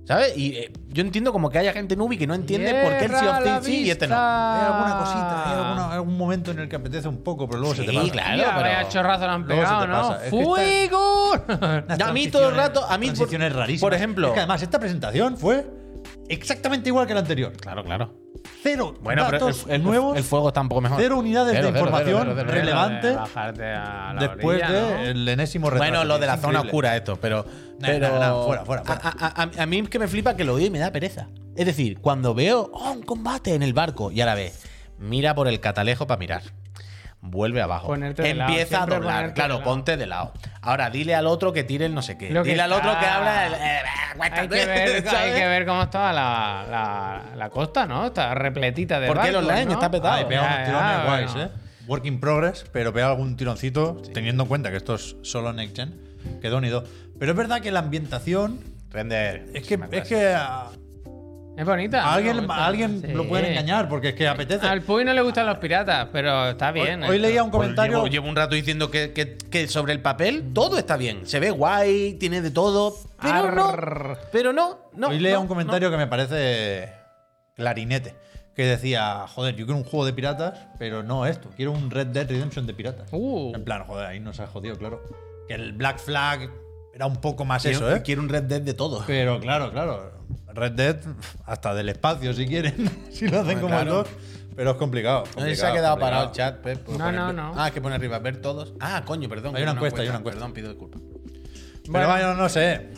[SPEAKER 5] ¿Sabes? Y eh, yo entiendo como que haya gente nubi que no entiende por qué el Sea of Thieves sí y este no.
[SPEAKER 4] Hay alguna cosita, hay alguna- algún momento en el que apetece un poco, pero luego se te
[SPEAKER 5] Sí,
[SPEAKER 4] pasa.
[SPEAKER 5] claro.
[SPEAKER 1] Claro, pero...
[SPEAKER 5] pero-
[SPEAKER 1] Vaya chorrazo le han
[SPEAKER 4] Luego se
[SPEAKER 1] pegado,
[SPEAKER 4] te
[SPEAKER 1] ¿no?
[SPEAKER 4] pasa, es que [LAUGHS]
[SPEAKER 1] ¡Fuego!
[SPEAKER 4] Unas
[SPEAKER 5] A mí todo el
[SPEAKER 4] transiciones-
[SPEAKER 5] rato, a mí por-
[SPEAKER 4] transiciones rarísimas.
[SPEAKER 5] por ejemplo-
[SPEAKER 4] Es que además esta presentación fue exactamente igual que la anterior.
[SPEAKER 5] Claro, claro.
[SPEAKER 4] Cero
[SPEAKER 5] Bueno, pero el,
[SPEAKER 4] datos
[SPEAKER 5] el-
[SPEAKER 4] nuevos,
[SPEAKER 5] el fuego está un poco mejor.
[SPEAKER 4] cero unidades
[SPEAKER 5] Cero,
[SPEAKER 4] de
[SPEAKER 5] cero,
[SPEAKER 4] información
[SPEAKER 5] cero, cero, cero, cero.
[SPEAKER 4] relevante
[SPEAKER 1] De bajarte a la
[SPEAKER 4] después
[SPEAKER 1] orilla, ¿no?
[SPEAKER 4] del enésimo retraso.
[SPEAKER 5] Bueno, lo
[SPEAKER 4] tío,
[SPEAKER 5] de la
[SPEAKER 4] es
[SPEAKER 5] zona
[SPEAKER 4] increíble.
[SPEAKER 5] oscura, esto, pero.
[SPEAKER 4] Nah,
[SPEAKER 5] pero
[SPEAKER 4] nah, nah, fuera, fuera, fuera.
[SPEAKER 5] A, a- a- a mí es que me flipa que lo veo y me da pereza. Es decir, cuando veo oh, un combate en el barco y a la vez, mira por el catalejo para mirar. Vuelve abajo.
[SPEAKER 1] Ponerte de lado,
[SPEAKER 5] Empieza
[SPEAKER 1] siempre
[SPEAKER 5] a doblar.
[SPEAKER 1] ponerte
[SPEAKER 5] Claro,
[SPEAKER 1] de lado.
[SPEAKER 5] ponte de lado. Ahora dile al otro que tire el no sé qué.
[SPEAKER 1] Lo que
[SPEAKER 5] dile al otro que
[SPEAKER 1] está-
[SPEAKER 5] habla. el, eh,
[SPEAKER 1] Hay que,
[SPEAKER 4] [LAUGHS]
[SPEAKER 1] ver, hay
[SPEAKER 5] [LAUGHS] ¿sabes?
[SPEAKER 1] que ver cómo estaba la, la, la costa, ¿no? Está repletita de
[SPEAKER 5] Porque el
[SPEAKER 1] barcos,
[SPEAKER 5] online
[SPEAKER 1] ¿no?
[SPEAKER 5] está petado.
[SPEAKER 4] Ah, he pegado
[SPEAKER 1] Ya,
[SPEAKER 4] unos
[SPEAKER 1] ya,
[SPEAKER 4] tirones guays,
[SPEAKER 1] bueno.
[SPEAKER 4] ¿eh? Work in progress, pero pega algún tironcito, teniendo en cuenta que esto es solo next gen, quedó unido. Pero es verdad que la ambientación
[SPEAKER 5] Render. Pues
[SPEAKER 4] es que,
[SPEAKER 5] muchísimas
[SPEAKER 4] es
[SPEAKER 5] gracias.
[SPEAKER 4] que a, ¿eh?
[SPEAKER 1] Es bonita.
[SPEAKER 4] a
[SPEAKER 1] ¿no? Me
[SPEAKER 4] alguien,
[SPEAKER 1] gusta.
[SPEAKER 4] a alguien
[SPEAKER 1] Sí.
[SPEAKER 4] lo pueden engañar porque es que apetece.
[SPEAKER 1] Al Puy no le gustan los piratas, pero está
[SPEAKER 4] Hoy-
[SPEAKER 1] bien.
[SPEAKER 4] hoy, leía un
[SPEAKER 5] Pues
[SPEAKER 4] comentario.
[SPEAKER 5] Llevo, llevo un rato diciendo que, que- que sobre el papel todo está bien. Se ve guay, tiene de todo. Pero no.
[SPEAKER 1] Arr.
[SPEAKER 5] Pero no. no
[SPEAKER 4] hoy leía
[SPEAKER 5] no,
[SPEAKER 4] un
[SPEAKER 5] no.
[SPEAKER 4] comentario que me parece clarinete. Que decía, joder, yo quiero un juego de piratas, pero no esto. Quiero un Red Dead Redemption de piratas.
[SPEAKER 1] Uh.
[SPEAKER 4] En plan, joder, ahí nos ha jodido, claro. Que el Black Flag era un poco más
[SPEAKER 5] Quiero-
[SPEAKER 4] eso, ¿eh?
[SPEAKER 5] Quiero un Red Dead de todo.
[SPEAKER 4] Pero claro, claro. Red Dead, hasta del espacio si quieren. [LAUGHS] si lo hacen
[SPEAKER 5] Ah,
[SPEAKER 4] como
[SPEAKER 5] claro.
[SPEAKER 4] el 2. Pero es complicado.
[SPEAKER 5] No sé si
[SPEAKER 4] complicado,
[SPEAKER 5] se ha quedado
[SPEAKER 4] complicado.
[SPEAKER 5] parado el chat, Pep. por
[SPEAKER 1] No,
[SPEAKER 5] poner-
[SPEAKER 1] no, no.
[SPEAKER 5] Ah, es que pone arriba, ver todos. Ah, coño, perdón.
[SPEAKER 4] Hay
[SPEAKER 5] que
[SPEAKER 4] una encuesta, hay una encuesta.
[SPEAKER 5] Perdón, pido disculpas.
[SPEAKER 4] Pero
[SPEAKER 1] Bueno.
[SPEAKER 4] bueno, no sé.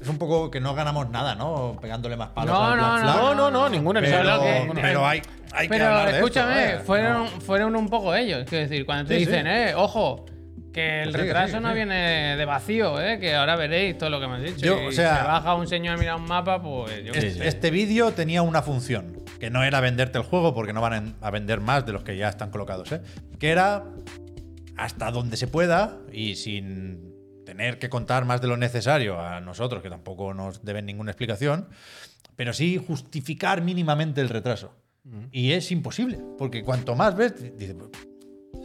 [SPEAKER 4] Es un poco que no ganamos nada, ¿no? Pegándole más palos.
[SPEAKER 1] No, no,
[SPEAKER 4] al Black
[SPEAKER 1] no,
[SPEAKER 4] Flag.
[SPEAKER 1] no, no, no,
[SPEAKER 5] ninguna
[SPEAKER 1] Solo que-
[SPEAKER 4] Pero, pero hay, hay que
[SPEAKER 1] Pero
[SPEAKER 4] hablar de esto,
[SPEAKER 1] escúchame,
[SPEAKER 4] ¿eh?
[SPEAKER 1] fueron, fueron un poco ellos. Quiero decir, cuando te
[SPEAKER 4] Sí,
[SPEAKER 1] dicen,
[SPEAKER 4] sí.
[SPEAKER 1] eh, ojo, que el
[SPEAKER 4] Sí,
[SPEAKER 1] retraso
[SPEAKER 4] sí,
[SPEAKER 1] no
[SPEAKER 4] sí.
[SPEAKER 1] viene de vacío, eh, que ahora veréis todo lo que me has dicho.
[SPEAKER 4] Yo,
[SPEAKER 1] Y
[SPEAKER 4] o sea-
[SPEAKER 1] se baja un señor a mirar un mapa, pues yo qué
[SPEAKER 4] Este,
[SPEAKER 1] sé.
[SPEAKER 4] este vídeo tenía una función, que no era venderte el juego, porque no van en- a vender más de los que ya están colocados, ¿eh? que era hasta donde se pueda y sin tener que contar más de lo necesario a nosotros, que tampoco nos deben ninguna explicación, pero sí justificar mínimamente el retraso. Y es imposible, porque cuanto más ves, dices,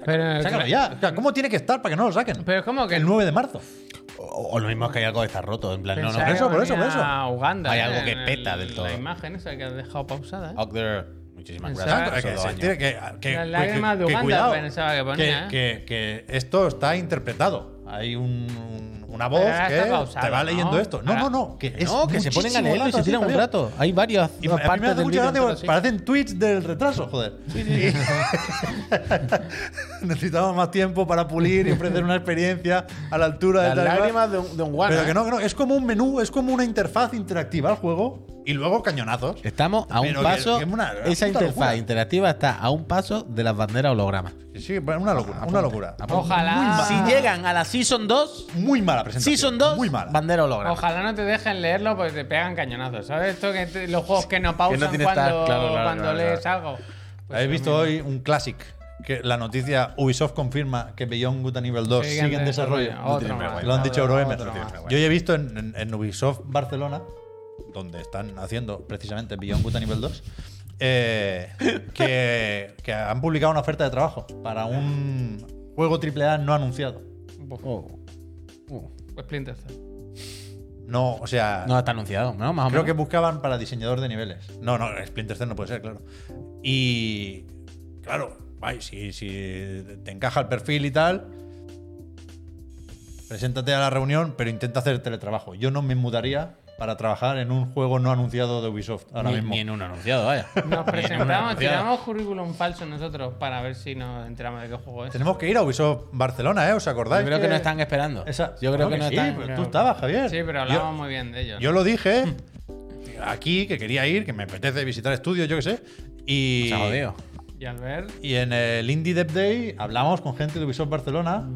[SPEAKER 1] Pero,
[SPEAKER 4] sácalo ya. O sea, ¿Cómo tiene que estar para que no lo saquen?
[SPEAKER 1] pero es como que
[SPEAKER 4] el 9 de marzo.
[SPEAKER 5] O, o lo mismo es que hay algo que está roto. En plan, no, no.
[SPEAKER 1] pensaba que
[SPEAKER 4] por eso, por eso, por
[SPEAKER 1] venía
[SPEAKER 4] eso.
[SPEAKER 1] a Uganda,
[SPEAKER 5] Hay
[SPEAKER 1] eh,
[SPEAKER 5] algo que
[SPEAKER 1] en
[SPEAKER 5] peta
[SPEAKER 1] el-
[SPEAKER 5] del todo.
[SPEAKER 1] La imagen esa que has dejado pausada. ¿eh?
[SPEAKER 5] Out there. Muchísimas
[SPEAKER 1] Pensaba-
[SPEAKER 5] gracias.
[SPEAKER 1] Claro,
[SPEAKER 4] Exacto,
[SPEAKER 5] Solo
[SPEAKER 4] que se tiene
[SPEAKER 5] año.
[SPEAKER 4] que- que-
[SPEAKER 1] Las
[SPEAKER 4] que-
[SPEAKER 1] lágrimas de
[SPEAKER 4] que- que
[SPEAKER 1] Uganda
[SPEAKER 4] cuidado,
[SPEAKER 1] pensaba que ponía, ¿eh?
[SPEAKER 4] que- que- que esto está interpretado. Hay un, un- una voz
[SPEAKER 1] ahora
[SPEAKER 4] que
[SPEAKER 1] está pausado,
[SPEAKER 4] te va
[SPEAKER 1] ¿no?
[SPEAKER 4] leyendo esto. No,
[SPEAKER 1] Ahora-
[SPEAKER 4] no, no. Que es
[SPEAKER 5] No, que se ponen
[SPEAKER 4] muchísimo
[SPEAKER 5] a leerlo y
[SPEAKER 4] rato
[SPEAKER 5] se
[SPEAKER 4] así
[SPEAKER 5] tiran un
[SPEAKER 4] también.
[SPEAKER 5] rato. Hay varias
[SPEAKER 4] Y a mí me
[SPEAKER 5] partes
[SPEAKER 4] hace
[SPEAKER 5] del
[SPEAKER 4] mucha
[SPEAKER 5] vídeo.
[SPEAKER 4] gracia
[SPEAKER 5] entero,
[SPEAKER 4] porque
[SPEAKER 5] sí.
[SPEAKER 4] parecen tweets del retraso, [LAUGHS] joder. Necesitamos más tiempo para pulir y ofrecer una experiencia a la altura de
[SPEAKER 5] Las
[SPEAKER 4] tal y cual.
[SPEAKER 5] lágrimas de un, de un guano,
[SPEAKER 4] Pero
[SPEAKER 5] ¿eh?
[SPEAKER 4] que no, que no, es como un menú, es como una interfaz interactiva al juego y luego cañonazos.
[SPEAKER 5] Estamos a un
[SPEAKER 4] Pero que-
[SPEAKER 5] paso.
[SPEAKER 4] que es una- una
[SPEAKER 5] esa
[SPEAKER 4] puta
[SPEAKER 5] interfaz
[SPEAKER 4] locura.
[SPEAKER 5] interactiva está a un paso de las banderas hologramas.
[SPEAKER 4] Sí, una locura, una locura.
[SPEAKER 1] Ojalá.
[SPEAKER 4] Muy mala,
[SPEAKER 1] Si
[SPEAKER 5] a la Season 2,
[SPEAKER 4] muy mala presentación. Muy mala.
[SPEAKER 5] bandera holograma.
[SPEAKER 1] Ojalá no te dejen leerlo porque te pegan cañonazos. ¿Sabes esto que te- los juegos que no pausan
[SPEAKER 5] tiene
[SPEAKER 1] cuando,
[SPEAKER 5] tag, claro, claro,
[SPEAKER 1] cuando
[SPEAKER 5] claro,
[SPEAKER 1] lees algo? Pues
[SPEAKER 4] Habéis
[SPEAKER 1] lo
[SPEAKER 4] visto
[SPEAKER 1] mismo.
[SPEAKER 4] hoy un classic. Que la noticia Ubisoft confirma que Beyond Good and Evil 2
[SPEAKER 1] Sigue
[SPEAKER 4] sigue,
[SPEAKER 1] en
[SPEAKER 4] en desarrollo.
[SPEAKER 1] desarrollo.
[SPEAKER 4] No
[SPEAKER 1] Otro
[SPEAKER 4] tiene
[SPEAKER 1] más,
[SPEAKER 4] vergüenza. Lo han
[SPEAKER 1] otro
[SPEAKER 4] dicho Eurogamer.
[SPEAKER 1] más, otro
[SPEAKER 4] No tiene
[SPEAKER 1] más.
[SPEAKER 4] vergüenza. Yo ya he visto en, en- en Ubisoft Barcelona, donde están haciendo precisamente Beyond Good and Evil 2, eh, que, que han publicado una oferta de trabajo para un juego AAA no anunciado.
[SPEAKER 5] Oh. Uh.
[SPEAKER 1] Pues Splinter Cell.
[SPEAKER 4] No, o sea,
[SPEAKER 5] No está anunciado, ¿no? Más o
[SPEAKER 4] Creo que
[SPEAKER 5] menos.
[SPEAKER 4] buscaban para diseñador de niveles. No, no, Splinter Cell no puede ser, claro. Y claro, ay, si, si te encaja el perfil y tal, preséntate a la reunión, pero intenta hacer teletrabajo. Yo no me mudaría para trabajar en un juego no anunciado de Ubisoft ahora
[SPEAKER 5] ni,
[SPEAKER 4] mismo.
[SPEAKER 5] ni en un anunciado, vaya. Ni en
[SPEAKER 2] [LAUGHS]
[SPEAKER 1] Nos
[SPEAKER 5] un
[SPEAKER 1] presentamos,
[SPEAKER 5] anunciado.
[SPEAKER 1] tiramos currículum falso nosotros para ver si nos enteramos de qué juego es.
[SPEAKER 4] Tenemos que ir a Ubisoft Barcelona, ¿eh? ¿Os acordáis?
[SPEAKER 5] Yo creo que no están esperando.
[SPEAKER 4] esa-
[SPEAKER 5] Yo creo
[SPEAKER 4] Claro
[SPEAKER 5] que no
[SPEAKER 4] sí,
[SPEAKER 5] están.
[SPEAKER 4] pero tú estabas, Javier.
[SPEAKER 1] Sí, pero
[SPEAKER 4] Yo-
[SPEAKER 1] hablábamos muy bien de ellos.
[SPEAKER 4] Yo lo dije
[SPEAKER 5] [LAUGHS]
[SPEAKER 4] aquí, que quería ir, que me apetece visitar estudios, yo qué sé. Y,
[SPEAKER 5] Se ha jodido.
[SPEAKER 1] Y al ver,
[SPEAKER 4] Y en el Indie Dev Day hablamos con gente de Ubisoft Barcelona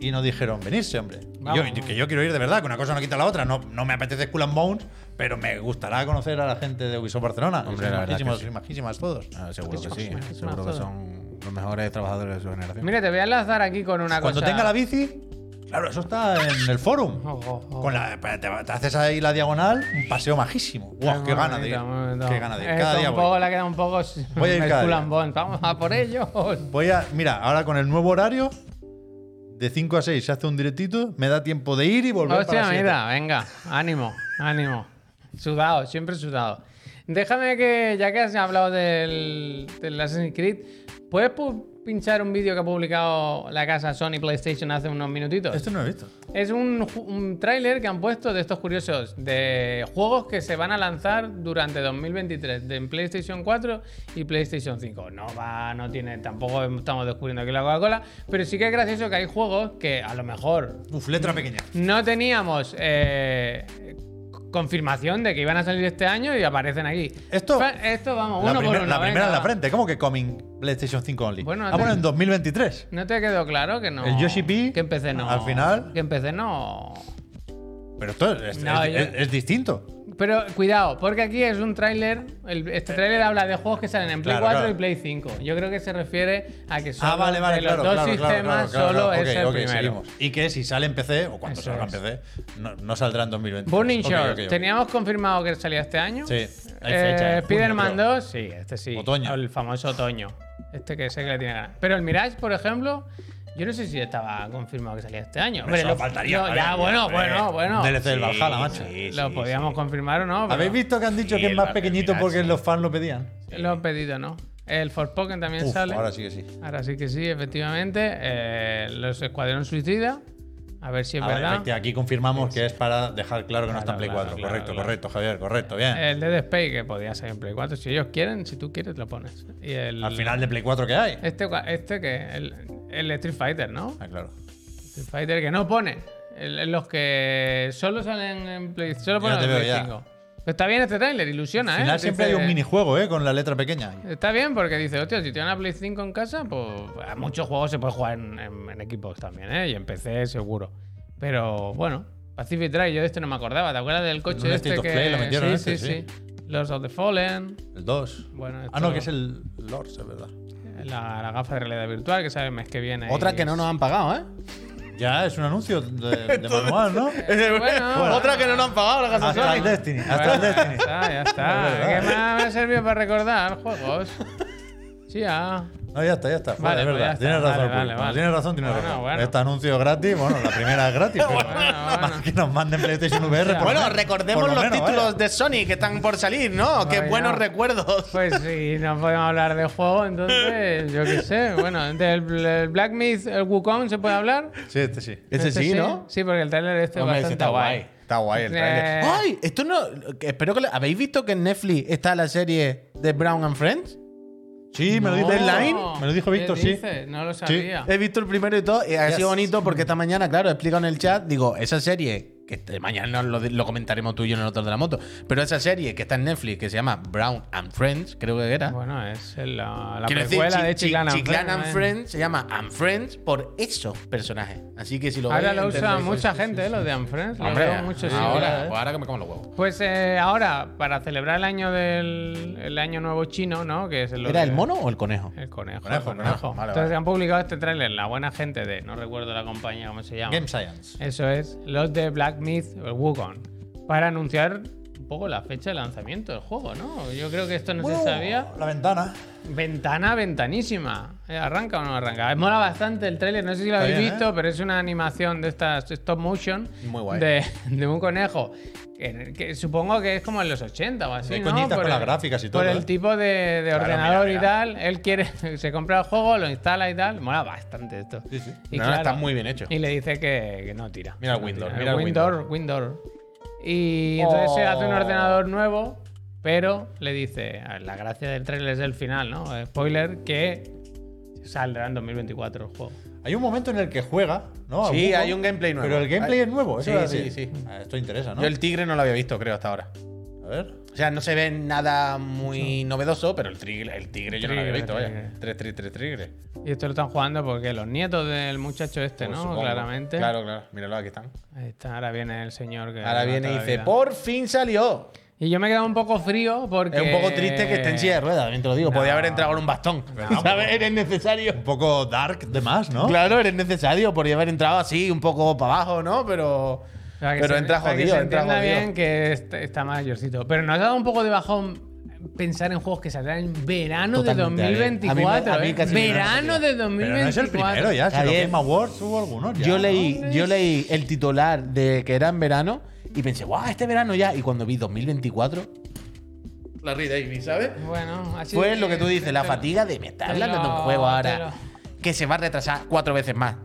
[SPEAKER 4] y nos dijeron, venirse, hombre. Y yo-
[SPEAKER 1] Mm. Vamos.
[SPEAKER 4] y que yo quiero ir de verdad, que una cosa no quita la otra. No, no me apetece Skull and Bones, pero me gustará conocer a la gente de Ubisoft Barcelona.
[SPEAKER 5] Hombre,
[SPEAKER 4] Sois
[SPEAKER 5] la verdad
[SPEAKER 4] majísimos,
[SPEAKER 5] que sí.
[SPEAKER 4] sois majísimas todos.
[SPEAKER 5] Ah, seguro que sí.
[SPEAKER 1] Es una
[SPEAKER 5] Seguro que
[SPEAKER 1] joda.
[SPEAKER 5] son los mejores trabajadores de su generación.
[SPEAKER 1] mira, te voy a enlazar aquí con una
[SPEAKER 4] Cuando
[SPEAKER 1] cosa.
[SPEAKER 4] tenga la bici, claro, eso está en el forum.
[SPEAKER 1] Oh, oh, oh.
[SPEAKER 4] Con la- te, te haces ahí la diagonal, un paseo majísimo. Guau,
[SPEAKER 1] Muy
[SPEAKER 4] qué gana de ir.
[SPEAKER 1] bonito, muy bonito.
[SPEAKER 4] Qué gana de ir.
[SPEAKER 1] Esto
[SPEAKER 4] Cada día
[SPEAKER 1] un
[SPEAKER 4] voy.
[SPEAKER 1] poco, le queda un poco.
[SPEAKER 4] Voy a ir
[SPEAKER 1] el
[SPEAKER 4] cada
[SPEAKER 1] Skull
[SPEAKER 4] día.
[SPEAKER 1] and Bones. Vamos a por ellos.
[SPEAKER 4] Voy a. Mira, ahora con el nuevo horario, de 5 a 6 se hace un directito, me da tiempo de ir y volver para
[SPEAKER 1] Hostia,
[SPEAKER 4] las siete.
[SPEAKER 1] mira, venga, ánimo, ánimo. Sudado, siempre sudado. Déjame que, ya que has hablado del, del Assassin's Creed, ¿puedes pu- pinchar un vídeo que ha publicado la casa Sony PlayStation hace unos minutitos?
[SPEAKER 4] Esto no lo he visto.
[SPEAKER 1] Es un, ju- un tráiler que han puesto de estos curiosos, de juegos que se van a lanzar durante 2023, de en PlayStation 4 y PlayStation 5. No va, no tiene, tampoco estamos descubriendo aquí la Coca-Cola, pero sí que es gracioso que hay juegos que a lo mejor
[SPEAKER 4] Uf, letra pequeña.
[SPEAKER 1] no teníamos eh, confirmación de que iban a salir este año y aparecen aquí.
[SPEAKER 4] Esto-
[SPEAKER 1] Fa- esto vamos,
[SPEAKER 4] la
[SPEAKER 1] uno
[SPEAKER 4] primer-
[SPEAKER 1] por uno.
[SPEAKER 4] la primera
[SPEAKER 1] venga,
[SPEAKER 4] en la
[SPEAKER 1] va.
[SPEAKER 4] frente. ¿Cómo que coming PlayStation 5 only?
[SPEAKER 1] Bueno,
[SPEAKER 4] ah,
[SPEAKER 1] te-
[SPEAKER 4] bueno, en 2023.
[SPEAKER 1] ¿No te quedó claro que no?
[SPEAKER 4] El Yoshi P,
[SPEAKER 1] Que empecé no.
[SPEAKER 4] al final-
[SPEAKER 1] Que empecé no.
[SPEAKER 4] Pero esto es, es-
[SPEAKER 1] No,
[SPEAKER 4] es-
[SPEAKER 1] yo-
[SPEAKER 4] es- es distinto.
[SPEAKER 1] Pero cuidado, porque aquí es un tráiler. el- Este tráiler habla de juegos que salen en Play
[SPEAKER 4] Claro,
[SPEAKER 1] 4
[SPEAKER 4] claro.
[SPEAKER 1] y Play 5. Yo creo que se refiere a que solo
[SPEAKER 4] ah, vale, vale,
[SPEAKER 1] de los
[SPEAKER 4] claro,
[SPEAKER 1] dos
[SPEAKER 4] claro, claro,
[SPEAKER 1] sistemas
[SPEAKER 4] claro, claro,
[SPEAKER 1] solo
[SPEAKER 4] claro.
[SPEAKER 1] es
[SPEAKER 4] Ok,
[SPEAKER 1] el
[SPEAKER 4] ok,
[SPEAKER 1] primero.
[SPEAKER 4] seguimos. Y que si sale en PC o cuando
[SPEAKER 1] Eso
[SPEAKER 4] salga en
[SPEAKER 1] es.
[SPEAKER 4] PC, no, no saldrá en 2023.
[SPEAKER 1] Burning
[SPEAKER 4] Ok,
[SPEAKER 1] Shores,
[SPEAKER 4] ok, ok.
[SPEAKER 1] teníamos confirmado que salía este año.
[SPEAKER 4] Sí, hay
[SPEAKER 1] Eh,
[SPEAKER 4] fecha, en junio,
[SPEAKER 1] Spider-Man
[SPEAKER 4] creo.
[SPEAKER 1] 2, sí, este sí.
[SPEAKER 4] Otoño.
[SPEAKER 1] El famoso otoño. Este que sé que le tiene ganas. Pero el Mirage, por ejemplo, yo no sé si estaba confirmado que salía este año. Hombre,
[SPEAKER 4] Eso
[SPEAKER 1] lo-
[SPEAKER 4] faltaría,
[SPEAKER 1] no,
[SPEAKER 4] vale,
[SPEAKER 1] ya, bueno,
[SPEAKER 4] hombre.
[SPEAKER 1] bueno, bueno.
[SPEAKER 4] DLC del Valhalla, macho.
[SPEAKER 1] lo podíamos confirmar o no. pero
[SPEAKER 4] ¿Habéis visto que han dicho
[SPEAKER 2] Sí,
[SPEAKER 4] que es
[SPEAKER 2] el
[SPEAKER 4] más
[SPEAKER 2] Battle
[SPEAKER 4] pequeñito
[SPEAKER 2] Mirage,
[SPEAKER 4] porque
[SPEAKER 2] sí.
[SPEAKER 4] los fans lo pedían?
[SPEAKER 1] Lo he pedido, ¿no? El Forspoken también
[SPEAKER 4] Uf,
[SPEAKER 1] sale.
[SPEAKER 4] ahora sí que sí.
[SPEAKER 1] Ahora sí que sí, efectivamente. Eh, los Escuadrón Suicida. A ver si es
[SPEAKER 4] Ah, vale,
[SPEAKER 1] verdad.
[SPEAKER 4] efecti- aquí confirmamos que es para dejar claro que no está
[SPEAKER 1] Claro,
[SPEAKER 4] en Play
[SPEAKER 1] claro,
[SPEAKER 4] 4.
[SPEAKER 1] claro,
[SPEAKER 4] correcto,
[SPEAKER 1] claro. Eh,
[SPEAKER 4] correcto, Javier, correcto, bien.
[SPEAKER 1] El Dead Space, que podía ser en Play 4. Si ellos quieren, si tú quieres, lo pones. Y el,
[SPEAKER 4] Al final de Play 4 que hay.
[SPEAKER 1] Este, cua- este que el, el Street Fighter, ¿no?
[SPEAKER 4] Ah, claro.
[SPEAKER 1] Street Fighter que no pone. El- los que solo salen en Play, solo
[SPEAKER 4] Ya
[SPEAKER 1] ponen
[SPEAKER 4] te
[SPEAKER 1] en
[SPEAKER 4] veo,
[SPEAKER 1] Play
[SPEAKER 4] ya.
[SPEAKER 1] 5. Pero está bien este tráiler, ilusiona,
[SPEAKER 4] Al
[SPEAKER 1] ¿eh?
[SPEAKER 4] final siempre hay
[SPEAKER 1] Dice-
[SPEAKER 4] un minijuego, ¿eh? Con la letra pequeña.
[SPEAKER 1] Está bien porque dice, hostia, si tienes una Play 5 en casa, pues a muchos juegos se puede jugar en, en, en Xbox también, ¿eh? Y en PC seguro. Pero bueno, Pacific Drive, yo de este no me acordaba. ¿Te acuerdas del coche
[SPEAKER 4] En un
[SPEAKER 1] este
[SPEAKER 4] State
[SPEAKER 1] que
[SPEAKER 4] of Play lo metieron
[SPEAKER 1] sí,
[SPEAKER 4] este,
[SPEAKER 1] sí, sí, Los of the Fallen,
[SPEAKER 4] El 2.
[SPEAKER 1] Bueno,
[SPEAKER 4] ah, no,
[SPEAKER 1] esto-
[SPEAKER 4] que es el Lords, es verdad.
[SPEAKER 1] la, la gafa de realidad virtual que sale el mes que viene.
[SPEAKER 5] Otra
[SPEAKER 1] y-
[SPEAKER 5] que no nos han pagado, ¿eh?
[SPEAKER 4] Ya, es un anuncio
[SPEAKER 1] [LAUGHS]
[SPEAKER 4] de, de manual, ¿no?
[SPEAKER 1] Bueno,
[SPEAKER 5] Otra que no nos han pagado, la casa
[SPEAKER 4] Hasta el
[SPEAKER 5] Sony.
[SPEAKER 4] Destiny, hasta el
[SPEAKER 1] Bueno,
[SPEAKER 4] Destiny.
[SPEAKER 1] Ya está, ya está. ¿Qué más me ha servido para recordar juegos? Sí, ah.
[SPEAKER 4] No, ya está, ya está. Joder,
[SPEAKER 1] Vale,
[SPEAKER 4] es
[SPEAKER 1] pues
[SPEAKER 4] verdad.
[SPEAKER 1] ya está.
[SPEAKER 4] Tienes razón,
[SPEAKER 1] Vale,
[SPEAKER 4] Pulpo.
[SPEAKER 1] vale, vale.
[SPEAKER 4] Tienes razón, tienes
[SPEAKER 1] Bueno,
[SPEAKER 4] razón.
[SPEAKER 1] bueno.
[SPEAKER 4] Este anuncio es gratis. Bueno, la primera
[SPEAKER 1] [LAUGHS]
[SPEAKER 4] es gratis. pero [LAUGHS]
[SPEAKER 1] Bueno, bueno.
[SPEAKER 4] Que nos manden PlayStation VR. por lo
[SPEAKER 5] Bueno,
[SPEAKER 4] menos.
[SPEAKER 5] recordemos
[SPEAKER 4] Por lo
[SPEAKER 5] los
[SPEAKER 4] menos,
[SPEAKER 5] títulos
[SPEAKER 4] vaya.
[SPEAKER 5] de Sony que están por salir, ¿no? Qué
[SPEAKER 1] Vaya.
[SPEAKER 5] buenos recuerdos.
[SPEAKER 1] Pues si no podemos hablar de juego, entonces yo qué sé. Bueno, del el Black Myth, el Wukong, ¿se puede hablar?
[SPEAKER 4] Sí, este sí.
[SPEAKER 5] Ese
[SPEAKER 1] Este
[SPEAKER 5] [LAUGHS] sí, ¿no?
[SPEAKER 1] Sí, porque el trailer este es
[SPEAKER 5] Hombre, ese
[SPEAKER 1] bastante guay.
[SPEAKER 5] Está guay el trailer.
[SPEAKER 1] Eh.
[SPEAKER 5] ¡Ay! Esto no. Espero que. lo- ¿Habéis visto que en Netflix está la serie de Brown and Friends?
[SPEAKER 4] Sí, me lo dijo
[SPEAKER 5] Deadline.
[SPEAKER 1] No,
[SPEAKER 4] Me lo dijo
[SPEAKER 1] ¿qué
[SPEAKER 4] Víctor, sí. Eh.
[SPEAKER 1] dices? No lo sabía.
[SPEAKER 5] He visto el primero y todo. Y ha
[SPEAKER 4] Yes.
[SPEAKER 5] sido bonito porque esta mañana, claro, he explicado en el chat. Digo, esa serie. Que este- mañana lo, lo comentaremos tú y yo en el otro de la moto. Pero esa serie que está en Netflix, que se llama Brown and Friends, creo que era.
[SPEAKER 1] Bueno, es la, la
[SPEAKER 5] Quiero decir,
[SPEAKER 1] precuela
[SPEAKER 5] Chi-
[SPEAKER 1] de
[SPEAKER 5] Chi-
[SPEAKER 1] Chiclana.
[SPEAKER 5] Chiclana and Friends se llama And Friends por esos personajes. Así que si lo
[SPEAKER 1] Ahora
[SPEAKER 5] veis,
[SPEAKER 1] lo usa
[SPEAKER 5] entenderéis.
[SPEAKER 1] mucha gente, eh, los de Unfriends. Lo
[SPEAKER 5] Hombre,
[SPEAKER 1] veo mucho, sí,
[SPEAKER 5] ahora,
[SPEAKER 1] ¿verdad?
[SPEAKER 5] pues ahora que me como los huevos.
[SPEAKER 1] Pues eh, ahora, para celebrar el año del el año nuevo chino, ¿no? Que es lo
[SPEAKER 5] ¿Era
[SPEAKER 1] que-
[SPEAKER 5] el mono o el conejo?
[SPEAKER 1] El conejo.
[SPEAKER 4] Conejo,
[SPEAKER 1] el
[SPEAKER 4] conejo.
[SPEAKER 1] conejo.
[SPEAKER 4] Vale,
[SPEAKER 1] Entonces
[SPEAKER 4] vale.
[SPEAKER 1] han publicado este tráiler, la buena gente de, no recuerdo la compañía, cómo se llama.
[SPEAKER 4] Game Science.
[SPEAKER 1] Eso es, los de Black Myth o el Wukong. Para anunciar un poco la fecha de lanzamiento del juego, ¿no? Yo creo que esto no se sabía.
[SPEAKER 4] Uh, La ventana.
[SPEAKER 1] Ventana, ventanísima. Eh, ¿Arranca o no arranca? Eh, Mola bastante el tráiler, no sé si lo
[SPEAKER 4] Está
[SPEAKER 1] habéis
[SPEAKER 4] bien,
[SPEAKER 1] visto,
[SPEAKER 4] ¿eh?
[SPEAKER 1] pero es una animación de estas stop motion
[SPEAKER 5] Muy guay.
[SPEAKER 1] De, de un conejo. Que, que supongo que es como en los 80 o así.
[SPEAKER 4] Hay
[SPEAKER 1] ¿no?
[SPEAKER 4] coñitas
[SPEAKER 1] Por
[SPEAKER 4] con las
[SPEAKER 1] el-
[SPEAKER 4] gráficas y todo,
[SPEAKER 1] Por el
[SPEAKER 4] ¿eh?
[SPEAKER 1] tipo de, de
[SPEAKER 4] Claro,
[SPEAKER 1] ordenador
[SPEAKER 4] mira,
[SPEAKER 1] y
[SPEAKER 4] mira.
[SPEAKER 1] tal. Él quiere, [LAUGHS] se compra el juego, lo instala y tal. Mola bastante esto.
[SPEAKER 4] Sí, sí.
[SPEAKER 1] Y
[SPEAKER 5] No, no, está muy bien hecho.
[SPEAKER 1] Y le dice que, que no tira.
[SPEAKER 5] Mira el
[SPEAKER 1] No
[SPEAKER 5] Windows,
[SPEAKER 1] tira.
[SPEAKER 5] mira el
[SPEAKER 1] Windows. Windows. Y entonces se hace un
[SPEAKER 5] Oh.
[SPEAKER 1] ordenador nuevo, pero le dice, a ver, la gracia del trailer es el final, ¿no? Eh, Spoiler, que saldrá en 2024 el juego.
[SPEAKER 4] Hay un momento en el que juega, ¿no? A
[SPEAKER 5] Sí,
[SPEAKER 4] Wukong,
[SPEAKER 5] hay un gameplay nuevo.
[SPEAKER 4] Pero el gameplay
[SPEAKER 5] Hay-
[SPEAKER 4] es nuevo, eso
[SPEAKER 5] Sí,
[SPEAKER 4] es así.
[SPEAKER 5] sí, sí.
[SPEAKER 4] Ah, Esto interesa, ¿no?
[SPEAKER 5] Yo el tigre no lo había visto, creo, hasta ahora.
[SPEAKER 4] A ver.
[SPEAKER 5] O sea, no se ve nada muy novedoso, pero el tigre, el tigre yo no lo había
[SPEAKER 1] Tigre,
[SPEAKER 5] visto, vaya.
[SPEAKER 1] tigre. este,
[SPEAKER 5] Tres, tres, tres tigres.
[SPEAKER 1] Y esto lo están jugando porque los nietos del muchacho este,
[SPEAKER 5] Pues
[SPEAKER 1] ¿no?
[SPEAKER 5] supongo.
[SPEAKER 1] Claramente.
[SPEAKER 5] Claro, claro. Míralo, aquí están.
[SPEAKER 1] Ahí está, ahora viene el señor que...
[SPEAKER 5] Ahora
[SPEAKER 1] le
[SPEAKER 5] viene
[SPEAKER 1] mató
[SPEAKER 5] y
[SPEAKER 1] la
[SPEAKER 5] dice,
[SPEAKER 1] vida.
[SPEAKER 5] por fin salió.
[SPEAKER 1] Y yo me he quedado un poco frío porque...
[SPEAKER 5] Es un poco triste que esté en silla de ruedas, también te lo digo. Podía haber entrado con un bastón. [LAUGHS] ¿Sabes? Eres necesario.
[SPEAKER 4] Un poco dark de más, ¿no?
[SPEAKER 5] Claro, eres necesario. Podría haber entrado así, un poco para abajo, ¿no? Pero.
[SPEAKER 1] Para que
[SPEAKER 5] Pero
[SPEAKER 1] se-
[SPEAKER 5] entra
[SPEAKER 1] para que
[SPEAKER 5] jodido,
[SPEAKER 1] se
[SPEAKER 5] entra
[SPEAKER 1] entienda
[SPEAKER 5] jodido.
[SPEAKER 1] bien que est- está mayorcito. Pero nos ha dado un poco de bajón pensar en juegos que saldrán en verano
[SPEAKER 5] Totalmente,
[SPEAKER 1] de
[SPEAKER 5] a mí- a mí me- a mí
[SPEAKER 1] 2024. ¿eh?
[SPEAKER 5] casi me da
[SPEAKER 1] verano
[SPEAKER 5] rabia.
[SPEAKER 1] de
[SPEAKER 4] Pero
[SPEAKER 1] 2024.
[SPEAKER 4] no es el primero ya. Si
[SPEAKER 5] Está
[SPEAKER 4] los
[SPEAKER 5] bien.
[SPEAKER 4] Game Awards hubo algunos ya.
[SPEAKER 5] Yo
[SPEAKER 4] ¿no?
[SPEAKER 5] leí, yo leí el titular de que era en verano y pensé, guau, este verano ya. Y cuando vi 2024. La Ray Davis, ¿sabes?
[SPEAKER 1] Bueno, así
[SPEAKER 5] Pues lo que tú dices, la fatiga de me está
[SPEAKER 1] te
[SPEAKER 5] hablando de
[SPEAKER 1] lo-
[SPEAKER 5] un juego
[SPEAKER 1] te
[SPEAKER 5] ahora que se va a retrasar cuatro veces más.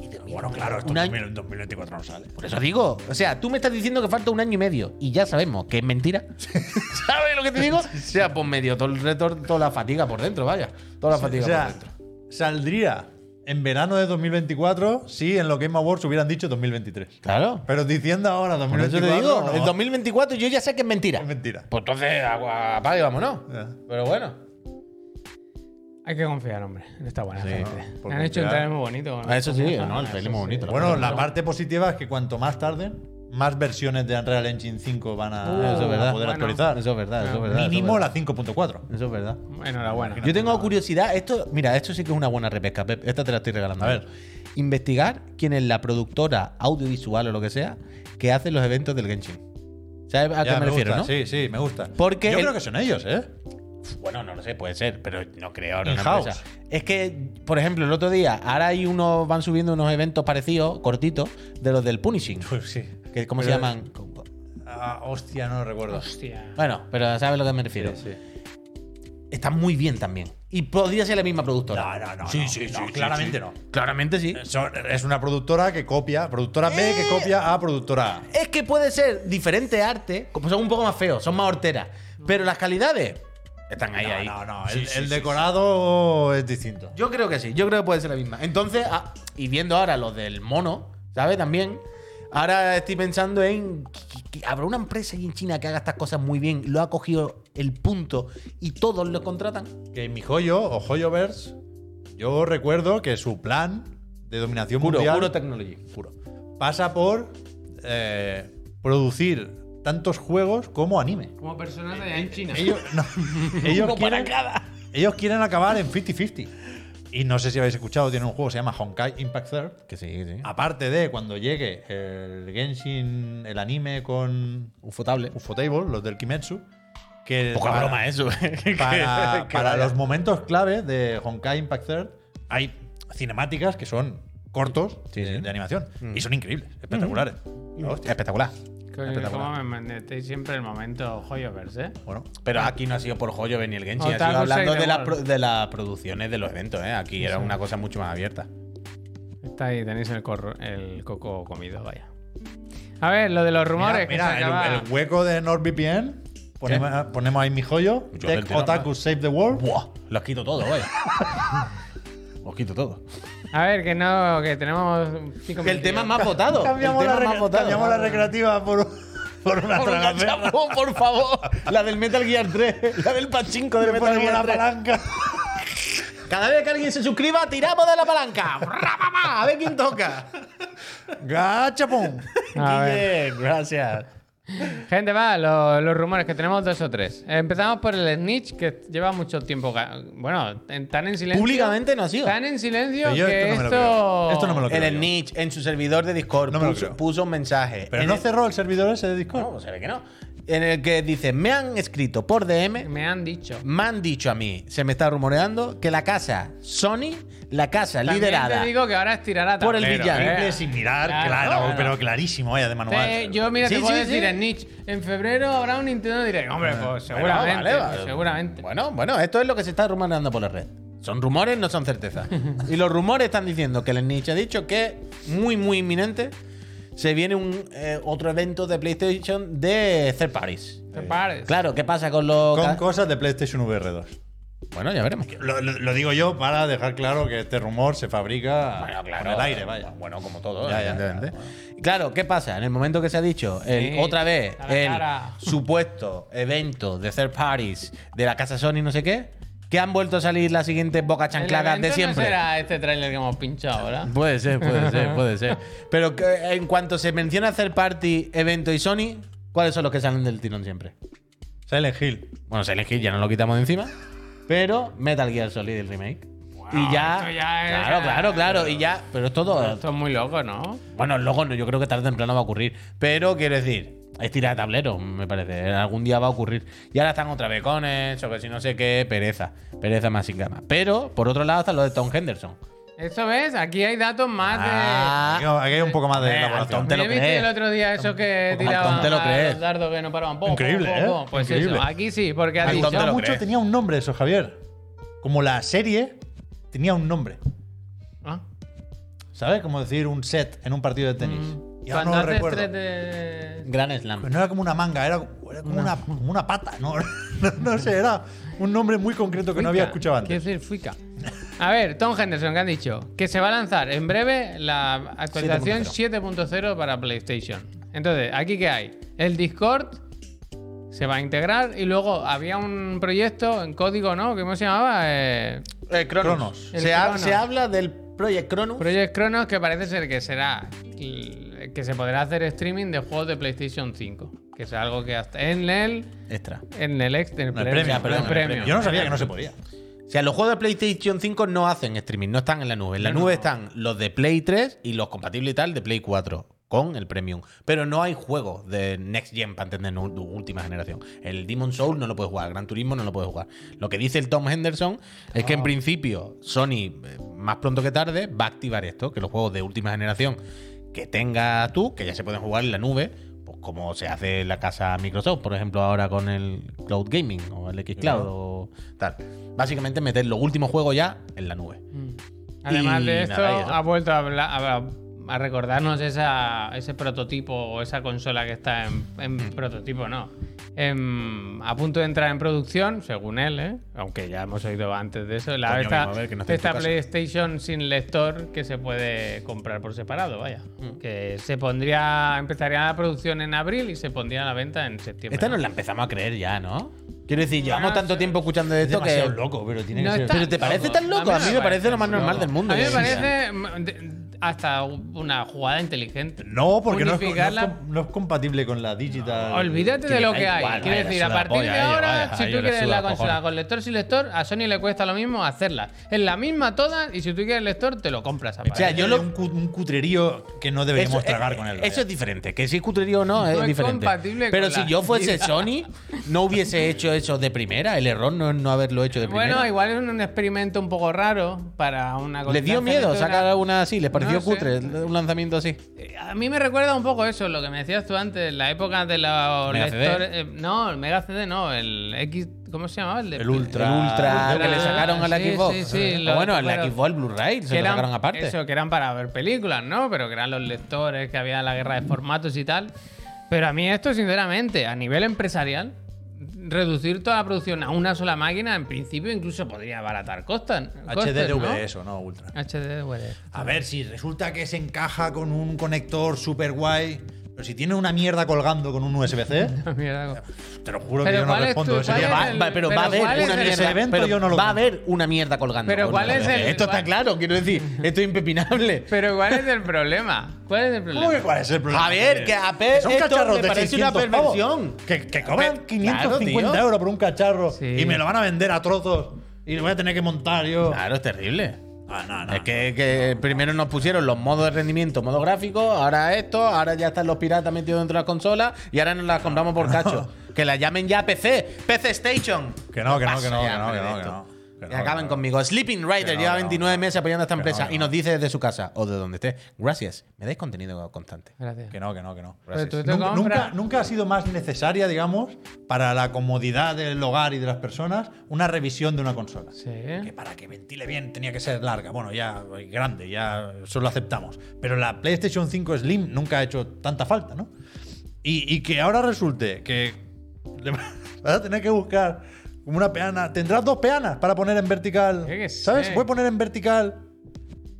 [SPEAKER 5] Y te-
[SPEAKER 4] Bueno, claro, esto
[SPEAKER 5] un año-
[SPEAKER 4] en 2024 no sale.
[SPEAKER 5] Por eso digo, o sea, tú me estás diciendo que falta un año y medio y ya sabemos que es
[SPEAKER 4] [LAUGHS]
[SPEAKER 5] mentira. [LAUGHS] ¿Sabes lo que te digo? O sea, pues medio todo el retor- toda la fatiga por dentro, vaya. Toda la fatiga
[SPEAKER 4] O sea,
[SPEAKER 5] por dentro.
[SPEAKER 4] saldría en verano de 2024 si en los Game Awards hubieran dicho 2023.
[SPEAKER 5] Claro.
[SPEAKER 4] Pero diciendo ahora
[SPEAKER 5] Por eso
[SPEAKER 4] 2024.
[SPEAKER 5] te digo,
[SPEAKER 4] no.
[SPEAKER 5] el 2024 yo ya sé que es mentira.
[SPEAKER 4] Es mentira.
[SPEAKER 5] Pues entonces, agua, apaga y vámonos.
[SPEAKER 4] Ya.
[SPEAKER 5] Pero bueno.
[SPEAKER 1] Hay que confiar, hombre, en esta buena gente.
[SPEAKER 4] por
[SPEAKER 1] Han hecho un
[SPEAKER 4] confiar.
[SPEAKER 1] trailer muy bonito. ¿no?
[SPEAKER 5] Ah, Eso sí, no, el
[SPEAKER 1] Eso
[SPEAKER 5] trailer muy
[SPEAKER 1] sí.
[SPEAKER 5] bonito.
[SPEAKER 4] Bueno, la parte positiva es que cuanto más tarden, más versiones de Unreal Engine 5 van a,
[SPEAKER 1] Uh,
[SPEAKER 4] van a
[SPEAKER 1] eso es
[SPEAKER 5] verdad.
[SPEAKER 4] poder
[SPEAKER 1] Bueno,
[SPEAKER 4] actualizar.
[SPEAKER 5] Eso es verdad, eso es verdad.
[SPEAKER 4] Mínimo
[SPEAKER 5] eso
[SPEAKER 4] la 5.4.
[SPEAKER 5] es verdad. Eso es verdad.
[SPEAKER 1] Enhorabuena.
[SPEAKER 5] Yo tengo curiosidad, esto, mira, esto sí que es una buena repesca, Pep, esta te la estoy regalando.
[SPEAKER 4] A ver.
[SPEAKER 5] investigar quién es la productora audiovisual o lo que sea que hace los eventos del Genshin. ¿Sabes a
[SPEAKER 4] Ya,
[SPEAKER 5] qué Ah, me, refiero,
[SPEAKER 4] gusta,
[SPEAKER 5] no?
[SPEAKER 4] Sí, sí, me gusta.
[SPEAKER 5] Porque
[SPEAKER 4] Yo
[SPEAKER 5] el-
[SPEAKER 4] creo que son ellos, ¿eh?
[SPEAKER 5] Bueno, no lo sé, puede ser, pero no creo ahora
[SPEAKER 4] In-house.
[SPEAKER 5] Es que, por ejemplo, el otro día, ahora hay unos, van subiendo unos eventos parecidos, cortitos, de los del Punishing.
[SPEAKER 4] Pues sí.
[SPEAKER 5] Que, ¿Cómo se
[SPEAKER 4] Pero-
[SPEAKER 5] llaman?
[SPEAKER 4] Ah, hostia, no lo recuerdo.
[SPEAKER 1] Hostia.
[SPEAKER 5] Bueno, pero ¿sabes a lo que me
[SPEAKER 4] Sí,
[SPEAKER 5] refiero?
[SPEAKER 4] sí.
[SPEAKER 5] Están muy bien también. Y podría ser la misma productora.
[SPEAKER 4] No, no, no.
[SPEAKER 5] Sí,
[SPEAKER 4] no,
[SPEAKER 5] sí,
[SPEAKER 4] no,
[SPEAKER 5] sí,
[SPEAKER 4] Claramente
[SPEAKER 5] sí.
[SPEAKER 4] no.
[SPEAKER 5] Claramente sí.
[SPEAKER 4] Son- es una productora que copia, productora B
[SPEAKER 5] Eh.
[SPEAKER 4] que copia a productora A.
[SPEAKER 5] Es que puede ser diferente arte, como son un poco más feos, son más horteras, pero las calidades están ahí,
[SPEAKER 4] no,
[SPEAKER 5] ahí.
[SPEAKER 4] no, no.
[SPEAKER 5] Sí,
[SPEAKER 4] el,
[SPEAKER 5] sí,
[SPEAKER 4] el
[SPEAKER 5] sí,
[SPEAKER 4] decorado es distinto.
[SPEAKER 5] sí. Yo creo que sí, yo creo que puede ser la misma. Entonces, ah, y viendo ahora los del mono, ¿sabes? También, ahora estoy pensando en. que- que ¿Habrá una empresa ahí en China que haga estas cosas muy bien? Lo ha cogido el punto y todos lo contratan.
[SPEAKER 4] Que mi joyo o joyoverse, yo recuerdo que su plan de dominación
[SPEAKER 5] Puro,
[SPEAKER 4] mundial
[SPEAKER 5] puro technology. Puro.
[SPEAKER 4] pasa por eh, producir tantos juegos como anime.
[SPEAKER 1] Como personas allá en China.
[SPEAKER 5] [LAUGHS]
[SPEAKER 4] Ellos, no, ellos
[SPEAKER 5] Uno para
[SPEAKER 4] quieren, ellos quieren acabar en 50-50. Y no sé si habéis escuchado, tienen un juego que se llama Honkai Impact Third.
[SPEAKER 5] Que sí, que sí.
[SPEAKER 4] Aparte de cuando llegue el Genshin, el anime con
[SPEAKER 5] Ufotable.
[SPEAKER 4] Ufotable, los del Kimetsu, que
[SPEAKER 5] Poca
[SPEAKER 4] para-
[SPEAKER 5] broma eso. [LAUGHS] ¿eh? que-
[SPEAKER 4] para,
[SPEAKER 5] que
[SPEAKER 4] para
[SPEAKER 5] vaya.
[SPEAKER 4] los momentos clave de Honkai Impact Third hay cinemáticas que son cortos
[SPEAKER 5] Sí,
[SPEAKER 4] de,
[SPEAKER 5] sí. Mm.
[SPEAKER 4] de animación y son increíbles, espectaculares. La hostia.
[SPEAKER 5] Espectacular.
[SPEAKER 1] Coño, ¿Cómo me mandasteis siempre el momento Joyoverse, eh?
[SPEAKER 4] Bueno,
[SPEAKER 5] Pero aquí no ha sido por joyo venir el Genshin, ha
[SPEAKER 1] Otaku
[SPEAKER 5] sido hablando
[SPEAKER 1] Save the
[SPEAKER 5] de, la
[SPEAKER 1] World.
[SPEAKER 5] pro- de las producciones de los eventos, ¿eh? Aquí era una cosa mucho más abierta.
[SPEAKER 1] Está ahí, tenéis el, corro- el coco comido, vaya. A ver, lo de los
[SPEAKER 4] mira,
[SPEAKER 1] rumores que se
[SPEAKER 4] mira, el,
[SPEAKER 1] acaba-
[SPEAKER 4] el hueco de NordVPN, ponemos, ponemos ahí mi joyo,
[SPEAKER 5] Yo
[SPEAKER 4] Tech
[SPEAKER 5] me entero,
[SPEAKER 4] Otaku
[SPEAKER 5] ¿no?
[SPEAKER 4] Save the World.
[SPEAKER 5] Buah, los quito todo, [LAUGHS] vaya. los quito todo.
[SPEAKER 1] A ver, que no, que tenemos cinco
[SPEAKER 5] Que el
[SPEAKER 1] minutillos.
[SPEAKER 5] tema más votado.
[SPEAKER 4] Cambiamos,
[SPEAKER 5] el
[SPEAKER 4] la,
[SPEAKER 5] tema
[SPEAKER 4] rec- cambiamos la recreativa por, [LAUGHS] por una
[SPEAKER 5] Por un
[SPEAKER 4] tragaperras.
[SPEAKER 5] gachapón, [LAUGHS] por favor. La del Metal Gear 3. La del pachinko del
[SPEAKER 4] Le
[SPEAKER 5] Metal
[SPEAKER 4] ponemos una
[SPEAKER 5] Gear 3.
[SPEAKER 4] palanca.
[SPEAKER 5] Cada vez que alguien se suscriba, tiramos de la palanca. A ver quién toca.
[SPEAKER 4] ¡Gachapón!
[SPEAKER 1] A ver.
[SPEAKER 5] Guille, gracias.
[SPEAKER 1] Gente, va, lo- los rumores que tenemos dos o tres. Empezamos por el Snitch, que lleva mucho tiempo. ga- Bueno, en- tan en silencio.
[SPEAKER 5] Públicamente no ha sido.
[SPEAKER 1] Tan en silencio
[SPEAKER 4] Pero yo
[SPEAKER 1] que
[SPEAKER 4] esto no me lo
[SPEAKER 1] esto.
[SPEAKER 4] creo. Esto no me lo creo.
[SPEAKER 5] El Snitch en su servidor de Discord
[SPEAKER 4] No me lo
[SPEAKER 5] puso,
[SPEAKER 4] creo.
[SPEAKER 5] puso un mensaje.
[SPEAKER 4] Pero
[SPEAKER 5] En
[SPEAKER 4] no
[SPEAKER 5] el-
[SPEAKER 4] cerró el servidor ese de Discord.
[SPEAKER 5] No, pues se ve que no. En el que dice, me han escrito por DM,
[SPEAKER 1] Me han dicho.
[SPEAKER 5] me han dicho a mí, se me está rumoreando, que la casa Sony, la casa
[SPEAKER 1] También
[SPEAKER 5] liderada.
[SPEAKER 1] Te digo que ahora estirará
[SPEAKER 5] Por el
[SPEAKER 1] tablero,
[SPEAKER 5] villano.
[SPEAKER 1] ¿eh?
[SPEAKER 4] Simple, sin mirar,
[SPEAKER 1] Claro,
[SPEAKER 4] claro,
[SPEAKER 1] claro.
[SPEAKER 4] pero clarísimo, vaya, de manual.
[SPEAKER 1] Te- yo, mira,
[SPEAKER 5] Sí,
[SPEAKER 1] te puedo
[SPEAKER 5] sí,
[SPEAKER 1] decir
[SPEAKER 5] sí.
[SPEAKER 1] Snitch. En febrero habrá un Nintendo Direct. Hombre, pues
[SPEAKER 5] Ah, Bueno,
[SPEAKER 1] seguramente.
[SPEAKER 5] vale, vale.
[SPEAKER 1] pues, seguramente.
[SPEAKER 5] Bueno, bueno, esto es lo que se está rumoreando por la red. Son rumores, no son
[SPEAKER 4] [LAUGHS]
[SPEAKER 5] certezas. y los rumores están diciendo que el Snitch ha dicho que muy, muy inminente se viene un eh, otro evento de PlayStation de Third Parties.
[SPEAKER 1] Te pares.
[SPEAKER 5] Claro, ¿qué pasa con los...
[SPEAKER 4] Con cosas de PlayStation VR 2.
[SPEAKER 5] Bueno, ya veremos.
[SPEAKER 4] Lo, lo- lo digo yo para dejar claro que este rumor se fabrica
[SPEAKER 5] Bueno, claro.
[SPEAKER 4] con el aire, vaya.
[SPEAKER 5] Bueno, como todo,
[SPEAKER 4] Ya, ya,
[SPEAKER 5] evidentemente. Claro, ¿qué pasa? En el momento que se ha dicho el-
[SPEAKER 1] Sí,
[SPEAKER 5] otra vez
[SPEAKER 1] a la
[SPEAKER 5] el
[SPEAKER 1] cara.
[SPEAKER 5] supuesto evento de third parties de la casa Sony, no sé qué, que han vuelto a salir las siguientes bocas
[SPEAKER 1] El
[SPEAKER 5] chancladas
[SPEAKER 1] evento
[SPEAKER 5] de
[SPEAKER 1] no
[SPEAKER 5] siempre.
[SPEAKER 1] será este tráiler que hemos pinchado ahora.
[SPEAKER 5] Puede ser,
[SPEAKER 1] [LAUGHS]
[SPEAKER 5] puede ser, puede ser. Pero que, en cuanto se menciona third party, evento y Sony, ¿cuáles son los que salen del tirón siempre?
[SPEAKER 4] Silent Hill.
[SPEAKER 5] Bueno, Silent Hill ya no lo quitamos de encima, pero Metal Gear Solid el remake. y
[SPEAKER 1] esto
[SPEAKER 5] ya,
[SPEAKER 1] ya es-
[SPEAKER 5] claro, claro, claro, y ya, pero es todo,
[SPEAKER 1] Esto es muy loco, ¿no?
[SPEAKER 5] Bueno, luego no, yo creo que tarde o temprano va a ocurrir. Pero quiero decir, es tira de tablero, me parece. Algún día va a ocurrir. Y ahora están otra vez con eso, que si no sé qué, pereza. Pereza más sin gama. Pero, por otro lado, están los de Tom Henderson.
[SPEAKER 1] Eso ves, aquí hay datos más de.
[SPEAKER 5] Ah,
[SPEAKER 4] Aquí aquí hay un poco más de
[SPEAKER 5] Eh,
[SPEAKER 4] elaboración.
[SPEAKER 5] Antón, te lo
[SPEAKER 1] ¿Me viste
[SPEAKER 5] crees.
[SPEAKER 1] el otro día eso que
[SPEAKER 5] Antón, te
[SPEAKER 1] tiraban
[SPEAKER 5] lo
[SPEAKER 1] a
[SPEAKER 5] crees.
[SPEAKER 1] los dardos que no paraban? Pum, pum,
[SPEAKER 4] Increíble,
[SPEAKER 1] pum,
[SPEAKER 4] ¿eh?
[SPEAKER 1] pum. Pues
[SPEAKER 4] Increíble.
[SPEAKER 1] eso, aquí sí, porque ha
[SPEAKER 5] Antón,
[SPEAKER 1] dicho...
[SPEAKER 5] te lo
[SPEAKER 4] Gustaba
[SPEAKER 5] crees.
[SPEAKER 4] mucho tenía un nombre eso, Javier. Como la serie tenía un nombre.
[SPEAKER 1] Ah,
[SPEAKER 4] ¿Sabes? Como decir un set en un partido de tenis. Y ahora
[SPEAKER 1] Mm. Cuando
[SPEAKER 4] no lo
[SPEAKER 1] haces
[SPEAKER 4] recuerdo.
[SPEAKER 1] tres de...
[SPEAKER 5] Gran
[SPEAKER 4] Pero
[SPEAKER 5] slam.
[SPEAKER 4] no era como una manga, era, era como, una, como una pata. No, [LAUGHS] no, no sé, era un nombre muy concreto que no había
[SPEAKER 1] Fuica.
[SPEAKER 4] escuchado
[SPEAKER 1] Quiero
[SPEAKER 4] antes.
[SPEAKER 1] decir, fuica. A ver, Tom Henderson, que han dicho? Que se va a lanzar en breve la actualización 7.0 para PlayStation. Entonces, ¿aquí qué hay? El Discord se va a integrar y luego había un proyecto en código, ¿no? ¿Cómo se llamaba? Eh...
[SPEAKER 4] Cronos.
[SPEAKER 1] El
[SPEAKER 5] Se, ha-
[SPEAKER 1] Cronos.
[SPEAKER 5] se habla del Project Cronus.
[SPEAKER 1] Project Cronos que parece ser que será l- que se podrá hacer streaming de juegos de PlayStation 5, que es algo que hasta en el
[SPEAKER 5] Extra.
[SPEAKER 1] en el ex- en el
[SPEAKER 4] No, el
[SPEAKER 1] premio, en
[SPEAKER 4] premio,
[SPEAKER 1] el
[SPEAKER 4] perdón, el
[SPEAKER 1] premio.
[SPEAKER 4] premio. Yo no sabía que no se podía.
[SPEAKER 5] O sea, los juegos de PlayStation 5 no hacen streaming, no están en la nube. En la
[SPEAKER 1] No,
[SPEAKER 5] nube
[SPEAKER 1] no.
[SPEAKER 5] están los de Play 3 y los compatibles y tal de Play 4 con el Premium. Pero no hay juegos de Next Gen para entender nu- última generación. El Demon Soul no lo puedes jugar, Gran Turismo no lo puedes jugar. Lo que dice el Tom Henderson es
[SPEAKER 1] Ah.
[SPEAKER 5] que en principio Sony, eh, más pronto que tarde, va a activar esto, que los juegos de última generación que tengas tú, que ya se pueden jugar en la nube, pues como se hace en la casa Microsoft, por ejemplo, ahora con el Cloud Gaming o el Xcloud o tal. Básicamente meter los últimos juegos ya en la nube.
[SPEAKER 1] Mm. Además de
[SPEAKER 5] Y
[SPEAKER 1] esto,
[SPEAKER 5] nada, y eso.
[SPEAKER 1] ha vuelto a, habla- a- a recordarnos esa, ese prototipo o esa consola que está en, en
[SPEAKER 5] Mm.
[SPEAKER 1] prototipo, no. En- a punto de entrar en producción, según él, ¿eh? aunque ya hemos oído antes de eso, la
[SPEAKER 5] Coño,
[SPEAKER 1] esta,
[SPEAKER 5] mismo, a ver, que no estoy en tu
[SPEAKER 1] esta
[SPEAKER 5] casa.
[SPEAKER 1] PlayStation sin lector que se puede comprar por separado, vaya.
[SPEAKER 5] Mm.
[SPEAKER 1] Que se pondría, empezaría la producción en abril y se pondría a la venta en septiembre.
[SPEAKER 5] Esta nos la empezamos a creer ya, ¿no? Quiero decir, llevamos tanto tiempo escuchando
[SPEAKER 4] Es
[SPEAKER 5] esto que.
[SPEAKER 4] demasiado loco, pero tiene
[SPEAKER 1] No
[SPEAKER 4] que ser.
[SPEAKER 1] está-
[SPEAKER 5] ¿Pero te parece tan
[SPEAKER 1] A mí
[SPEAKER 5] loco?
[SPEAKER 1] me
[SPEAKER 5] A mí me parece
[SPEAKER 1] parece
[SPEAKER 5] lo más
[SPEAKER 1] loco.
[SPEAKER 5] normal del mundo. ¿eh?
[SPEAKER 1] A mí me
[SPEAKER 5] sí.
[SPEAKER 1] parece mm, de- hasta una jugada inteligente.
[SPEAKER 4] No, porque no es, no, es,
[SPEAKER 1] Unificarla-
[SPEAKER 4] com- no es compatible con la digital.
[SPEAKER 1] Olvídate de
[SPEAKER 4] le
[SPEAKER 1] lo
[SPEAKER 4] da
[SPEAKER 1] que hay.
[SPEAKER 4] igual,
[SPEAKER 1] Quiero
[SPEAKER 4] vaya,
[SPEAKER 1] decir,
[SPEAKER 4] es
[SPEAKER 1] a
[SPEAKER 4] una
[SPEAKER 1] partir
[SPEAKER 4] polla,
[SPEAKER 1] de
[SPEAKER 4] a ellos,
[SPEAKER 1] ahora,
[SPEAKER 4] vaya, a
[SPEAKER 1] si tú
[SPEAKER 4] ellos les
[SPEAKER 1] quieres
[SPEAKER 4] suda
[SPEAKER 1] la consola
[SPEAKER 4] cojones.
[SPEAKER 1] con lector sin lector, a Sony le cuesta lo mismo hacerla. Es la misma toda y si tú quieres lector, te lo compras aparte.
[SPEAKER 4] O sea, yo
[SPEAKER 5] lo-
[SPEAKER 4] un, cu- un cutrerío que no deberíamos
[SPEAKER 5] Eso-
[SPEAKER 4] tragar
[SPEAKER 5] eh,
[SPEAKER 4] con él.
[SPEAKER 5] Eso es
[SPEAKER 4] vaya.
[SPEAKER 5] diferente. Que si es cutrería o no, es,
[SPEAKER 1] es
[SPEAKER 5] diferente.
[SPEAKER 1] compatible
[SPEAKER 5] Pero
[SPEAKER 1] con
[SPEAKER 5] si
[SPEAKER 1] la
[SPEAKER 5] yo fuese Sony, no hubiese hecho eso de primera. El error no es no haberlo hecho de primera.
[SPEAKER 1] bueno, igual es un experimento un poco raro para una
[SPEAKER 5] Les dio
[SPEAKER 1] consola
[SPEAKER 5] miedo
[SPEAKER 1] electrónica.
[SPEAKER 5] sacar una así, les pareció
[SPEAKER 1] No sé.
[SPEAKER 5] cutre un lanzamiento así.
[SPEAKER 1] Eh, A mí me recuerda un poco eso, lo que me decías tú antes, la época de los
[SPEAKER 4] Mega CD.
[SPEAKER 1] lectores. eh, no, el Mega CD no, el X. ¿Cómo se llamaba? El, de-
[SPEAKER 4] El Ultra.
[SPEAKER 5] el Ultra,
[SPEAKER 1] Ultra,
[SPEAKER 5] que le sacaron a la
[SPEAKER 1] sí,
[SPEAKER 5] Xbox.
[SPEAKER 1] sí, sí,
[SPEAKER 4] Ah,
[SPEAKER 5] O
[SPEAKER 1] lo-
[SPEAKER 5] bueno, el
[SPEAKER 1] pero-
[SPEAKER 5] Xbox Blu-ray, se
[SPEAKER 1] que
[SPEAKER 5] lo
[SPEAKER 1] eran-
[SPEAKER 5] sacaron aparte.
[SPEAKER 1] Eso, que eran para ver películas, ¿no? Pero que eran los lectores, que había la guerra de formatos y tal. Pero a mí esto, sinceramente, a nivel empresarial, reducir toda la producción a una sola máquina, en principio incluso podría abaratar costas. costes,
[SPEAKER 4] HDDV,
[SPEAKER 1] ¿no?
[SPEAKER 4] eso, no Ultra.
[SPEAKER 1] [LAUGHS] HDDVD.
[SPEAKER 4] A ver, si resulta que se encaja con un conector super guay, pero si tiene una mierda colgando con un USB-C,
[SPEAKER 1] Mierda.
[SPEAKER 4] te lo juro que
[SPEAKER 1] Pero
[SPEAKER 4] yo no
[SPEAKER 1] ¿cuál es
[SPEAKER 4] respondo.
[SPEAKER 1] tu-
[SPEAKER 4] Eso
[SPEAKER 1] cuál
[SPEAKER 4] ya
[SPEAKER 1] es
[SPEAKER 4] va-
[SPEAKER 1] el-
[SPEAKER 5] Va- pero, va a
[SPEAKER 1] pero ¿cuál
[SPEAKER 5] haber
[SPEAKER 1] es
[SPEAKER 5] una
[SPEAKER 1] el-
[SPEAKER 5] mierda.
[SPEAKER 1] [LAUGHS]
[SPEAKER 4] ese evento
[SPEAKER 5] pero
[SPEAKER 4] yo no lo
[SPEAKER 5] va a
[SPEAKER 4] veo.
[SPEAKER 5] haber una mierda colgando.
[SPEAKER 1] Pero
[SPEAKER 5] Bueno,
[SPEAKER 1] ¿cuál es el-
[SPEAKER 5] Esto está
[SPEAKER 1] cuál-
[SPEAKER 5] claro, quiero decir, esto es impepinable.
[SPEAKER 1] Pero ¿cuál es el problema? ¿Cuál es el
[SPEAKER 4] ¿Cómo que
[SPEAKER 1] problema?
[SPEAKER 4] cuál es el problema?
[SPEAKER 5] A ver, que a ver,
[SPEAKER 4] Son
[SPEAKER 5] esto
[SPEAKER 4] cacharros
[SPEAKER 5] me
[SPEAKER 4] de
[SPEAKER 5] parece una
[SPEAKER 4] 600 pavos.
[SPEAKER 5] perversión.
[SPEAKER 4] Que, que
[SPEAKER 5] A
[SPEAKER 4] cobran
[SPEAKER 5] ver,
[SPEAKER 4] 550
[SPEAKER 5] claro, tío.
[SPEAKER 4] euros por un cacharro
[SPEAKER 1] Sí.
[SPEAKER 4] y me lo van a vender a trozos y lo voy a tener que montar yo.
[SPEAKER 5] Claro, es terrible.
[SPEAKER 4] Ah, no, no.
[SPEAKER 5] Es que, que primero nos pusieron los modos de rendimiento, modos gráficos, ahora esto, ahora ya están los piratas metidos dentro de las consolas y ahora nos las compramos por [LAUGHS] cacho. Que la llamen ya PC, PC Station.
[SPEAKER 4] Que no, que no,
[SPEAKER 5] Pasa
[SPEAKER 4] que no,
[SPEAKER 5] ya,
[SPEAKER 4] que no, que
[SPEAKER 5] hombre,
[SPEAKER 4] no,
[SPEAKER 5] de
[SPEAKER 4] que
[SPEAKER 5] esto.
[SPEAKER 4] no,
[SPEAKER 5] Que
[SPEAKER 4] que no,
[SPEAKER 5] acaben
[SPEAKER 4] que no.
[SPEAKER 5] conmigo. Sleeping Rider
[SPEAKER 4] Que no,
[SPEAKER 5] lleva
[SPEAKER 4] que no,
[SPEAKER 5] 29
[SPEAKER 4] que no.
[SPEAKER 5] meses apoyando a esta
[SPEAKER 4] Que no,
[SPEAKER 5] empresa
[SPEAKER 4] que
[SPEAKER 5] y
[SPEAKER 4] no.
[SPEAKER 5] nos dice desde su casa o de donde esté. Gracias, me dais contenido constante.
[SPEAKER 1] Gracias.
[SPEAKER 4] Que no, que no, que no.
[SPEAKER 1] Pero tú te
[SPEAKER 4] Nunca, nunca,
[SPEAKER 1] compras-
[SPEAKER 4] nunca ha sido más necesaria, digamos, para la comodidad del hogar y de las personas, una revisión de una consola.
[SPEAKER 1] Sí.
[SPEAKER 4] Que para que ventile bien tenía que ser larga. Bueno, ya eh, grande, ya eso lo aceptamos. Pero la PlayStation 5 Slim nunca ha hecho tanta falta, ¿no? Y, y que ahora resulte que le [LAUGHS] vas a tener que buscar como una peana. Tendrás dos peanas para poner en vertical.
[SPEAKER 1] Yo qué sé.
[SPEAKER 4] ¿Sabes? Voy a poner en vertical.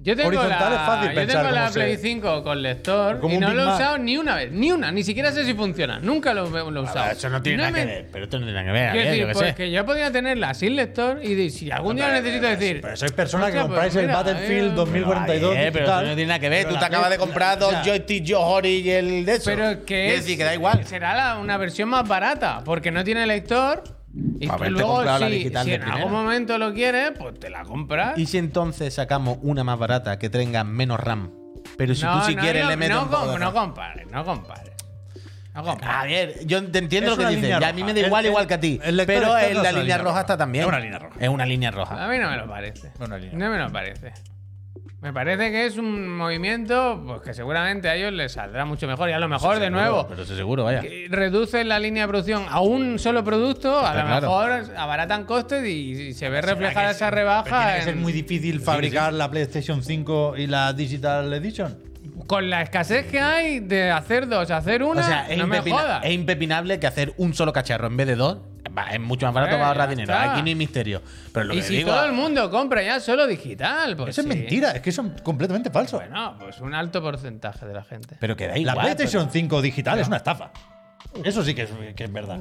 [SPEAKER 1] Yo tengo
[SPEAKER 4] Horizontal
[SPEAKER 1] la,
[SPEAKER 4] es fácil
[SPEAKER 1] yo
[SPEAKER 4] pensar
[SPEAKER 1] tengo la
[SPEAKER 4] cómo se-
[SPEAKER 1] Play 5 con lector
[SPEAKER 4] Como
[SPEAKER 1] y
[SPEAKER 4] un
[SPEAKER 1] no
[SPEAKER 4] Big
[SPEAKER 1] lo he
[SPEAKER 4] Mac.
[SPEAKER 1] usado ni una vez, ni una, ni siquiera sé si funciona, nunca lo, he- lo
[SPEAKER 5] Ah,
[SPEAKER 1] he usado. me-
[SPEAKER 5] pero esto no tiene nada que
[SPEAKER 1] Quiero
[SPEAKER 5] ver. Javier,
[SPEAKER 1] decir,
[SPEAKER 5] yo qué sé.
[SPEAKER 1] porque yo podía tenerla sin lector y de- si algún día necesito decir.
[SPEAKER 4] Pero sois personas que
[SPEAKER 1] "Hostia, pues
[SPEAKER 4] compráis el
[SPEAKER 1] mira,
[SPEAKER 4] Battlefield
[SPEAKER 1] eh,
[SPEAKER 4] 2042.
[SPEAKER 5] Javier, pero
[SPEAKER 4] digital.
[SPEAKER 5] esto no tiene nada que ver.
[SPEAKER 4] Pero
[SPEAKER 5] Tú te
[SPEAKER 4] la
[SPEAKER 5] acabas de
[SPEAKER 4] Play-
[SPEAKER 5] comprar
[SPEAKER 4] o
[SPEAKER 5] dos
[SPEAKER 4] sea,
[SPEAKER 5] joystick, yo Ori y el de eso.
[SPEAKER 1] Pero que
[SPEAKER 5] Quiero
[SPEAKER 1] es-
[SPEAKER 5] decir que da igual.
[SPEAKER 1] Será la- una versión más barata, porque no tiene lector. Y
[SPEAKER 5] Pa'
[SPEAKER 1] tú
[SPEAKER 5] haberte
[SPEAKER 1] luego,
[SPEAKER 5] comprado la
[SPEAKER 1] si,
[SPEAKER 5] digital
[SPEAKER 1] si
[SPEAKER 5] de
[SPEAKER 1] en algún
[SPEAKER 5] primera.
[SPEAKER 1] momento lo quieres, pues te la compras.
[SPEAKER 5] ¿Y si entonces sacamos una más barata que tenga menos RAM? Pero si tú si quieres
[SPEAKER 1] no,
[SPEAKER 5] le metes
[SPEAKER 1] no,
[SPEAKER 5] un poco de Ah,
[SPEAKER 1] com- no
[SPEAKER 5] RAM.
[SPEAKER 1] compares, no compares. No compares.
[SPEAKER 5] A ver, yo te
[SPEAKER 4] Es
[SPEAKER 5] entiendo lo que
[SPEAKER 4] una
[SPEAKER 5] dices.
[SPEAKER 4] línea
[SPEAKER 5] ya a mí me da
[SPEAKER 4] roja.
[SPEAKER 5] igual
[SPEAKER 4] El-
[SPEAKER 5] igual que a ti.
[SPEAKER 4] el lector
[SPEAKER 5] pero
[SPEAKER 4] externo
[SPEAKER 5] en
[SPEAKER 4] es
[SPEAKER 5] la
[SPEAKER 4] una
[SPEAKER 5] línea,
[SPEAKER 4] línea
[SPEAKER 5] roja
[SPEAKER 4] roja.
[SPEAKER 5] está también.
[SPEAKER 4] Es una línea roja.
[SPEAKER 5] Es una línea
[SPEAKER 1] A
[SPEAKER 5] roja.
[SPEAKER 1] mí no me lo parece.
[SPEAKER 4] Bueno, Lina.
[SPEAKER 1] No me lo parece. Me parece que es un movimiento pues, que seguramente a ellos les saldrá mucho mejor. Y a lo mejor, de nuevo,
[SPEAKER 5] Pero eso seguro, vaya.
[SPEAKER 1] que reducen la línea de producción a un solo producto, a
[SPEAKER 5] Está
[SPEAKER 1] lo
[SPEAKER 5] claro.
[SPEAKER 1] mejor abaratan costes y, y se ve
[SPEAKER 4] ¿Será
[SPEAKER 1] reflejada
[SPEAKER 4] que
[SPEAKER 1] esa
[SPEAKER 4] es- pero
[SPEAKER 1] rebaja
[SPEAKER 4] Tiene que ser
[SPEAKER 1] en-
[SPEAKER 4] muy difícil fabricar la PlayStation 5 y la Digital Edition.
[SPEAKER 1] con la escasez que hay de hacer dos, hacer
[SPEAKER 5] O
[SPEAKER 1] una,
[SPEAKER 5] sea, es,
[SPEAKER 1] no me
[SPEAKER 5] impepina-
[SPEAKER 1] jodas.
[SPEAKER 5] es impepinable que hacer un solo cacharro en vez de dos. va- Es mucho más barato,
[SPEAKER 1] Eh,
[SPEAKER 5] va a ahorrar
[SPEAKER 1] ya
[SPEAKER 5] dinero.
[SPEAKER 1] está.
[SPEAKER 5] Aquí no hay misterio. Pero lo
[SPEAKER 1] Y
[SPEAKER 5] que
[SPEAKER 1] si
[SPEAKER 5] digo.
[SPEAKER 1] todo el mundo compra ya solo digital, pues
[SPEAKER 4] Eso
[SPEAKER 1] sí.
[SPEAKER 4] es mentira, es que eso es completamente falso.
[SPEAKER 1] Bueno, pues un alto porcentaje de la gente.
[SPEAKER 5] Pero que da
[SPEAKER 4] la
[SPEAKER 5] igual.
[SPEAKER 4] PlayStation 5 digital es una estafa. Eso sí que es, que es verdad.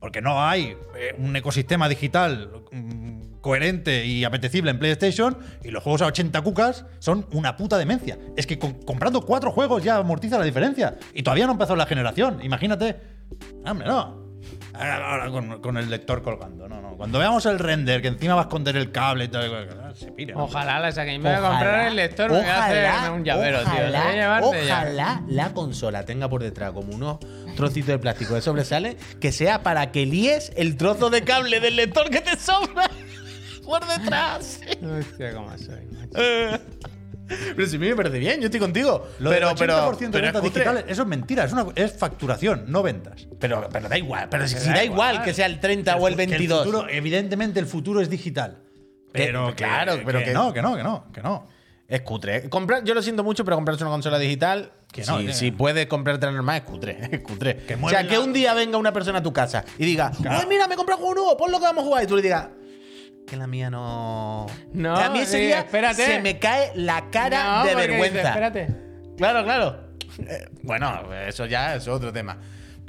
[SPEAKER 4] Porque no hay eh, un ecosistema digital mm, coherente y apetecible en PlayStation y los juegos a 80 cucas son una puta demencia. Es que con- comprando cuatro juegos ya amortiza la diferencia. Y todavía no empezó la generación, imagínate. Ah, Hombre, no. Ahora, ahora con, con el lector colgando. No, no. Cuando veamos el render, que encima va a esconder el cable y tal, ah, se pira. ¿no?
[SPEAKER 1] Ojalá la saquen. Me voy a comprar el lector, me voy a hacer un llavero, tío. Lo voy a
[SPEAKER 5] ojalá,
[SPEAKER 1] llevarte ya.
[SPEAKER 5] ojalá la consola tenga por detrás como unos trocitos de plástico que sobresale que sea para que líes el trozo de cable del lector que te sobra [LAUGHS] por detrás.
[SPEAKER 1] Hostia, cómo soy, macho.
[SPEAKER 5] Pero si a mí me parece bien, yo estoy contigo.
[SPEAKER 4] Lo
[SPEAKER 5] pero,
[SPEAKER 4] del 80%
[SPEAKER 5] pero,
[SPEAKER 4] de
[SPEAKER 5] pero,
[SPEAKER 4] ventas
[SPEAKER 5] es cutre.
[SPEAKER 4] digitales, eso es mentira, es, una, es facturación, no ventas.
[SPEAKER 5] pero, pero da igual. Pero si,
[SPEAKER 1] Que
[SPEAKER 5] si
[SPEAKER 1] da
[SPEAKER 5] da igual
[SPEAKER 1] igual.
[SPEAKER 5] que sea el 30
[SPEAKER 4] Que
[SPEAKER 5] o el
[SPEAKER 4] fu- que
[SPEAKER 5] 22.
[SPEAKER 4] futuro- evidentemente el futuro es digital.
[SPEAKER 5] Que-
[SPEAKER 4] Pero que-
[SPEAKER 5] claro,
[SPEAKER 4] que,
[SPEAKER 5] pero que-
[SPEAKER 4] no, que no, que no, que no.
[SPEAKER 5] Es cutre. Comprar, yo lo siento mucho, pero comprarse una consola digital.
[SPEAKER 4] Que no,
[SPEAKER 5] si,
[SPEAKER 4] que-
[SPEAKER 5] si puedes comprarte la normal, es cutre. [LAUGHS] Es cutre.
[SPEAKER 4] Que
[SPEAKER 5] o
[SPEAKER 4] mueve
[SPEAKER 5] sea,
[SPEAKER 4] la-
[SPEAKER 5] que un día venga una persona a tu casa y diga,
[SPEAKER 4] Claro.
[SPEAKER 5] ¡ay, mira, me compré un juego nuevo! Pon lo que vamos a jugar. Y tú le digas, que la mía no.
[SPEAKER 1] No,
[SPEAKER 5] a mí ese
[SPEAKER 1] sí,
[SPEAKER 5] día
[SPEAKER 1] espérate.
[SPEAKER 5] se me cae la cara
[SPEAKER 1] No,
[SPEAKER 5] de
[SPEAKER 1] porque
[SPEAKER 5] vergüenza.
[SPEAKER 1] dices, espérate.
[SPEAKER 5] Claro, claro. Eh, bueno, eso ya es otro tema.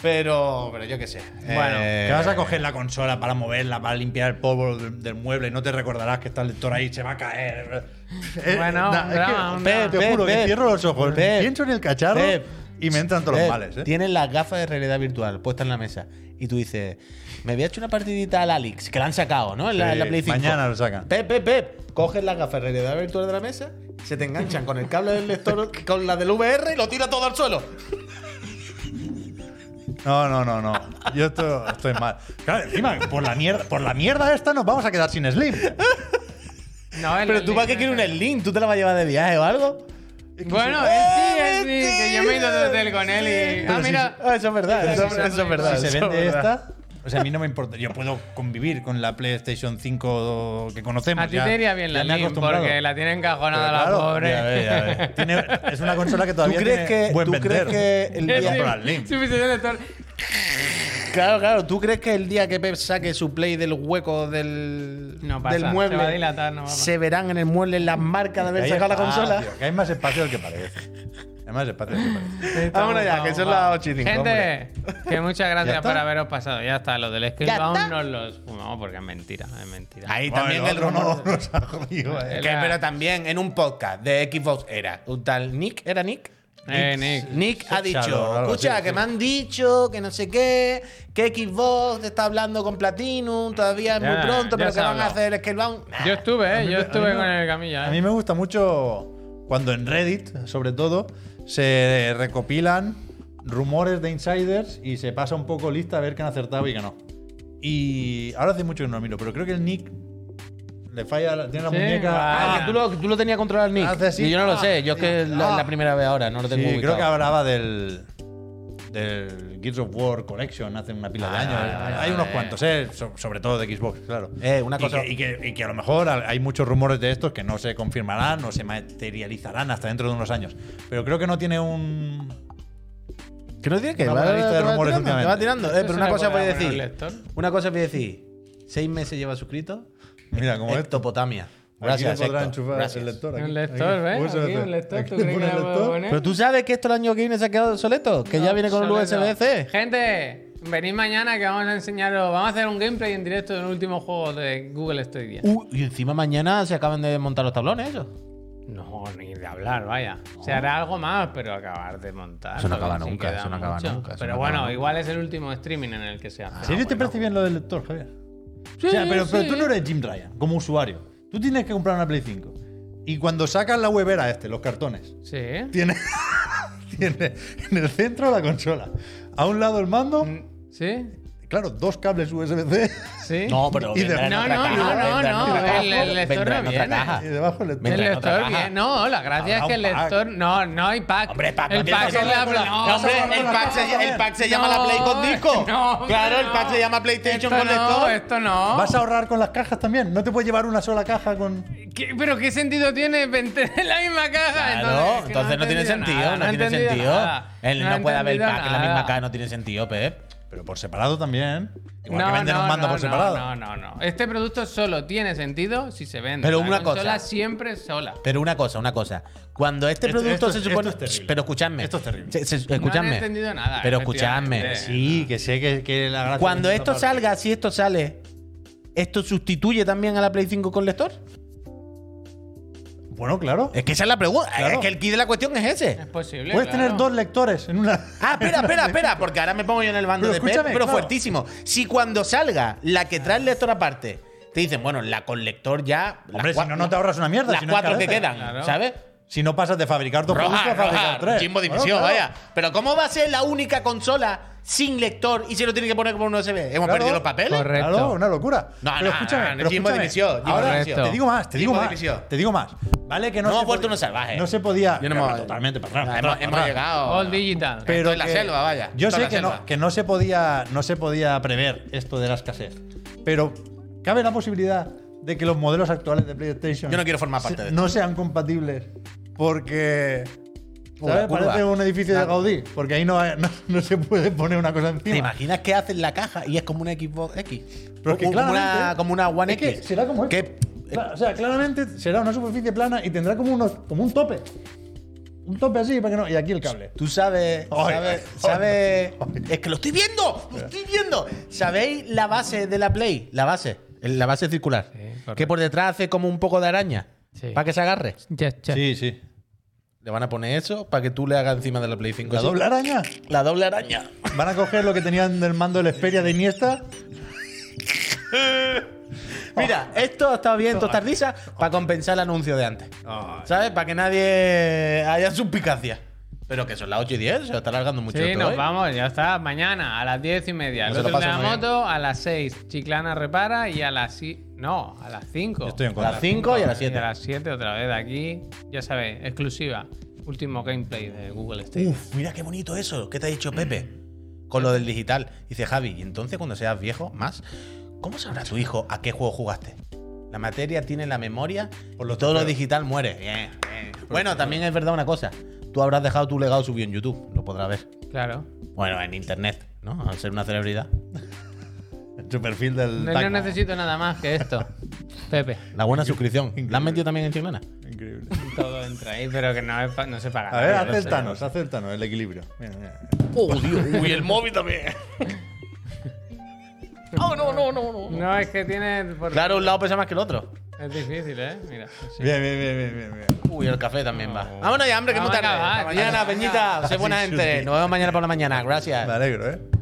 [SPEAKER 4] Pero, pero yo qué sé.
[SPEAKER 1] Bueno.
[SPEAKER 4] Eh, que vas a coger la consola para moverla, para limpiar el polvo del, del mueble. No te recordarás que está el lector ahí, se va a caer. [LAUGHS] Eh,
[SPEAKER 1] Bueno,
[SPEAKER 4] na- es que,
[SPEAKER 1] brava,
[SPEAKER 4] Pep,
[SPEAKER 1] brava.
[SPEAKER 4] te juro
[SPEAKER 5] Pep,
[SPEAKER 4] que cierro los ojos,
[SPEAKER 5] Pep,
[SPEAKER 4] pienso en el cacharro
[SPEAKER 5] Pep,
[SPEAKER 4] y me entran todos
[SPEAKER 5] Eh,
[SPEAKER 4] los males. ¿eh?
[SPEAKER 5] Tienes las gafas de realidad virtual puestas en la mesa y tú dices, me había hecho una partidita al Alex, que la han sacado, ¿no? En la, en la
[SPEAKER 4] Sí,
[SPEAKER 5] Play 5.
[SPEAKER 4] mañana lo sacan.
[SPEAKER 5] Pep, pep, pep. Coges las gafas de realidad virtual de la mesa, se te enganchan con el cable
[SPEAKER 4] [LAUGHS]
[SPEAKER 5] del lector, con la del VR y lo tira todo al suelo.
[SPEAKER 4] No, no, no, no. Yo esto- estoy mal. Claro, encima, por la, mierda, por la mierda esta nos vamos a quedar sin Slim.
[SPEAKER 1] No, el
[SPEAKER 5] Pero tú para qué
[SPEAKER 1] Slim,
[SPEAKER 5] quieres un
[SPEAKER 1] el-
[SPEAKER 5] Slim, tú te la vas a llevar de viaje o algo. ¡Eh,
[SPEAKER 1] Bueno, él sí, él sí, que yo me he ido de hotel con él y. Ah,
[SPEAKER 5] Pero sí,
[SPEAKER 1] mira.
[SPEAKER 5] sí. Ah, eso es verdad, eso,
[SPEAKER 1] Pero sí,
[SPEAKER 5] eso
[SPEAKER 1] sí,
[SPEAKER 5] es verdad.
[SPEAKER 1] sí,
[SPEAKER 5] eso
[SPEAKER 4] si se
[SPEAKER 5] es
[SPEAKER 4] vende
[SPEAKER 5] verdad.
[SPEAKER 4] esta. O sea, a mí no me importa. Yo puedo convivir con la PlayStation 5 que conocemos.
[SPEAKER 1] A ti
[SPEAKER 4] ya-
[SPEAKER 1] te iría bien la
[SPEAKER 4] ya me he
[SPEAKER 1] Slim
[SPEAKER 4] acostumbrado.
[SPEAKER 1] porque la tiene
[SPEAKER 4] Pero
[SPEAKER 1] encajonada
[SPEAKER 4] claro,
[SPEAKER 1] la pobre. [LAUGHS]
[SPEAKER 4] ya ves, ya ves. Tiene- es una consola que
[SPEAKER 5] ¿Tú
[SPEAKER 4] todavía
[SPEAKER 5] crees
[SPEAKER 4] tiene
[SPEAKER 5] que,
[SPEAKER 4] buen
[SPEAKER 5] tú
[SPEAKER 4] vender.
[SPEAKER 5] crees que el
[SPEAKER 1] Sí,
[SPEAKER 4] Voy a
[SPEAKER 5] día,
[SPEAKER 4] comprar el Slim.
[SPEAKER 1] sí, sí, sí, doctor.
[SPEAKER 5] Claro, claro. ¿Tú crees que el día que Pep saque su play del hueco del,
[SPEAKER 1] No pasa,
[SPEAKER 5] del mueble,
[SPEAKER 1] se va a dilatar, no va a pasar.
[SPEAKER 5] se verán en el mueble las marcas de
[SPEAKER 4] Que
[SPEAKER 5] haber
[SPEAKER 4] hay
[SPEAKER 5] sacado la
[SPEAKER 4] espacio,
[SPEAKER 5] consola?
[SPEAKER 4] Ah, que hay más espacio del que parece. Hay más espacio del que parece.
[SPEAKER 5] Vámonos ya, que son las 8 y cinco,
[SPEAKER 1] Gente, que
[SPEAKER 5] [LAUGHS]
[SPEAKER 1] muchas
[SPEAKER 4] ¿Ya
[SPEAKER 1] gracias
[SPEAKER 4] está?
[SPEAKER 1] por haberos pasado. Ya está, lo del script
[SPEAKER 5] ¿Ya está?
[SPEAKER 1] aún no los fumamos porque es mentira, es mentira.
[SPEAKER 5] Ahí
[SPEAKER 4] Bueno,
[SPEAKER 5] también
[SPEAKER 4] el
[SPEAKER 5] el
[SPEAKER 4] otro
[SPEAKER 5] rumor.
[SPEAKER 4] no [LAUGHS] nos ha jodido, eh.
[SPEAKER 1] El-
[SPEAKER 5] Que, pero también en un podcast de Xbox era un tal Nick, ¿era Nick?
[SPEAKER 1] Eh, Nick.
[SPEAKER 5] Nick ha dicho,
[SPEAKER 4] Shadow, algo
[SPEAKER 5] escucha,
[SPEAKER 4] así,
[SPEAKER 5] que
[SPEAKER 4] sí.
[SPEAKER 5] me han dicho que no sé qué, que Xbox está hablando con Platinum, todavía es
[SPEAKER 1] Ya,
[SPEAKER 5] muy pronto,
[SPEAKER 1] ya
[SPEAKER 5] pero
[SPEAKER 1] se
[SPEAKER 5] que
[SPEAKER 1] ha
[SPEAKER 5] van a
[SPEAKER 1] hablado.
[SPEAKER 5] hacer el Scalebound. Nah.
[SPEAKER 1] Yo estuve,
[SPEAKER 4] A
[SPEAKER 1] eh,
[SPEAKER 4] mí
[SPEAKER 1] yo
[SPEAKER 4] me- a
[SPEAKER 1] estuve
[SPEAKER 4] mí
[SPEAKER 1] con
[SPEAKER 4] me-
[SPEAKER 1] el camilla.
[SPEAKER 4] A mí
[SPEAKER 1] eh.
[SPEAKER 4] me gusta mucho cuando en Reddit, sobre todo, se recopilan rumores de insiders y se pasa un poco lista a ver qué han acertado y qué no. Y ahora hace mucho que no lo miro, pero creo que el Nick le falla, tiene la
[SPEAKER 1] Sí,
[SPEAKER 4] muñeca.
[SPEAKER 1] va.
[SPEAKER 5] Ah, que tú lo, que tú lo tenías controlado el Nick.
[SPEAKER 4] Hace así.
[SPEAKER 5] Y yo no lo
[SPEAKER 4] Ah,
[SPEAKER 5] sé, yo es que
[SPEAKER 4] ah.
[SPEAKER 5] es la, la primera vez ahora, no lo tengo
[SPEAKER 4] Sí, creo
[SPEAKER 5] ubicado.
[SPEAKER 4] que hablaba del del Gears of War Collection hace una pila de
[SPEAKER 5] Ah,
[SPEAKER 4] años.
[SPEAKER 5] vale,
[SPEAKER 4] hay unos
[SPEAKER 5] vale.
[SPEAKER 4] cuantos, eh, so- sobre todo de Xbox, claro.
[SPEAKER 5] Eh, una
[SPEAKER 4] Y
[SPEAKER 5] cosa-
[SPEAKER 4] que- Y que, y que a lo mejor hay muchos rumores de estos que no se confirmarán o se materializarán hasta dentro de unos años. Pero creo que no tiene un.
[SPEAKER 5] Que no tiene que
[SPEAKER 4] Una
[SPEAKER 5] va,
[SPEAKER 4] buena lista
[SPEAKER 5] te
[SPEAKER 4] de
[SPEAKER 5] va
[SPEAKER 4] rumores
[SPEAKER 5] tirando, te va
[SPEAKER 4] últimamente.
[SPEAKER 5] tirando. Eh,
[SPEAKER 1] Eso
[SPEAKER 5] pero
[SPEAKER 1] se
[SPEAKER 5] una
[SPEAKER 1] le
[SPEAKER 5] cosa voy a
[SPEAKER 1] puede dar
[SPEAKER 5] decir.
[SPEAKER 1] un lector.
[SPEAKER 5] Una cosa voy a decir. Seis meses lleva suscrito.
[SPEAKER 4] Mira, como es.
[SPEAKER 5] Ectopotamia.
[SPEAKER 4] Aquí le
[SPEAKER 5] Gracias,
[SPEAKER 4] podrá
[SPEAKER 5] Héctor.
[SPEAKER 4] enchufar
[SPEAKER 5] Gracias.
[SPEAKER 4] el lector.
[SPEAKER 1] Un
[SPEAKER 4] aquí.
[SPEAKER 1] lector,
[SPEAKER 4] Aquí.
[SPEAKER 1] ¿ves?
[SPEAKER 4] USB.
[SPEAKER 1] Aquí un lector, ¿tú
[SPEAKER 4] Aquí
[SPEAKER 1] crees que
[SPEAKER 4] pone
[SPEAKER 1] le
[SPEAKER 4] el
[SPEAKER 1] puedo
[SPEAKER 4] lector.
[SPEAKER 1] poner?
[SPEAKER 5] Pero tú sabes que esto el año que viene se ha quedado obsoleto. Que ya viene con el
[SPEAKER 1] Obsoleto.
[SPEAKER 5] USB-C.
[SPEAKER 1] Gente, venid mañana que vamos a enseñaros. Vamos a hacer un gameplay en directo del último juego de Google Stadia.
[SPEAKER 5] Uh, y encima mañana se acaban de montar los tablones, eso.
[SPEAKER 1] No, ni de hablar, vaya. Se hará algo más, pero acabar de montar.
[SPEAKER 5] Eso no acaba
[SPEAKER 1] porque sí
[SPEAKER 5] nunca,
[SPEAKER 1] queda
[SPEAKER 5] eso no acaba
[SPEAKER 1] mucho.
[SPEAKER 5] nunca, eso
[SPEAKER 1] Pero
[SPEAKER 5] no acaba
[SPEAKER 1] bueno,
[SPEAKER 5] nunca. Ah,
[SPEAKER 1] igual es el último streaming en el que se hace.
[SPEAKER 4] ¿En serio te parece bien lo del lector, Javier? o sea,
[SPEAKER 1] Ah, Sí,
[SPEAKER 4] pero, pero
[SPEAKER 1] sí.
[SPEAKER 4] tú no eres Jim Ryan como usuario. Tú tienes que comprar una Play 5. Y cuando sacas la webera este, los cartones,
[SPEAKER 1] Sí.
[SPEAKER 4] tiene, [LAUGHS] tiene en el centro la consola. A un lado el mando,
[SPEAKER 1] Mm. ¿Sí?
[SPEAKER 4] claro, dos cables USB-C
[SPEAKER 1] ¿Sí?
[SPEAKER 5] pero.
[SPEAKER 4] Y de-
[SPEAKER 5] vendrá en
[SPEAKER 1] No,
[SPEAKER 5] otra
[SPEAKER 1] no,
[SPEAKER 5] caja,
[SPEAKER 1] no,
[SPEAKER 5] vendrá en
[SPEAKER 1] no,
[SPEAKER 5] otra caja,
[SPEAKER 1] el- el lector
[SPEAKER 5] vendrá en
[SPEAKER 1] no
[SPEAKER 5] otra
[SPEAKER 1] viene.
[SPEAKER 5] caja.
[SPEAKER 4] y debajo el
[SPEAKER 1] El
[SPEAKER 4] lector.
[SPEAKER 5] Vendrá en otra
[SPEAKER 1] lector
[SPEAKER 5] caja.
[SPEAKER 1] bien. No, la gracia es
[SPEAKER 4] Habrá
[SPEAKER 1] que el
[SPEAKER 4] un pack.
[SPEAKER 1] lector. No, no hay pack.
[SPEAKER 5] Hombre, pack,
[SPEAKER 1] El
[SPEAKER 5] también
[SPEAKER 1] pack
[SPEAKER 5] se
[SPEAKER 1] es la.
[SPEAKER 5] sabe con la-
[SPEAKER 1] No,
[SPEAKER 5] No,
[SPEAKER 4] hombre,
[SPEAKER 5] el pack se- el pack se llama la Play con disco. Claro, el pack se llama PlayStation
[SPEAKER 1] Esto
[SPEAKER 5] este con
[SPEAKER 1] no,
[SPEAKER 5] lector.
[SPEAKER 1] Esto no.
[SPEAKER 4] Vas a ahorrar con las cajas también. No te puedes llevar una sola caja con.
[SPEAKER 1] ¿Qué- ¿Pero qué sentido tiene vender en la misma caja?
[SPEAKER 5] Claro,
[SPEAKER 1] es que
[SPEAKER 5] entonces
[SPEAKER 1] he
[SPEAKER 5] no tiene
[SPEAKER 1] entendido
[SPEAKER 5] sentido,
[SPEAKER 1] nada,
[SPEAKER 5] no
[SPEAKER 1] he
[SPEAKER 5] tiene
[SPEAKER 1] entendido
[SPEAKER 5] sentido.
[SPEAKER 1] nada,
[SPEAKER 5] Él
[SPEAKER 1] he
[SPEAKER 5] no puede haber
[SPEAKER 1] entendido
[SPEAKER 5] pack en la misma
[SPEAKER 1] nada.
[SPEAKER 5] caja, no tiene sentido, Pep.
[SPEAKER 4] Pero por separado también. Igual
[SPEAKER 1] No,
[SPEAKER 4] que venden
[SPEAKER 1] no,
[SPEAKER 4] un mando
[SPEAKER 1] no,
[SPEAKER 4] por
[SPEAKER 1] no,
[SPEAKER 4] separado.
[SPEAKER 1] No, no, no. Este producto solo tiene sentido si se vende.
[SPEAKER 5] Pero
[SPEAKER 1] La
[SPEAKER 5] una
[SPEAKER 1] consola
[SPEAKER 5] cosa.
[SPEAKER 1] siempre sola.
[SPEAKER 5] Pero una cosa, una cosa. Cuando este
[SPEAKER 4] Esto-
[SPEAKER 5] producto
[SPEAKER 4] esto-
[SPEAKER 5] se supone.
[SPEAKER 4] esto es terrible.
[SPEAKER 5] pero escuchadme.
[SPEAKER 4] Esto es terrible.
[SPEAKER 5] Se- se-
[SPEAKER 1] No
[SPEAKER 5] escuchadme.
[SPEAKER 1] han entendido nada.
[SPEAKER 5] pero
[SPEAKER 1] efectivamente.
[SPEAKER 5] escuchadme.
[SPEAKER 4] Sí, que sé que, que la gracia
[SPEAKER 5] Cuando
[SPEAKER 4] es
[SPEAKER 5] esto
[SPEAKER 4] otra parte.
[SPEAKER 5] salga, si esto sale, ¿esto sustituye también a la Play 5 con lector?
[SPEAKER 4] Bueno, claro.
[SPEAKER 5] Es que esa es la pregunta.
[SPEAKER 4] Claro.
[SPEAKER 5] Es que el key de la cuestión es
[SPEAKER 1] Es
[SPEAKER 5] ese.
[SPEAKER 1] posible.
[SPEAKER 4] Puedes
[SPEAKER 1] claro.
[SPEAKER 4] tener dos lectores en una.
[SPEAKER 5] Ah, espera, espera, espera, porque ahora me pongo yo en el bando
[SPEAKER 4] Pero
[SPEAKER 5] de Pep,
[SPEAKER 4] escúchame,
[SPEAKER 5] pero
[SPEAKER 4] claro.
[SPEAKER 5] fuertísimo. Si cuando salga la que trae el lector aparte, te dicen, bueno, la con lector ya. las
[SPEAKER 4] Hombre, si
[SPEAKER 5] cua-
[SPEAKER 4] no, no te ahorras una mierda.
[SPEAKER 5] Las
[SPEAKER 4] si no
[SPEAKER 5] cuatro que
[SPEAKER 4] encarece.
[SPEAKER 5] quedan,
[SPEAKER 1] Claro.
[SPEAKER 5] ¿sabes?
[SPEAKER 4] Si no pasas de fabricar dos
[SPEAKER 5] Roja,
[SPEAKER 4] productos a fabricar
[SPEAKER 5] roja,
[SPEAKER 4] tres.
[SPEAKER 5] Jimbo
[SPEAKER 4] Bueno,
[SPEAKER 5] dimisión,
[SPEAKER 4] claro.
[SPEAKER 5] vaya. Pero ¿cómo va a ser la única consola sin lector y se lo tiene que poner como un USB? ¿Hemos
[SPEAKER 4] Claro.
[SPEAKER 5] perdido los papeles?
[SPEAKER 1] Correcto.
[SPEAKER 4] Claro, una locura.
[SPEAKER 5] No,
[SPEAKER 4] pero
[SPEAKER 5] no,
[SPEAKER 4] escúchame,
[SPEAKER 5] no,
[SPEAKER 4] pero
[SPEAKER 5] Jimbo
[SPEAKER 4] escúchame.
[SPEAKER 5] dimisión, Jimbo
[SPEAKER 4] Ahora
[SPEAKER 1] dimisión.
[SPEAKER 4] te digo más, te digo
[SPEAKER 5] Jimbo
[SPEAKER 4] más.
[SPEAKER 5] dimisión.
[SPEAKER 4] Te digo más. Vale que no
[SPEAKER 5] No
[SPEAKER 4] se
[SPEAKER 5] hemos vuelto
[SPEAKER 4] podía-
[SPEAKER 5] unos salvajes.
[SPEAKER 4] No se podía.
[SPEAKER 5] Yo no me-
[SPEAKER 4] totalmente para atrás.
[SPEAKER 5] Hemos,
[SPEAKER 4] para
[SPEAKER 5] hemos
[SPEAKER 4] atrás.
[SPEAKER 5] llegado.
[SPEAKER 1] All digital.
[SPEAKER 5] Esto es la
[SPEAKER 4] que-
[SPEAKER 5] selva, vaya.
[SPEAKER 4] Yo
[SPEAKER 5] Esto es
[SPEAKER 4] sé
[SPEAKER 5] la
[SPEAKER 4] que
[SPEAKER 5] selva.
[SPEAKER 4] no, que no se podía no se podía prever esto de la escasez, pero cabe la posibilidad de que los modelos actuales de PlayStation
[SPEAKER 5] Yo no quiero formar parte
[SPEAKER 4] se-
[SPEAKER 5] de esto.
[SPEAKER 4] no sean compatibles porque
[SPEAKER 5] Pura
[SPEAKER 4] ¿sabes?
[SPEAKER 5] curva.
[SPEAKER 4] parece un edificio de Gaudí, porque ahí no, hay- no, no se puede poner una cosa
[SPEAKER 5] ¿Te
[SPEAKER 4] encima.
[SPEAKER 5] imaginas que hacen la caja y es como una Xbox X?
[SPEAKER 4] Pero es que
[SPEAKER 5] como, como una,
[SPEAKER 4] claramente-
[SPEAKER 5] como una One
[SPEAKER 4] Es que
[SPEAKER 5] X.
[SPEAKER 4] será como
[SPEAKER 5] Que-
[SPEAKER 4] esto. Claro, O sea, claramente será una superficie plana y tendrá como, unos, como un tope. Un tope así para que no. Y aquí el cable.
[SPEAKER 5] Tú sabes,
[SPEAKER 4] Ay,
[SPEAKER 5] sabes,
[SPEAKER 4] ay,
[SPEAKER 5] sabes-
[SPEAKER 4] ay, ay.
[SPEAKER 5] es que lo estoy viendo, lo estoy viendo. ¿Sabéis la base de la Play? La base, la base circular,
[SPEAKER 1] correcto.
[SPEAKER 5] que por detrás hace como un poco de araña
[SPEAKER 1] Sí.
[SPEAKER 5] para que se agarre.
[SPEAKER 1] Ya, ya.
[SPEAKER 4] Sí, sí.
[SPEAKER 5] Le van a poner eso para que tú le hagas encima de la Play 5.
[SPEAKER 4] Pues ¿La
[SPEAKER 5] Sí.
[SPEAKER 4] doble araña?
[SPEAKER 5] La doble araña.
[SPEAKER 4] ¿Van a coger lo que tenían del mando del Xperia de Iniesta?
[SPEAKER 5] Mira, esto está bien, tostardisa, para compensar el anuncio de antes. ¿Sabes? Para que nadie haya suspicacia. Pero que son las 8 y 10, se lo está alargando mucho.
[SPEAKER 1] Sí,
[SPEAKER 5] esto ¿eh?
[SPEAKER 1] nos
[SPEAKER 5] hoy.
[SPEAKER 1] vamos, ya está. Mañana a las 10 y media. El
[SPEAKER 5] No se lo
[SPEAKER 1] otro de la
[SPEAKER 5] pasen muy
[SPEAKER 1] moto a las 6. Chiclana repara y a las. si- No, a las 5.
[SPEAKER 4] Estoy en
[SPEAKER 5] A
[SPEAKER 4] contra.
[SPEAKER 5] las 5 y a las
[SPEAKER 1] Y a
[SPEAKER 5] 7.
[SPEAKER 1] las 7 otra vez aquí. Ya sabéis, exclusiva. Último gameplay de Google Stage.
[SPEAKER 5] Uf, mira qué bonito eso. ¿Qué te ha dicho Pepe? Con lo del digital. Dice Javi, y entonces cuando seas viejo, más, ¿cómo sabrá tu hijo a qué juego jugaste? La materia tiene la memoria
[SPEAKER 4] Por los
[SPEAKER 5] y todo lo
[SPEAKER 4] trofeos.
[SPEAKER 5] digital muere. Bien, bien. Bueno, también es verdad una cosa. Tú habrás dejado tu legado subido en YouTube, lo podrás ver.
[SPEAKER 1] Claro.
[SPEAKER 5] Bueno, en internet, ¿no? Al ser una celebridad.
[SPEAKER 4] En su perfil del.
[SPEAKER 1] No, no
[SPEAKER 4] Tag.
[SPEAKER 1] necesito nada más que esto. Pepe.
[SPEAKER 5] La buena suscripción. ¿La has metido también en Chiclana?
[SPEAKER 4] Increíble.
[SPEAKER 1] Todo entra ahí, pero que no, es pa- no se paga.
[SPEAKER 4] A ver,
[SPEAKER 1] nada, no
[SPEAKER 4] haz el
[SPEAKER 1] sé.
[SPEAKER 4] Thanos, haz el Thanos, el equilibrio. Mira, mira.
[SPEAKER 5] Uy, el móvil también.
[SPEAKER 1] No, es que tiene. por-
[SPEAKER 5] Claro, un lado pesa más que el otro.
[SPEAKER 1] Es difícil, ¿eh? Mira. sí.
[SPEAKER 4] Bien, bien, bien, bien, bien, bien.
[SPEAKER 5] Uy, el café también va. Vámonos Ah, ya, hombre, que es muy
[SPEAKER 1] Vámonos,
[SPEAKER 5] tarde.
[SPEAKER 1] va,
[SPEAKER 5] Hasta mañana,
[SPEAKER 1] venga.
[SPEAKER 5] Peñita. Sé buena
[SPEAKER 4] Sí, sí,
[SPEAKER 5] gente.
[SPEAKER 4] sí.
[SPEAKER 5] Nos vemos mañana por la mañana. Gracias.
[SPEAKER 4] Me alegro, ¿eh?